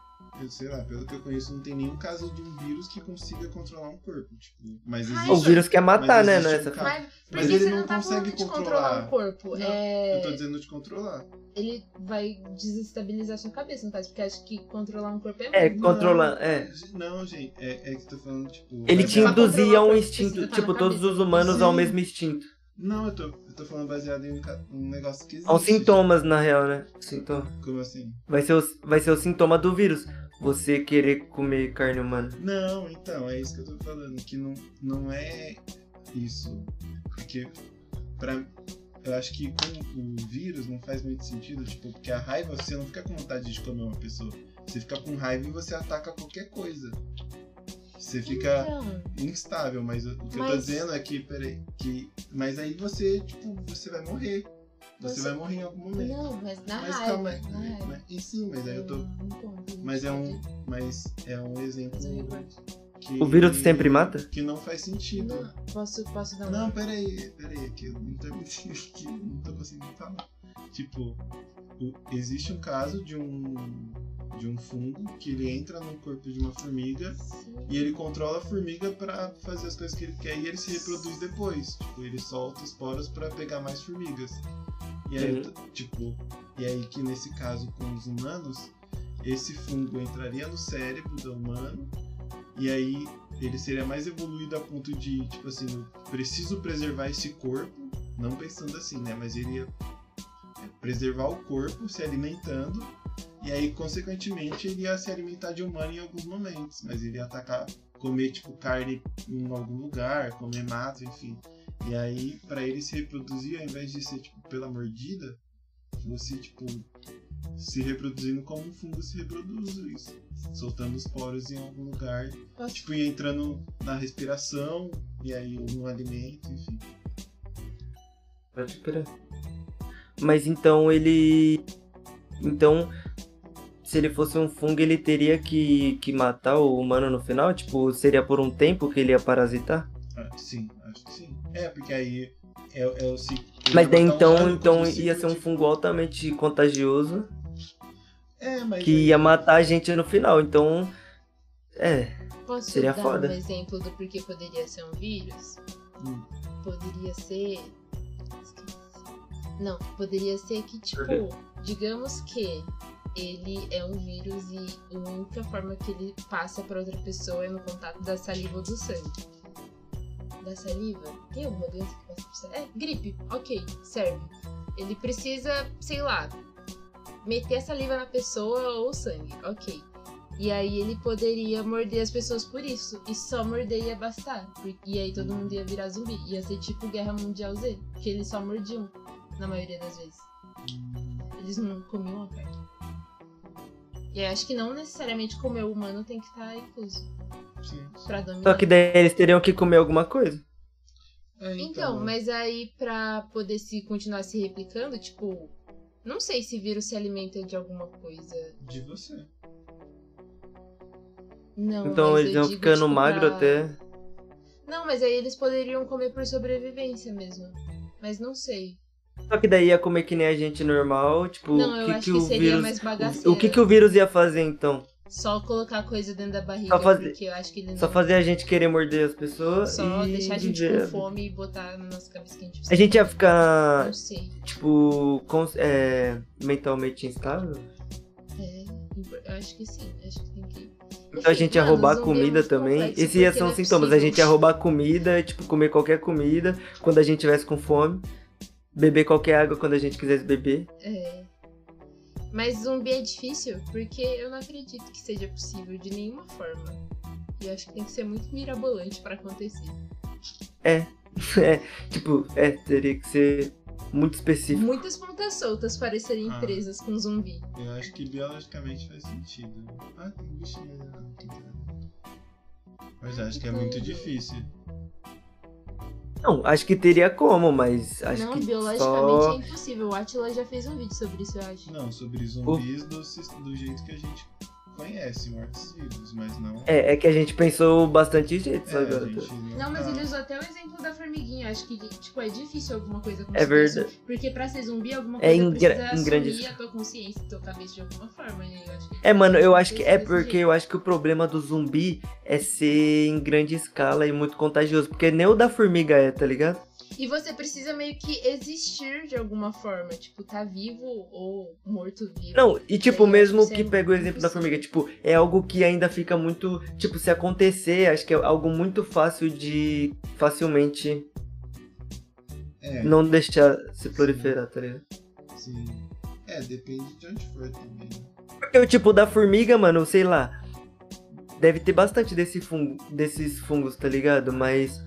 [SPEAKER 2] eu sei lá, pelo que eu conheço, não tem nenhum caso de um vírus que consiga controlar um corpo. Tipo, mas
[SPEAKER 4] Ai,
[SPEAKER 2] existe.
[SPEAKER 3] O vírus quer matar,
[SPEAKER 2] Mas
[SPEAKER 3] né?
[SPEAKER 2] existe um
[SPEAKER 3] Nessa...
[SPEAKER 2] cara-
[SPEAKER 4] Mas por
[SPEAKER 2] Mas
[SPEAKER 4] que
[SPEAKER 2] ele
[SPEAKER 4] você
[SPEAKER 2] não
[SPEAKER 4] não, tá
[SPEAKER 2] consegue
[SPEAKER 4] falando de controlar
[SPEAKER 2] controlar.
[SPEAKER 4] o corpo?
[SPEAKER 2] Não,
[SPEAKER 4] é...
[SPEAKER 2] Eu tô dizendo de controlar.
[SPEAKER 4] Ele vai desestabilizar sua cabeça, não faz? Porque acho que controlar um corpo é,
[SPEAKER 3] É,
[SPEAKER 4] muito.
[SPEAKER 3] controla. É.
[SPEAKER 2] Não, gente, é, é que eu tô falando, tipo. baseado-
[SPEAKER 3] Ele te
[SPEAKER 4] Pra controlar
[SPEAKER 3] induzia a
[SPEAKER 4] o
[SPEAKER 3] um
[SPEAKER 4] corpo,
[SPEAKER 3] instinto.
[SPEAKER 4] precisa tá
[SPEAKER 3] Tipo,
[SPEAKER 4] na
[SPEAKER 3] todos
[SPEAKER 4] cabeça.
[SPEAKER 3] os humanos ao
[SPEAKER 2] Sim.
[SPEAKER 3] mesmo instinto.
[SPEAKER 2] Não, eu tô, eu tô falando baseado em um, ca- um negócio que existe.
[SPEAKER 3] São sintomas, na real, né? Sintoma.
[SPEAKER 2] Como assim?
[SPEAKER 3] Vai ser, o, vai ser o sintoma do vírus. Você querer comer carne humana.
[SPEAKER 2] Não, então, é isso que eu tô falando, que não, não é isso. Porque pra, eu acho que com o vírus não faz muito sentido, tipo, porque a raiva você não fica com vontade de comer uma pessoa. Você fica com raiva e você ataca qualquer coisa. Você fica
[SPEAKER 4] Então,
[SPEAKER 2] instável, mas o que eu tô
[SPEAKER 4] Mas-
[SPEAKER 2] dizendo é que, peraí, que. Mas aí você, tipo, você vai morrer. Você,
[SPEAKER 4] Você-
[SPEAKER 2] vai morrer em algum momento.
[SPEAKER 4] não, mas na
[SPEAKER 2] mas
[SPEAKER 4] raiva.
[SPEAKER 2] calma,
[SPEAKER 4] na raiva.
[SPEAKER 2] mas, e sim, mas aí eu tô.
[SPEAKER 4] Não, não conta, não
[SPEAKER 2] Mas é
[SPEAKER 4] pode
[SPEAKER 2] um. Mas é um exemplo
[SPEAKER 4] fazer um recorde.
[SPEAKER 2] que-
[SPEAKER 3] O vírus sempre mata?
[SPEAKER 2] Que não faz sentido.
[SPEAKER 4] Não, posso, posso dar um.
[SPEAKER 2] Não, peraí, peraí, que eu não tô, que eu não tô conseguindo falar. Tipo, o- existe um caso de um de um fungo que ele entra no corpo de uma formiga
[SPEAKER 4] Sim.
[SPEAKER 2] e ele controla a formiga pra fazer as coisas que ele quer e ele se reproduz depois. Tipo, ele solta esporos pra pegar mais formigas. E aí,
[SPEAKER 3] Uhum.
[SPEAKER 2] t- tipo, e aí que nesse caso com os humanos, esse fungo entraria no cérebro do humano e aí ele seria mais evoluído a ponto de, tipo assim, eu preciso preservar esse corpo, não pensando assim, né? Mas ele ia é, preservar o corpo se alimentando e aí, consequentemente, ele ia se alimentar de humano em alguns momentos, mas ele ia atacar, comer, tipo, carne em algum lugar, comer mato, enfim. E aí, pra ele se reproduzir, ao invés de ser, tipo, pela mordida, você, tipo, se reproduzindo como um fungo se reproduz, isso. soltando os poros em algum lugar,
[SPEAKER 4] Posso-
[SPEAKER 2] tipo, ia entrando na respiração, e aí no alimento, enfim.
[SPEAKER 3] Pode esperar. Mas então ele. Então. Se ele fosse um fungo, ele teria que, que matar o humano no final? Tipo, seria por um tempo que ele ia parasitar?
[SPEAKER 2] Ah, sim, acho que sim. É, porque aí é, é o ciclo.
[SPEAKER 3] Mas
[SPEAKER 2] ele
[SPEAKER 3] daí
[SPEAKER 2] ia matar um
[SPEAKER 3] então,
[SPEAKER 2] ano,
[SPEAKER 3] então
[SPEAKER 2] ciclo
[SPEAKER 3] ia ser um
[SPEAKER 2] de-
[SPEAKER 3] fungo altamente contagioso
[SPEAKER 2] É, mas
[SPEAKER 3] que
[SPEAKER 2] aí-
[SPEAKER 3] ia matar a gente no final. Então. É.
[SPEAKER 4] Posso
[SPEAKER 3] Seria
[SPEAKER 4] dar
[SPEAKER 3] foda.
[SPEAKER 4] um exemplo do porquê poderia ser um vírus?
[SPEAKER 2] Hum.
[SPEAKER 4] Poderia ser. Esqueci. Não, poderia ser que, tipo,
[SPEAKER 3] Perdeu.
[SPEAKER 4] digamos que ele é um vírus e a única forma que ele passa pra outra pessoa é no contato da saliva ou do sangue. Da saliva? Tem alguma doença que passa por saliva? É, gripe, ok, serve. Ele precisa, sei lá, meter a saliva na pessoa ou o sangue, ok. E aí ele poderia morder as pessoas por isso. E só morder ia bastar. por- E aí todo mundo ia virar zumbi. Ia ser tipo Guerra Mundial Z. Que eles só mordiam, na maioria das vezes. Eles não comiam a carne. E aí acho que não necessariamente comer o humano tem que estar incluso
[SPEAKER 2] Sim, sim.
[SPEAKER 4] pra dominar.
[SPEAKER 3] Só que daí eles teriam que comer alguma coisa.
[SPEAKER 2] É, então,
[SPEAKER 4] Então, mas aí pra poder se continuar se replicando, tipo, Não sei se vírus se alimenta de alguma coisa.
[SPEAKER 2] De você.
[SPEAKER 4] Não,
[SPEAKER 3] Então
[SPEAKER 4] mas
[SPEAKER 3] eles
[SPEAKER 4] eu
[SPEAKER 3] iam
[SPEAKER 4] digo,
[SPEAKER 3] ficando
[SPEAKER 4] tipo,
[SPEAKER 3] magro
[SPEAKER 4] pra-
[SPEAKER 3] até.
[SPEAKER 4] Não, mas aí eles poderiam comer por sobrevivência mesmo. Mas não sei.
[SPEAKER 3] Só que daí ia comer que nem a gente normal, tipo,
[SPEAKER 4] não, eu
[SPEAKER 3] o que,
[SPEAKER 4] acho
[SPEAKER 3] que
[SPEAKER 4] que,
[SPEAKER 3] o
[SPEAKER 4] seria
[SPEAKER 3] vírus.
[SPEAKER 4] mais
[SPEAKER 3] o-
[SPEAKER 4] bagaceiro.
[SPEAKER 3] O que, que o vírus ia fazer então?
[SPEAKER 4] Só colocar coisa dentro da barriga,
[SPEAKER 3] Só fazer-
[SPEAKER 4] porque eu acho que ele não...
[SPEAKER 3] Só fazer a gente querer morder as pessoas.
[SPEAKER 4] Só
[SPEAKER 3] e
[SPEAKER 4] deixar a gente
[SPEAKER 3] viver.
[SPEAKER 4] com fome e botar na nossa cabeça que a gente
[SPEAKER 3] A gente ia ficar,
[SPEAKER 4] Não sei.
[SPEAKER 3] tipo, cons- é, mentalmente instável?
[SPEAKER 4] É, eu acho que sim. Acho que tem que...
[SPEAKER 3] Então a gente ia
[SPEAKER 4] Mano,
[SPEAKER 3] roubar
[SPEAKER 4] zumbi é
[SPEAKER 3] comida
[SPEAKER 4] muito
[SPEAKER 3] também.
[SPEAKER 4] complexo,
[SPEAKER 3] Esses ia
[SPEAKER 4] porque
[SPEAKER 3] ser os
[SPEAKER 4] não é
[SPEAKER 3] sintomas. A
[SPEAKER 4] possível.
[SPEAKER 3] gente ia roubar comida, tipo, comer qualquer comida quando a gente tivesse com fome. Beber qualquer água quando a gente quisesse beber.
[SPEAKER 4] É. Mas zumbi é difícil porque eu não acredito que seja possível de nenhuma forma. E eu acho que tem que ser muito mirabolante pra acontecer.
[SPEAKER 3] Tipo, é, teria que ser muito específico.
[SPEAKER 4] Muitas pontas soltas parecerem
[SPEAKER 2] Ah.
[SPEAKER 4] presas com zumbi.
[SPEAKER 2] Eu acho que biologicamente faz sentido. Ah, tem bichinho ali, não, que pena. Mas acho que é muito difícil.
[SPEAKER 3] Não, acho que teria como, mas acho
[SPEAKER 4] não,
[SPEAKER 3] que
[SPEAKER 4] biologicamente
[SPEAKER 3] só...
[SPEAKER 4] é impossível. O Atila já fez um vídeo sobre isso, eu acho.
[SPEAKER 2] Não, sobre zumbis do, sis- do jeito que a gente conhece, mortos vivos, mas não.
[SPEAKER 3] É, é que a gente pensou bastante jeito,
[SPEAKER 2] É, a
[SPEAKER 3] sabe? É
[SPEAKER 2] gente não,
[SPEAKER 4] Não, mas
[SPEAKER 2] tá-
[SPEAKER 3] Ah.
[SPEAKER 4] ele usou até o exemplo da formiguinha. Acho que, tipo, é difícil alguma coisa
[SPEAKER 3] É
[SPEAKER 4] acontecer.
[SPEAKER 3] verdade.
[SPEAKER 4] Porque pra ser zumbi, alguma
[SPEAKER 3] É
[SPEAKER 4] coisa
[SPEAKER 3] em gra-
[SPEAKER 4] precisa
[SPEAKER 3] em grande
[SPEAKER 4] assumir a tua consciência, a tua cabeça de alguma forma. né? Eu acho que-
[SPEAKER 3] É, mano, eu acho que é
[SPEAKER 4] Desse
[SPEAKER 3] porque
[SPEAKER 4] jeito.
[SPEAKER 3] eu acho que o problema do zumbi é ser em grande escala e muito contagioso. Porque nem o da formiga é, tá ligado?
[SPEAKER 4] E você precisa meio que existir de alguma forma. Tipo, tá vivo ou morto vivo.
[SPEAKER 3] Não, e tipo,
[SPEAKER 4] Eu acho
[SPEAKER 3] mesmo
[SPEAKER 4] que
[SPEAKER 3] que
[SPEAKER 4] isso é
[SPEAKER 3] pega o exemplo da
[SPEAKER 4] impossível.
[SPEAKER 3] formiga, tipo, é algo que ainda fica muito. Tipo, se acontecer, acho que é algo muito fácil de. facilmente
[SPEAKER 2] É,
[SPEAKER 3] não deixar se proliferar, tá ligado?
[SPEAKER 2] sim. É, depende de onde for também.
[SPEAKER 3] Porque o tipo da formiga, mano, sei lá. Deve ter bastante desse fungo, desses fungos, tá ligado? Mas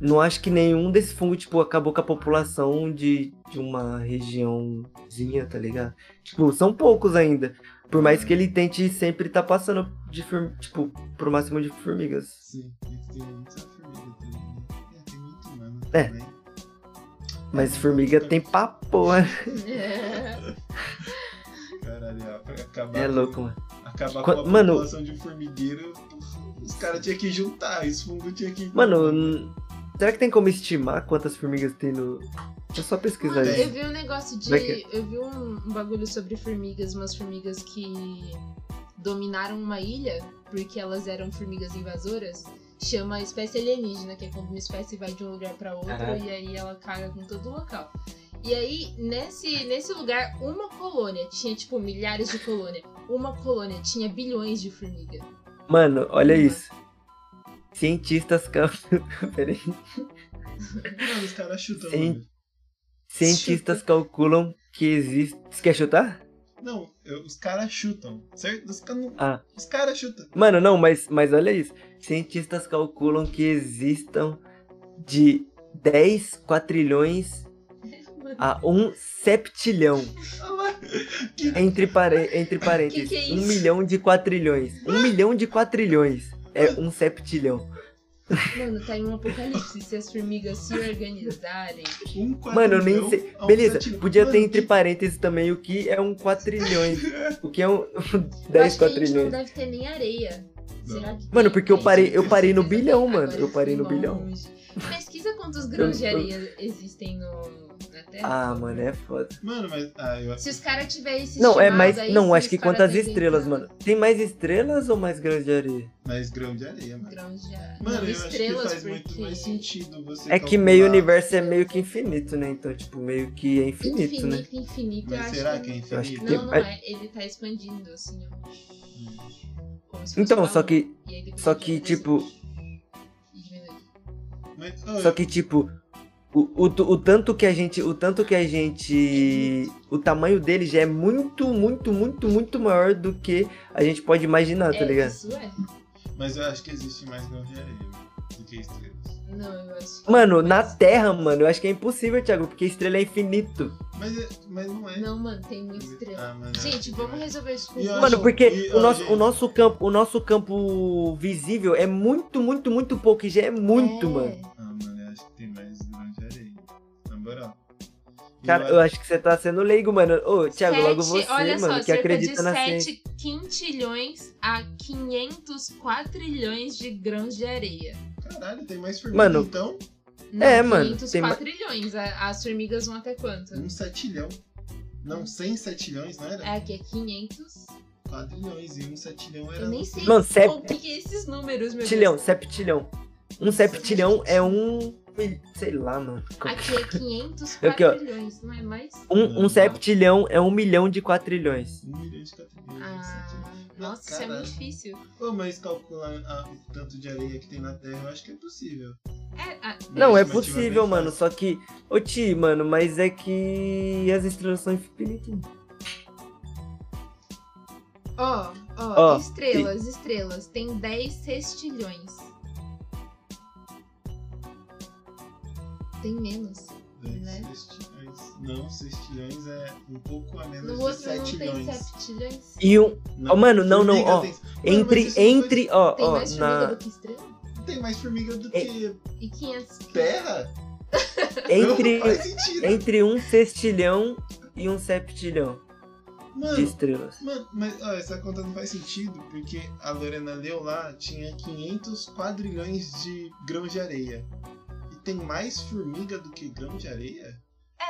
[SPEAKER 3] não acho que nenhum desses fungos, tipo, acabou com a população de, de uma regiãozinha, tá ligado? Tipo, são poucos ainda. Por mais que ele tente sempre tá passando de form... tipo, pro máximo de formigas.
[SPEAKER 2] Sim, é que tem muita formiga também. né? É, tem muito humano
[SPEAKER 3] É.
[SPEAKER 2] também. É,
[SPEAKER 3] Mas formiga tem pra porra.
[SPEAKER 4] né?
[SPEAKER 2] Caralho, pra acabar,
[SPEAKER 3] É
[SPEAKER 2] com-
[SPEAKER 3] louco, mano.
[SPEAKER 2] acabar
[SPEAKER 3] Qua-
[SPEAKER 2] com a
[SPEAKER 3] mano-
[SPEAKER 2] população de formigueiro, os caras tinham que juntar, esse fungo tinha que.
[SPEAKER 3] Mano, n- será que tem como estimar quantas formigas tem no. É só pesquisar
[SPEAKER 4] Mano,
[SPEAKER 3] isso.
[SPEAKER 4] eu vi um negócio de.
[SPEAKER 3] Como é que
[SPEAKER 4] Eu vi um, um bagulho sobre formigas, umas formigas que dominaram uma ilha porque elas eram formigas invasoras. Chama espécie alienígena, que é quando uma espécie vai de um lugar pra outro
[SPEAKER 3] Caralho.
[SPEAKER 4] e aí ela caga com todo o local. E aí, nesse, nesse lugar, uma colônia tinha, tipo, milhares de colônia. Uma colônia tinha bilhões de formiga.
[SPEAKER 3] Mano, olha
[SPEAKER 4] Uhum.
[SPEAKER 3] isso. Cientistas cam- Peraí.
[SPEAKER 2] Mano, os caras chutam.
[SPEAKER 3] Sim.
[SPEAKER 2] mano.
[SPEAKER 3] Cientistas calculam que existe. Você quer chutar?
[SPEAKER 2] Não, eu- os caras chutam. Certo? Os caras
[SPEAKER 3] Ah.
[SPEAKER 2] cara chutam.
[SPEAKER 3] Mano, não, mas, mas olha isso. Cientistas calculam que existam de 10 quatrilhões a 1 septilhão.
[SPEAKER 2] Olha lá.
[SPEAKER 3] Entre, pare- entre parênteses,
[SPEAKER 4] Que que é
[SPEAKER 3] 1
[SPEAKER 4] isso?
[SPEAKER 3] milhão de quatrilhões. 1 milhão de quatrilhões é um septilhão.
[SPEAKER 4] Mano, tá em um apocalipse. Se as formigas se organizarem.
[SPEAKER 2] Um
[SPEAKER 3] Mano, eu nem
[SPEAKER 2] quadrilhão
[SPEAKER 3] sei.
[SPEAKER 2] a um
[SPEAKER 3] Beleza,
[SPEAKER 2] quadrilhão.
[SPEAKER 3] podia ter
[SPEAKER 2] Mano,
[SPEAKER 3] entre
[SPEAKER 2] que-
[SPEAKER 3] parênteses também o que é um quatrilhões. O que é um
[SPEAKER 4] Eu
[SPEAKER 3] 10
[SPEAKER 4] acho que a gente
[SPEAKER 3] quatrilhões?
[SPEAKER 4] não deve ter nem areia.
[SPEAKER 2] Não.
[SPEAKER 4] Será que
[SPEAKER 3] Mano,
[SPEAKER 4] tem?
[SPEAKER 3] porque eu
[SPEAKER 4] Tem,
[SPEAKER 3] parei-
[SPEAKER 4] gente,
[SPEAKER 3] eu parei no
[SPEAKER 4] com certeza.
[SPEAKER 3] bilhão, mano.
[SPEAKER 4] Agora
[SPEAKER 3] Eu parei no
[SPEAKER 4] fui
[SPEAKER 3] bilhão.
[SPEAKER 4] longe. Pesquisa quantos grãos de
[SPEAKER 3] Eu- eu-
[SPEAKER 4] areia existem no, na Terra.
[SPEAKER 3] Ah, mano, é foda.
[SPEAKER 2] Mano, mas. Ah, eu
[SPEAKER 4] Se os caras tiverem esse
[SPEAKER 3] Não, é
[SPEAKER 4] estimado
[SPEAKER 3] mais.
[SPEAKER 4] aí,
[SPEAKER 3] Não,
[SPEAKER 4] se
[SPEAKER 3] acho
[SPEAKER 4] os
[SPEAKER 3] que
[SPEAKER 4] cara
[SPEAKER 3] quantas
[SPEAKER 4] tá
[SPEAKER 3] estrelas,
[SPEAKER 4] inventando
[SPEAKER 3] mano? Tem mais estrelas ou mais grãos de areia?
[SPEAKER 2] Mas grão de areia, mano.
[SPEAKER 4] Grãos de areia.
[SPEAKER 2] Mano,
[SPEAKER 4] Não,
[SPEAKER 2] eu acho que
[SPEAKER 4] estrelas
[SPEAKER 2] faz
[SPEAKER 4] porque...
[SPEAKER 2] muito mais sentido você.
[SPEAKER 3] É que meio
[SPEAKER 2] calcular-
[SPEAKER 3] universo é meio que infinito, né? Então, tipo, meio que é infinito,
[SPEAKER 4] Infinito,
[SPEAKER 3] né?
[SPEAKER 4] infinito, eu
[SPEAKER 2] Mas
[SPEAKER 4] acho
[SPEAKER 2] será que
[SPEAKER 4] que...
[SPEAKER 2] é
[SPEAKER 3] Eu acho que
[SPEAKER 2] infinito?
[SPEAKER 3] tem-
[SPEAKER 4] Não, não é. Ele tá expandindo, assim, ó. Como se fosse
[SPEAKER 3] Então,
[SPEAKER 4] uma
[SPEAKER 3] só
[SPEAKER 4] lua.
[SPEAKER 3] que.
[SPEAKER 4] um, E aí depois
[SPEAKER 3] só
[SPEAKER 4] ele
[SPEAKER 3] que,
[SPEAKER 4] vai crescer.
[SPEAKER 3] tipo,
[SPEAKER 4] E diminui.
[SPEAKER 2] Mas, ó,
[SPEAKER 3] Só que, tipo. O, o, o tanto que a gente. O tanto que a gente. O tamanho dele já é muito, muito, muito, muito maior do que a gente pode imaginar, tá
[SPEAKER 4] É,
[SPEAKER 3] ligado?
[SPEAKER 4] Isso é.
[SPEAKER 2] mas eu acho que existe mais grão de areia mano, do que estrelas.
[SPEAKER 4] Não, eu acho que...
[SPEAKER 3] Mano, na Terra, mano, eu acho que é impossível, Thiago, porque estrela é infinito.
[SPEAKER 2] Mas, é- mas não é.
[SPEAKER 4] Não, mano, tem muita estrela.
[SPEAKER 2] Ah, mano, eu acho
[SPEAKER 4] Gente,
[SPEAKER 2] que
[SPEAKER 4] vamos
[SPEAKER 2] tem mais.
[SPEAKER 4] resolver isso com
[SPEAKER 2] E eu
[SPEAKER 4] o
[SPEAKER 2] acho-
[SPEAKER 3] Mano,
[SPEAKER 4] Google.
[SPEAKER 3] porque
[SPEAKER 2] E,
[SPEAKER 3] o
[SPEAKER 2] ó,
[SPEAKER 3] nosso,
[SPEAKER 2] gente-
[SPEAKER 3] o nosso campo, o nosso campo visível é muito, muito, muito pouco e já é muito,
[SPEAKER 4] É.
[SPEAKER 3] mano.
[SPEAKER 2] Ah, mano, eu acho que tem mais grão de areia. Na moral.
[SPEAKER 3] Cara, eu acho que você tá sendo leigo, mano. Ô, Thiago, logo
[SPEAKER 4] Sete-
[SPEAKER 3] você,
[SPEAKER 4] olha
[SPEAKER 3] mano,
[SPEAKER 4] só,
[SPEAKER 3] que
[SPEAKER 4] cerca
[SPEAKER 3] acredita
[SPEAKER 4] de
[SPEAKER 3] na ciência.
[SPEAKER 4] 7 quintilhões a 500 quatrilhões de grãos de areia.
[SPEAKER 2] Caralho, tem mais formiga
[SPEAKER 3] Mano.
[SPEAKER 2] então?
[SPEAKER 4] Não,
[SPEAKER 3] É, mano,
[SPEAKER 4] 500
[SPEAKER 3] tem ma-
[SPEAKER 4] quatrilhões. A- As formigas vão até quanto?
[SPEAKER 2] Um setilhão. Não, 100 setilhões, não era?
[SPEAKER 4] É, aqui é 500.
[SPEAKER 2] Quadrilhões e um setilhão era.
[SPEAKER 4] É. Eu nem sei
[SPEAKER 3] Mano, sep-
[SPEAKER 4] o que que é esses números, meu
[SPEAKER 3] Septilhão,
[SPEAKER 4] Deus.
[SPEAKER 3] septilhão. Um septilhão é um. mil- Sei lá, mano.
[SPEAKER 4] Aqui é 500
[SPEAKER 3] Aqui, ó.
[SPEAKER 4] quatrilhões, não é mais?
[SPEAKER 3] Um, um septilhão é um milhão de quatrilhões.
[SPEAKER 2] Um milhão de quadrilhões. um setilhão.
[SPEAKER 4] Ah, nossa, isso é
[SPEAKER 2] Caralho.
[SPEAKER 4] muito difícil.
[SPEAKER 2] Ô, mas calcular a- o tanto de areia que tem na Terra, eu acho que é possível.
[SPEAKER 4] É, ah,
[SPEAKER 3] Não,
[SPEAKER 2] Uma
[SPEAKER 3] é
[SPEAKER 2] estimativa
[SPEAKER 3] possível,
[SPEAKER 2] bem
[SPEAKER 3] mano.
[SPEAKER 2] fácil.
[SPEAKER 3] Só que. Ô, Ti, mano, mas é que. As estrelas são infinitas.
[SPEAKER 4] Ó, ó,
[SPEAKER 3] Ó,
[SPEAKER 4] estrelas, estrelas. Tem 10 sextilhões. Tem menos.
[SPEAKER 2] Dois
[SPEAKER 4] Né?
[SPEAKER 2] sextilhões. Não, sextilhões é um pouco a menos
[SPEAKER 4] No
[SPEAKER 2] de
[SPEAKER 4] outro não tem
[SPEAKER 2] setilhões.
[SPEAKER 4] septilhões.
[SPEAKER 3] E um. Ó, mano, não, não,
[SPEAKER 2] formiga
[SPEAKER 3] ó.
[SPEAKER 2] tem- Mano,
[SPEAKER 3] Entre.
[SPEAKER 2] mas isso
[SPEAKER 3] Entre. Ó,
[SPEAKER 4] Tem
[SPEAKER 3] ó.
[SPEAKER 4] mais formiga
[SPEAKER 3] Na,
[SPEAKER 4] do que estrela?
[SPEAKER 2] Não tem mais formiga
[SPEAKER 3] É
[SPEAKER 2] do que
[SPEAKER 4] E 500.
[SPEAKER 2] terra?
[SPEAKER 3] entre.
[SPEAKER 2] Não faz sentido.
[SPEAKER 3] Entre um sextilhão e um septilhão de
[SPEAKER 2] Mano,
[SPEAKER 3] estrelas.
[SPEAKER 2] mano, mas ó, essa conta não faz sentido porque a Lorena leu lá, tinha 500 quadrilhões de grão de areia. E tem mais formiga do que grão de areia?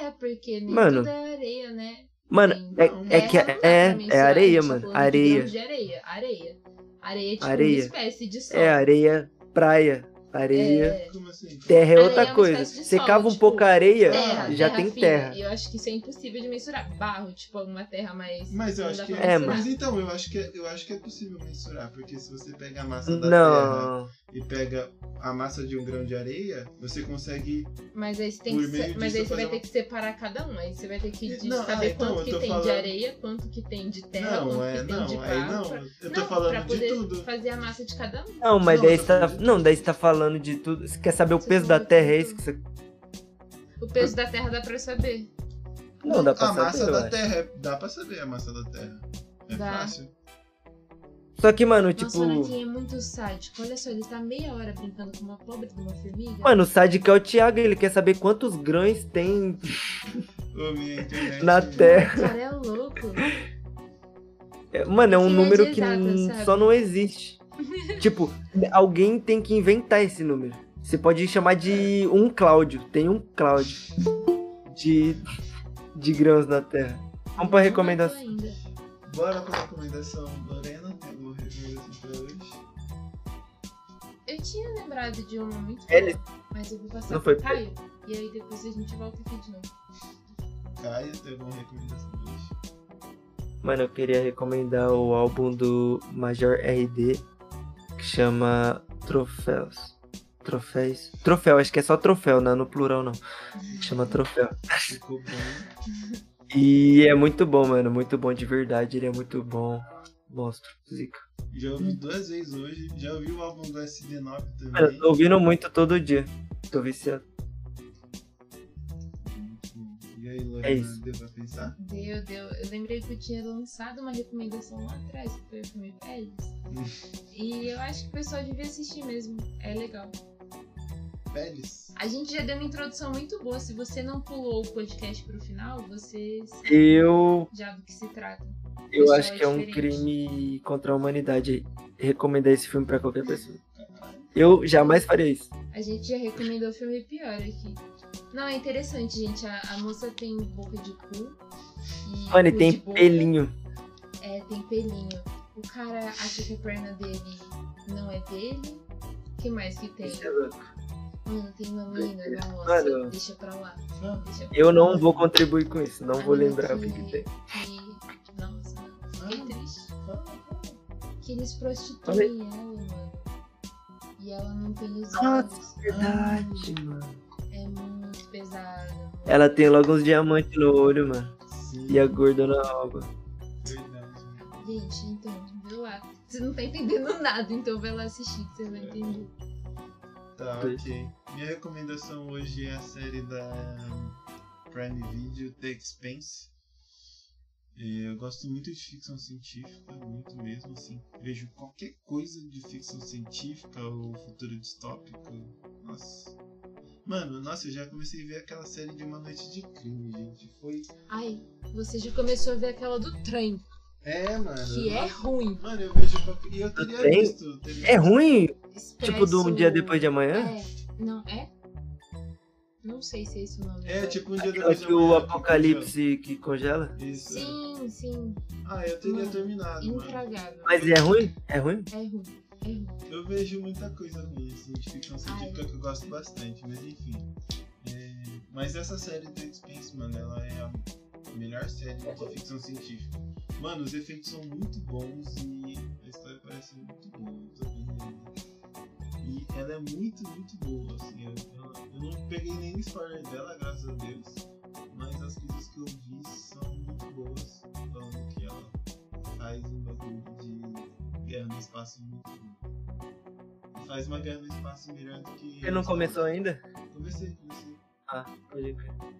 [SPEAKER 4] É, porque nem
[SPEAKER 3] Mano.
[SPEAKER 4] tudo é areia, né?
[SPEAKER 3] Mano,
[SPEAKER 2] Não,
[SPEAKER 3] é, é que
[SPEAKER 4] Terra não dá pra
[SPEAKER 3] é, é
[SPEAKER 4] mensurar,
[SPEAKER 3] areia,
[SPEAKER 4] tipo,
[SPEAKER 3] mano.
[SPEAKER 4] em
[SPEAKER 3] Areia.
[SPEAKER 4] grãos de areia, areia. Areia é tipo
[SPEAKER 3] Areia.
[SPEAKER 4] uma espécie de sol.
[SPEAKER 3] É areia, praia. Areia.
[SPEAKER 4] É,
[SPEAKER 2] Como assim?
[SPEAKER 3] Terra é
[SPEAKER 4] Areia
[SPEAKER 3] outra
[SPEAKER 4] é uma
[SPEAKER 3] coisa.
[SPEAKER 4] espécie de
[SPEAKER 3] Você
[SPEAKER 4] sol,
[SPEAKER 3] cava um
[SPEAKER 4] tipo,
[SPEAKER 3] pouco a areia,
[SPEAKER 4] terra,
[SPEAKER 3] já
[SPEAKER 4] terra
[SPEAKER 3] tem
[SPEAKER 4] fina.
[SPEAKER 3] terra.
[SPEAKER 4] Eu acho que isso é impossível de mensurar. Barro, tipo, alguma terra mais.
[SPEAKER 2] Mas eu
[SPEAKER 4] não
[SPEAKER 2] acho
[SPEAKER 4] dá
[SPEAKER 2] que
[SPEAKER 4] pra
[SPEAKER 3] É,
[SPEAKER 4] mensurar.
[SPEAKER 2] mas então, eu acho que é, eu acho que é possível mensurar, porque se você pega a massa da Terra
[SPEAKER 3] Não.
[SPEAKER 2] e pega a massa de um grão de areia, você consegue
[SPEAKER 4] Mas aí você, tem
[SPEAKER 2] Por
[SPEAKER 4] que se-
[SPEAKER 2] meio disso
[SPEAKER 4] mas aí
[SPEAKER 2] eu
[SPEAKER 4] você vai
[SPEAKER 2] fazer
[SPEAKER 4] ter que separar cada um. Aí você vai ter que de-
[SPEAKER 2] Não, ah,
[SPEAKER 4] saber
[SPEAKER 2] então,
[SPEAKER 4] quanto
[SPEAKER 2] eu
[SPEAKER 4] que
[SPEAKER 2] tô
[SPEAKER 4] tem
[SPEAKER 2] falando-
[SPEAKER 4] de areia, quanto que tem de terra,
[SPEAKER 2] Não,
[SPEAKER 4] quanto
[SPEAKER 2] é,
[SPEAKER 4] que tem de
[SPEAKER 2] não, aí
[SPEAKER 4] barro.
[SPEAKER 2] não.
[SPEAKER 4] pra-
[SPEAKER 2] Eu tô
[SPEAKER 4] Não, pra
[SPEAKER 2] falando de
[SPEAKER 4] poder
[SPEAKER 2] tudo.
[SPEAKER 4] fazer a massa de cada um.
[SPEAKER 3] Não, mas
[SPEAKER 2] Não,
[SPEAKER 3] daí
[SPEAKER 2] tá
[SPEAKER 3] você tá.
[SPEAKER 2] falando de-
[SPEAKER 3] Não, daí você tá falando de tudo. Você quer saber o
[SPEAKER 4] Você
[SPEAKER 3] peso
[SPEAKER 4] falou
[SPEAKER 3] da
[SPEAKER 4] de
[SPEAKER 3] terra? É
[SPEAKER 4] tudo.
[SPEAKER 3] isso que você.
[SPEAKER 4] O peso
[SPEAKER 2] Hum.
[SPEAKER 4] da terra dá pra saber.
[SPEAKER 3] Não, dá pra
[SPEAKER 2] a Ah, massa
[SPEAKER 3] saber, eu
[SPEAKER 2] da
[SPEAKER 3] acho.
[SPEAKER 2] Terra, é- dá pra saber a massa da Terra. É
[SPEAKER 4] Dá.
[SPEAKER 2] fácil.
[SPEAKER 3] Só que, mano,
[SPEAKER 4] Nossa,
[SPEAKER 3] tipo.
[SPEAKER 4] o Anakin é muito sádico. Olha só, ele tá meia hora brincando com uma pobre de uma formiga.
[SPEAKER 3] Mano, o Sadik é o Thiago, ele quer saber quantos grãos tem
[SPEAKER 2] Ô, minha internet.
[SPEAKER 3] na Terra.
[SPEAKER 4] O cara é louco.
[SPEAKER 3] É, Mano, é um
[SPEAKER 4] Que não é
[SPEAKER 3] número
[SPEAKER 4] de
[SPEAKER 3] que
[SPEAKER 4] exatas,
[SPEAKER 3] n-
[SPEAKER 4] sabe?
[SPEAKER 3] só não existe. tipo, alguém tem que inventar esse número. Você pode chamar de um Cláudio. Tem um Cláudio de, de grãos na Terra. Vamos pra
[SPEAKER 4] Não
[SPEAKER 3] recomendação.
[SPEAKER 4] matou ainda.
[SPEAKER 2] Bora com a recomendação, Lorena. Tem alguma recomendação pra hoje?
[SPEAKER 4] Eu tinha lembrado de uma muito boa,
[SPEAKER 3] Ele-
[SPEAKER 4] mas eu vou passar
[SPEAKER 3] É. Não
[SPEAKER 4] pro
[SPEAKER 3] foi-
[SPEAKER 4] Caio. E aí depois a gente volta aqui de novo.
[SPEAKER 2] Caia, tem alguma recomendação pra hoje?
[SPEAKER 3] Mano, eu queria recomendar o álbum do Major RD que chama Troféus. Troféus? Troféu, acho que é só troféu, não é no plural não. Chama troféu.
[SPEAKER 2] Ficou bom.
[SPEAKER 3] E é muito bom, mano. Muito bom de verdade. Ele é muito bom. Monstro, zica.
[SPEAKER 2] Já ouvi duas vezes hoje. Já ouvi o álbum do SD9
[SPEAKER 3] Mano,
[SPEAKER 2] também.
[SPEAKER 3] eu tô ouvindo muito todo dia. Tô viciado.
[SPEAKER 2] Muito bom. E aí, Lorena,
[SPEAKER 3] É isso.
[SPEAKER 2] deu pra pensar?
[SPEAKER 4] Deu, deu. Eu lembrei que eu tinha lançado uma recomendação lá atrás, que foi o filme Pérez. e eu acho que o pessoal devia assistir mesmo. É legal.
[SPEAKER 2] Pérez?
[SPEAKER 4] A gente já deu uma introdução muito boa. Se você não pulou o podcast pro final, você
[SPEAKER 3] Eu.
[SPEAKER 4] já do que se trata.
[SPEAKER 3] Eu
[SPEAKER 4] Isso
[SPEAKER 3] acho
[SPEAKER 4] é
[SPEAKER 3] que é um
[SPEAKER 4] diferente.
[SPEAKER 3] crime contra a humanidade recomendar esse filme pra qualquer pessoa. Eu jamais faria isso.
[SPEAKER 4] A gente já recomendou filme pior aqui. Não, é interessante, gente. A, a moça tem boca de cu. E
[SPEAKER 3] Mano, e
[SPEAKER 4] cu de
[SPEAKER 3] tem
[SPEAKER 4] boca.
[SPEAKER 3] pelinho.
[SPEAKER 4] É, tem pelinho. O cara acha que a perna dele não é dele. O que mais que tem?
[SPEAKER 3] Isso é louco.
[SPEAKER 4] Mano, tem uma menina na moça.
[SPEAKER 3] Mano.
[SPEAKER 4] Deixa pra lá.
[SPEAKER 2] Não,
[SPEAKER 4] Deixa pra
[SPEAKER 3] Eu
[SPEAKER 4] lá.
[SPEAKER 3] não vou contribuir com isso, não
[SPEAKER 4] A
[SPEAKER 3] vou
[SPEAKER 4] mina
[SPEAKER 3] lembrar o que, que tem.
[SPEAKER 4] que- Nossa, mano, fiquei
[SPEAKER 2] não,
[SPEAKER 4] triste.
[SPEAKER 2] não.
[SPEAKER 4] Que eles
[SPEAKER 3] Falei. Ah,
[SPEAKER 4] prostituem ela, mano. E ela não tem os
[SPEAKER 3] Nossa.
[SPEAKER 4] olhos.
[SPEAKER 3] Verdade, mano.
[SPEAKER 4] É muito pesado.
[SPEAKER 3] Ela tem logo uns diamantes no olho, mano.
[SPEAKER 2] Sim,
[SPEAKER 3] E a gordona alba.
[SPEAKER 2] verdade.
[SPEAKER 4] Gente, então, vê lá. Você não tá entendendo nada, então vai lá assistir que você vai entender.
[SPEAKER 2] Tá,
[SPEAKER 3] Dois.
[SPEAKER 2] ok. Minha recomendação hoje é a série da hum, Prime Video, The Expanse. Eh, Eu gosto muito de ficção científica, muito mesmo, assim. Vejo qualquer coisa de ficção científica ou futuro distópico. Nossa. Mano, nossa, eu já comecei a ver aquela série de Uma Noite de Crime, gente. Foi.
[SPEAKER 4] Ai, você já começou a ver aquela do trem,
[SPEAKER 2] É, mano.
[SPEAKER 4] que é ruim.
[SPEAKER 2] Mano, eu vejo. qualquer- E eu teria
[SPEAKER 3] Tem?
[SPEAKER 2] visto. teria-
[SPEAKER 3] É ruim?
[SPEAKER 4] Expresso...
[SPEAKER 3] Tipo, do um dia depois de amanhã?
[SPEAKER 4] É. Não, é? Não sei se é isso o nome.
[SPEAKER 2] É,
[SPEAKER 4] agora.
[SPEAKER 2] tipo um dia
[SPEAKER 3] Aquela
[SPEAKER 2] depois de
[SPEAKER 3] que o
[SPEAKER 2] amanhã,
[SPEAKER 3] apocalipse que congela?
[SPEAKER 2] tipo, Isso.
[SPEAKER 4] Sim, Hum. sim.
[SPEAKER 2] Ah, eu teria
[SPEAKER 4] Mano,
[SPEAKER 2] terminado, mano.
[SPEAKER 4] Intragável.
[SPEAKER 3] Mas é ruim? É ruim?
[SPEAKER 4] É ruim. É ruim.
[SPEAKER 2] Eu vejo muita coisa ruim, assim, de ficção científica que eu gosto bastante, mas enfim. É, Mas essa série The Expanse, mano, ela é a melhor série de ficção científica. Mano, os efeitos são muito bons e a história parece muito boa, eu tô vendo ainda. E ela é muito, muito boa, assim, eu, eu- eu não peguei nem spoiler dela, graças a Deus. Mas as coisas que eu vi são muito boas, falando que ela faz um bagulho de guerra no espaço muito bom. Faz uma guerra no espaço melhor do que.
[SPEAKER 3] Você não começou ainda?
[SPEAKER 2] Comecei, comecei.
[SPEAKER 3] Pode crer.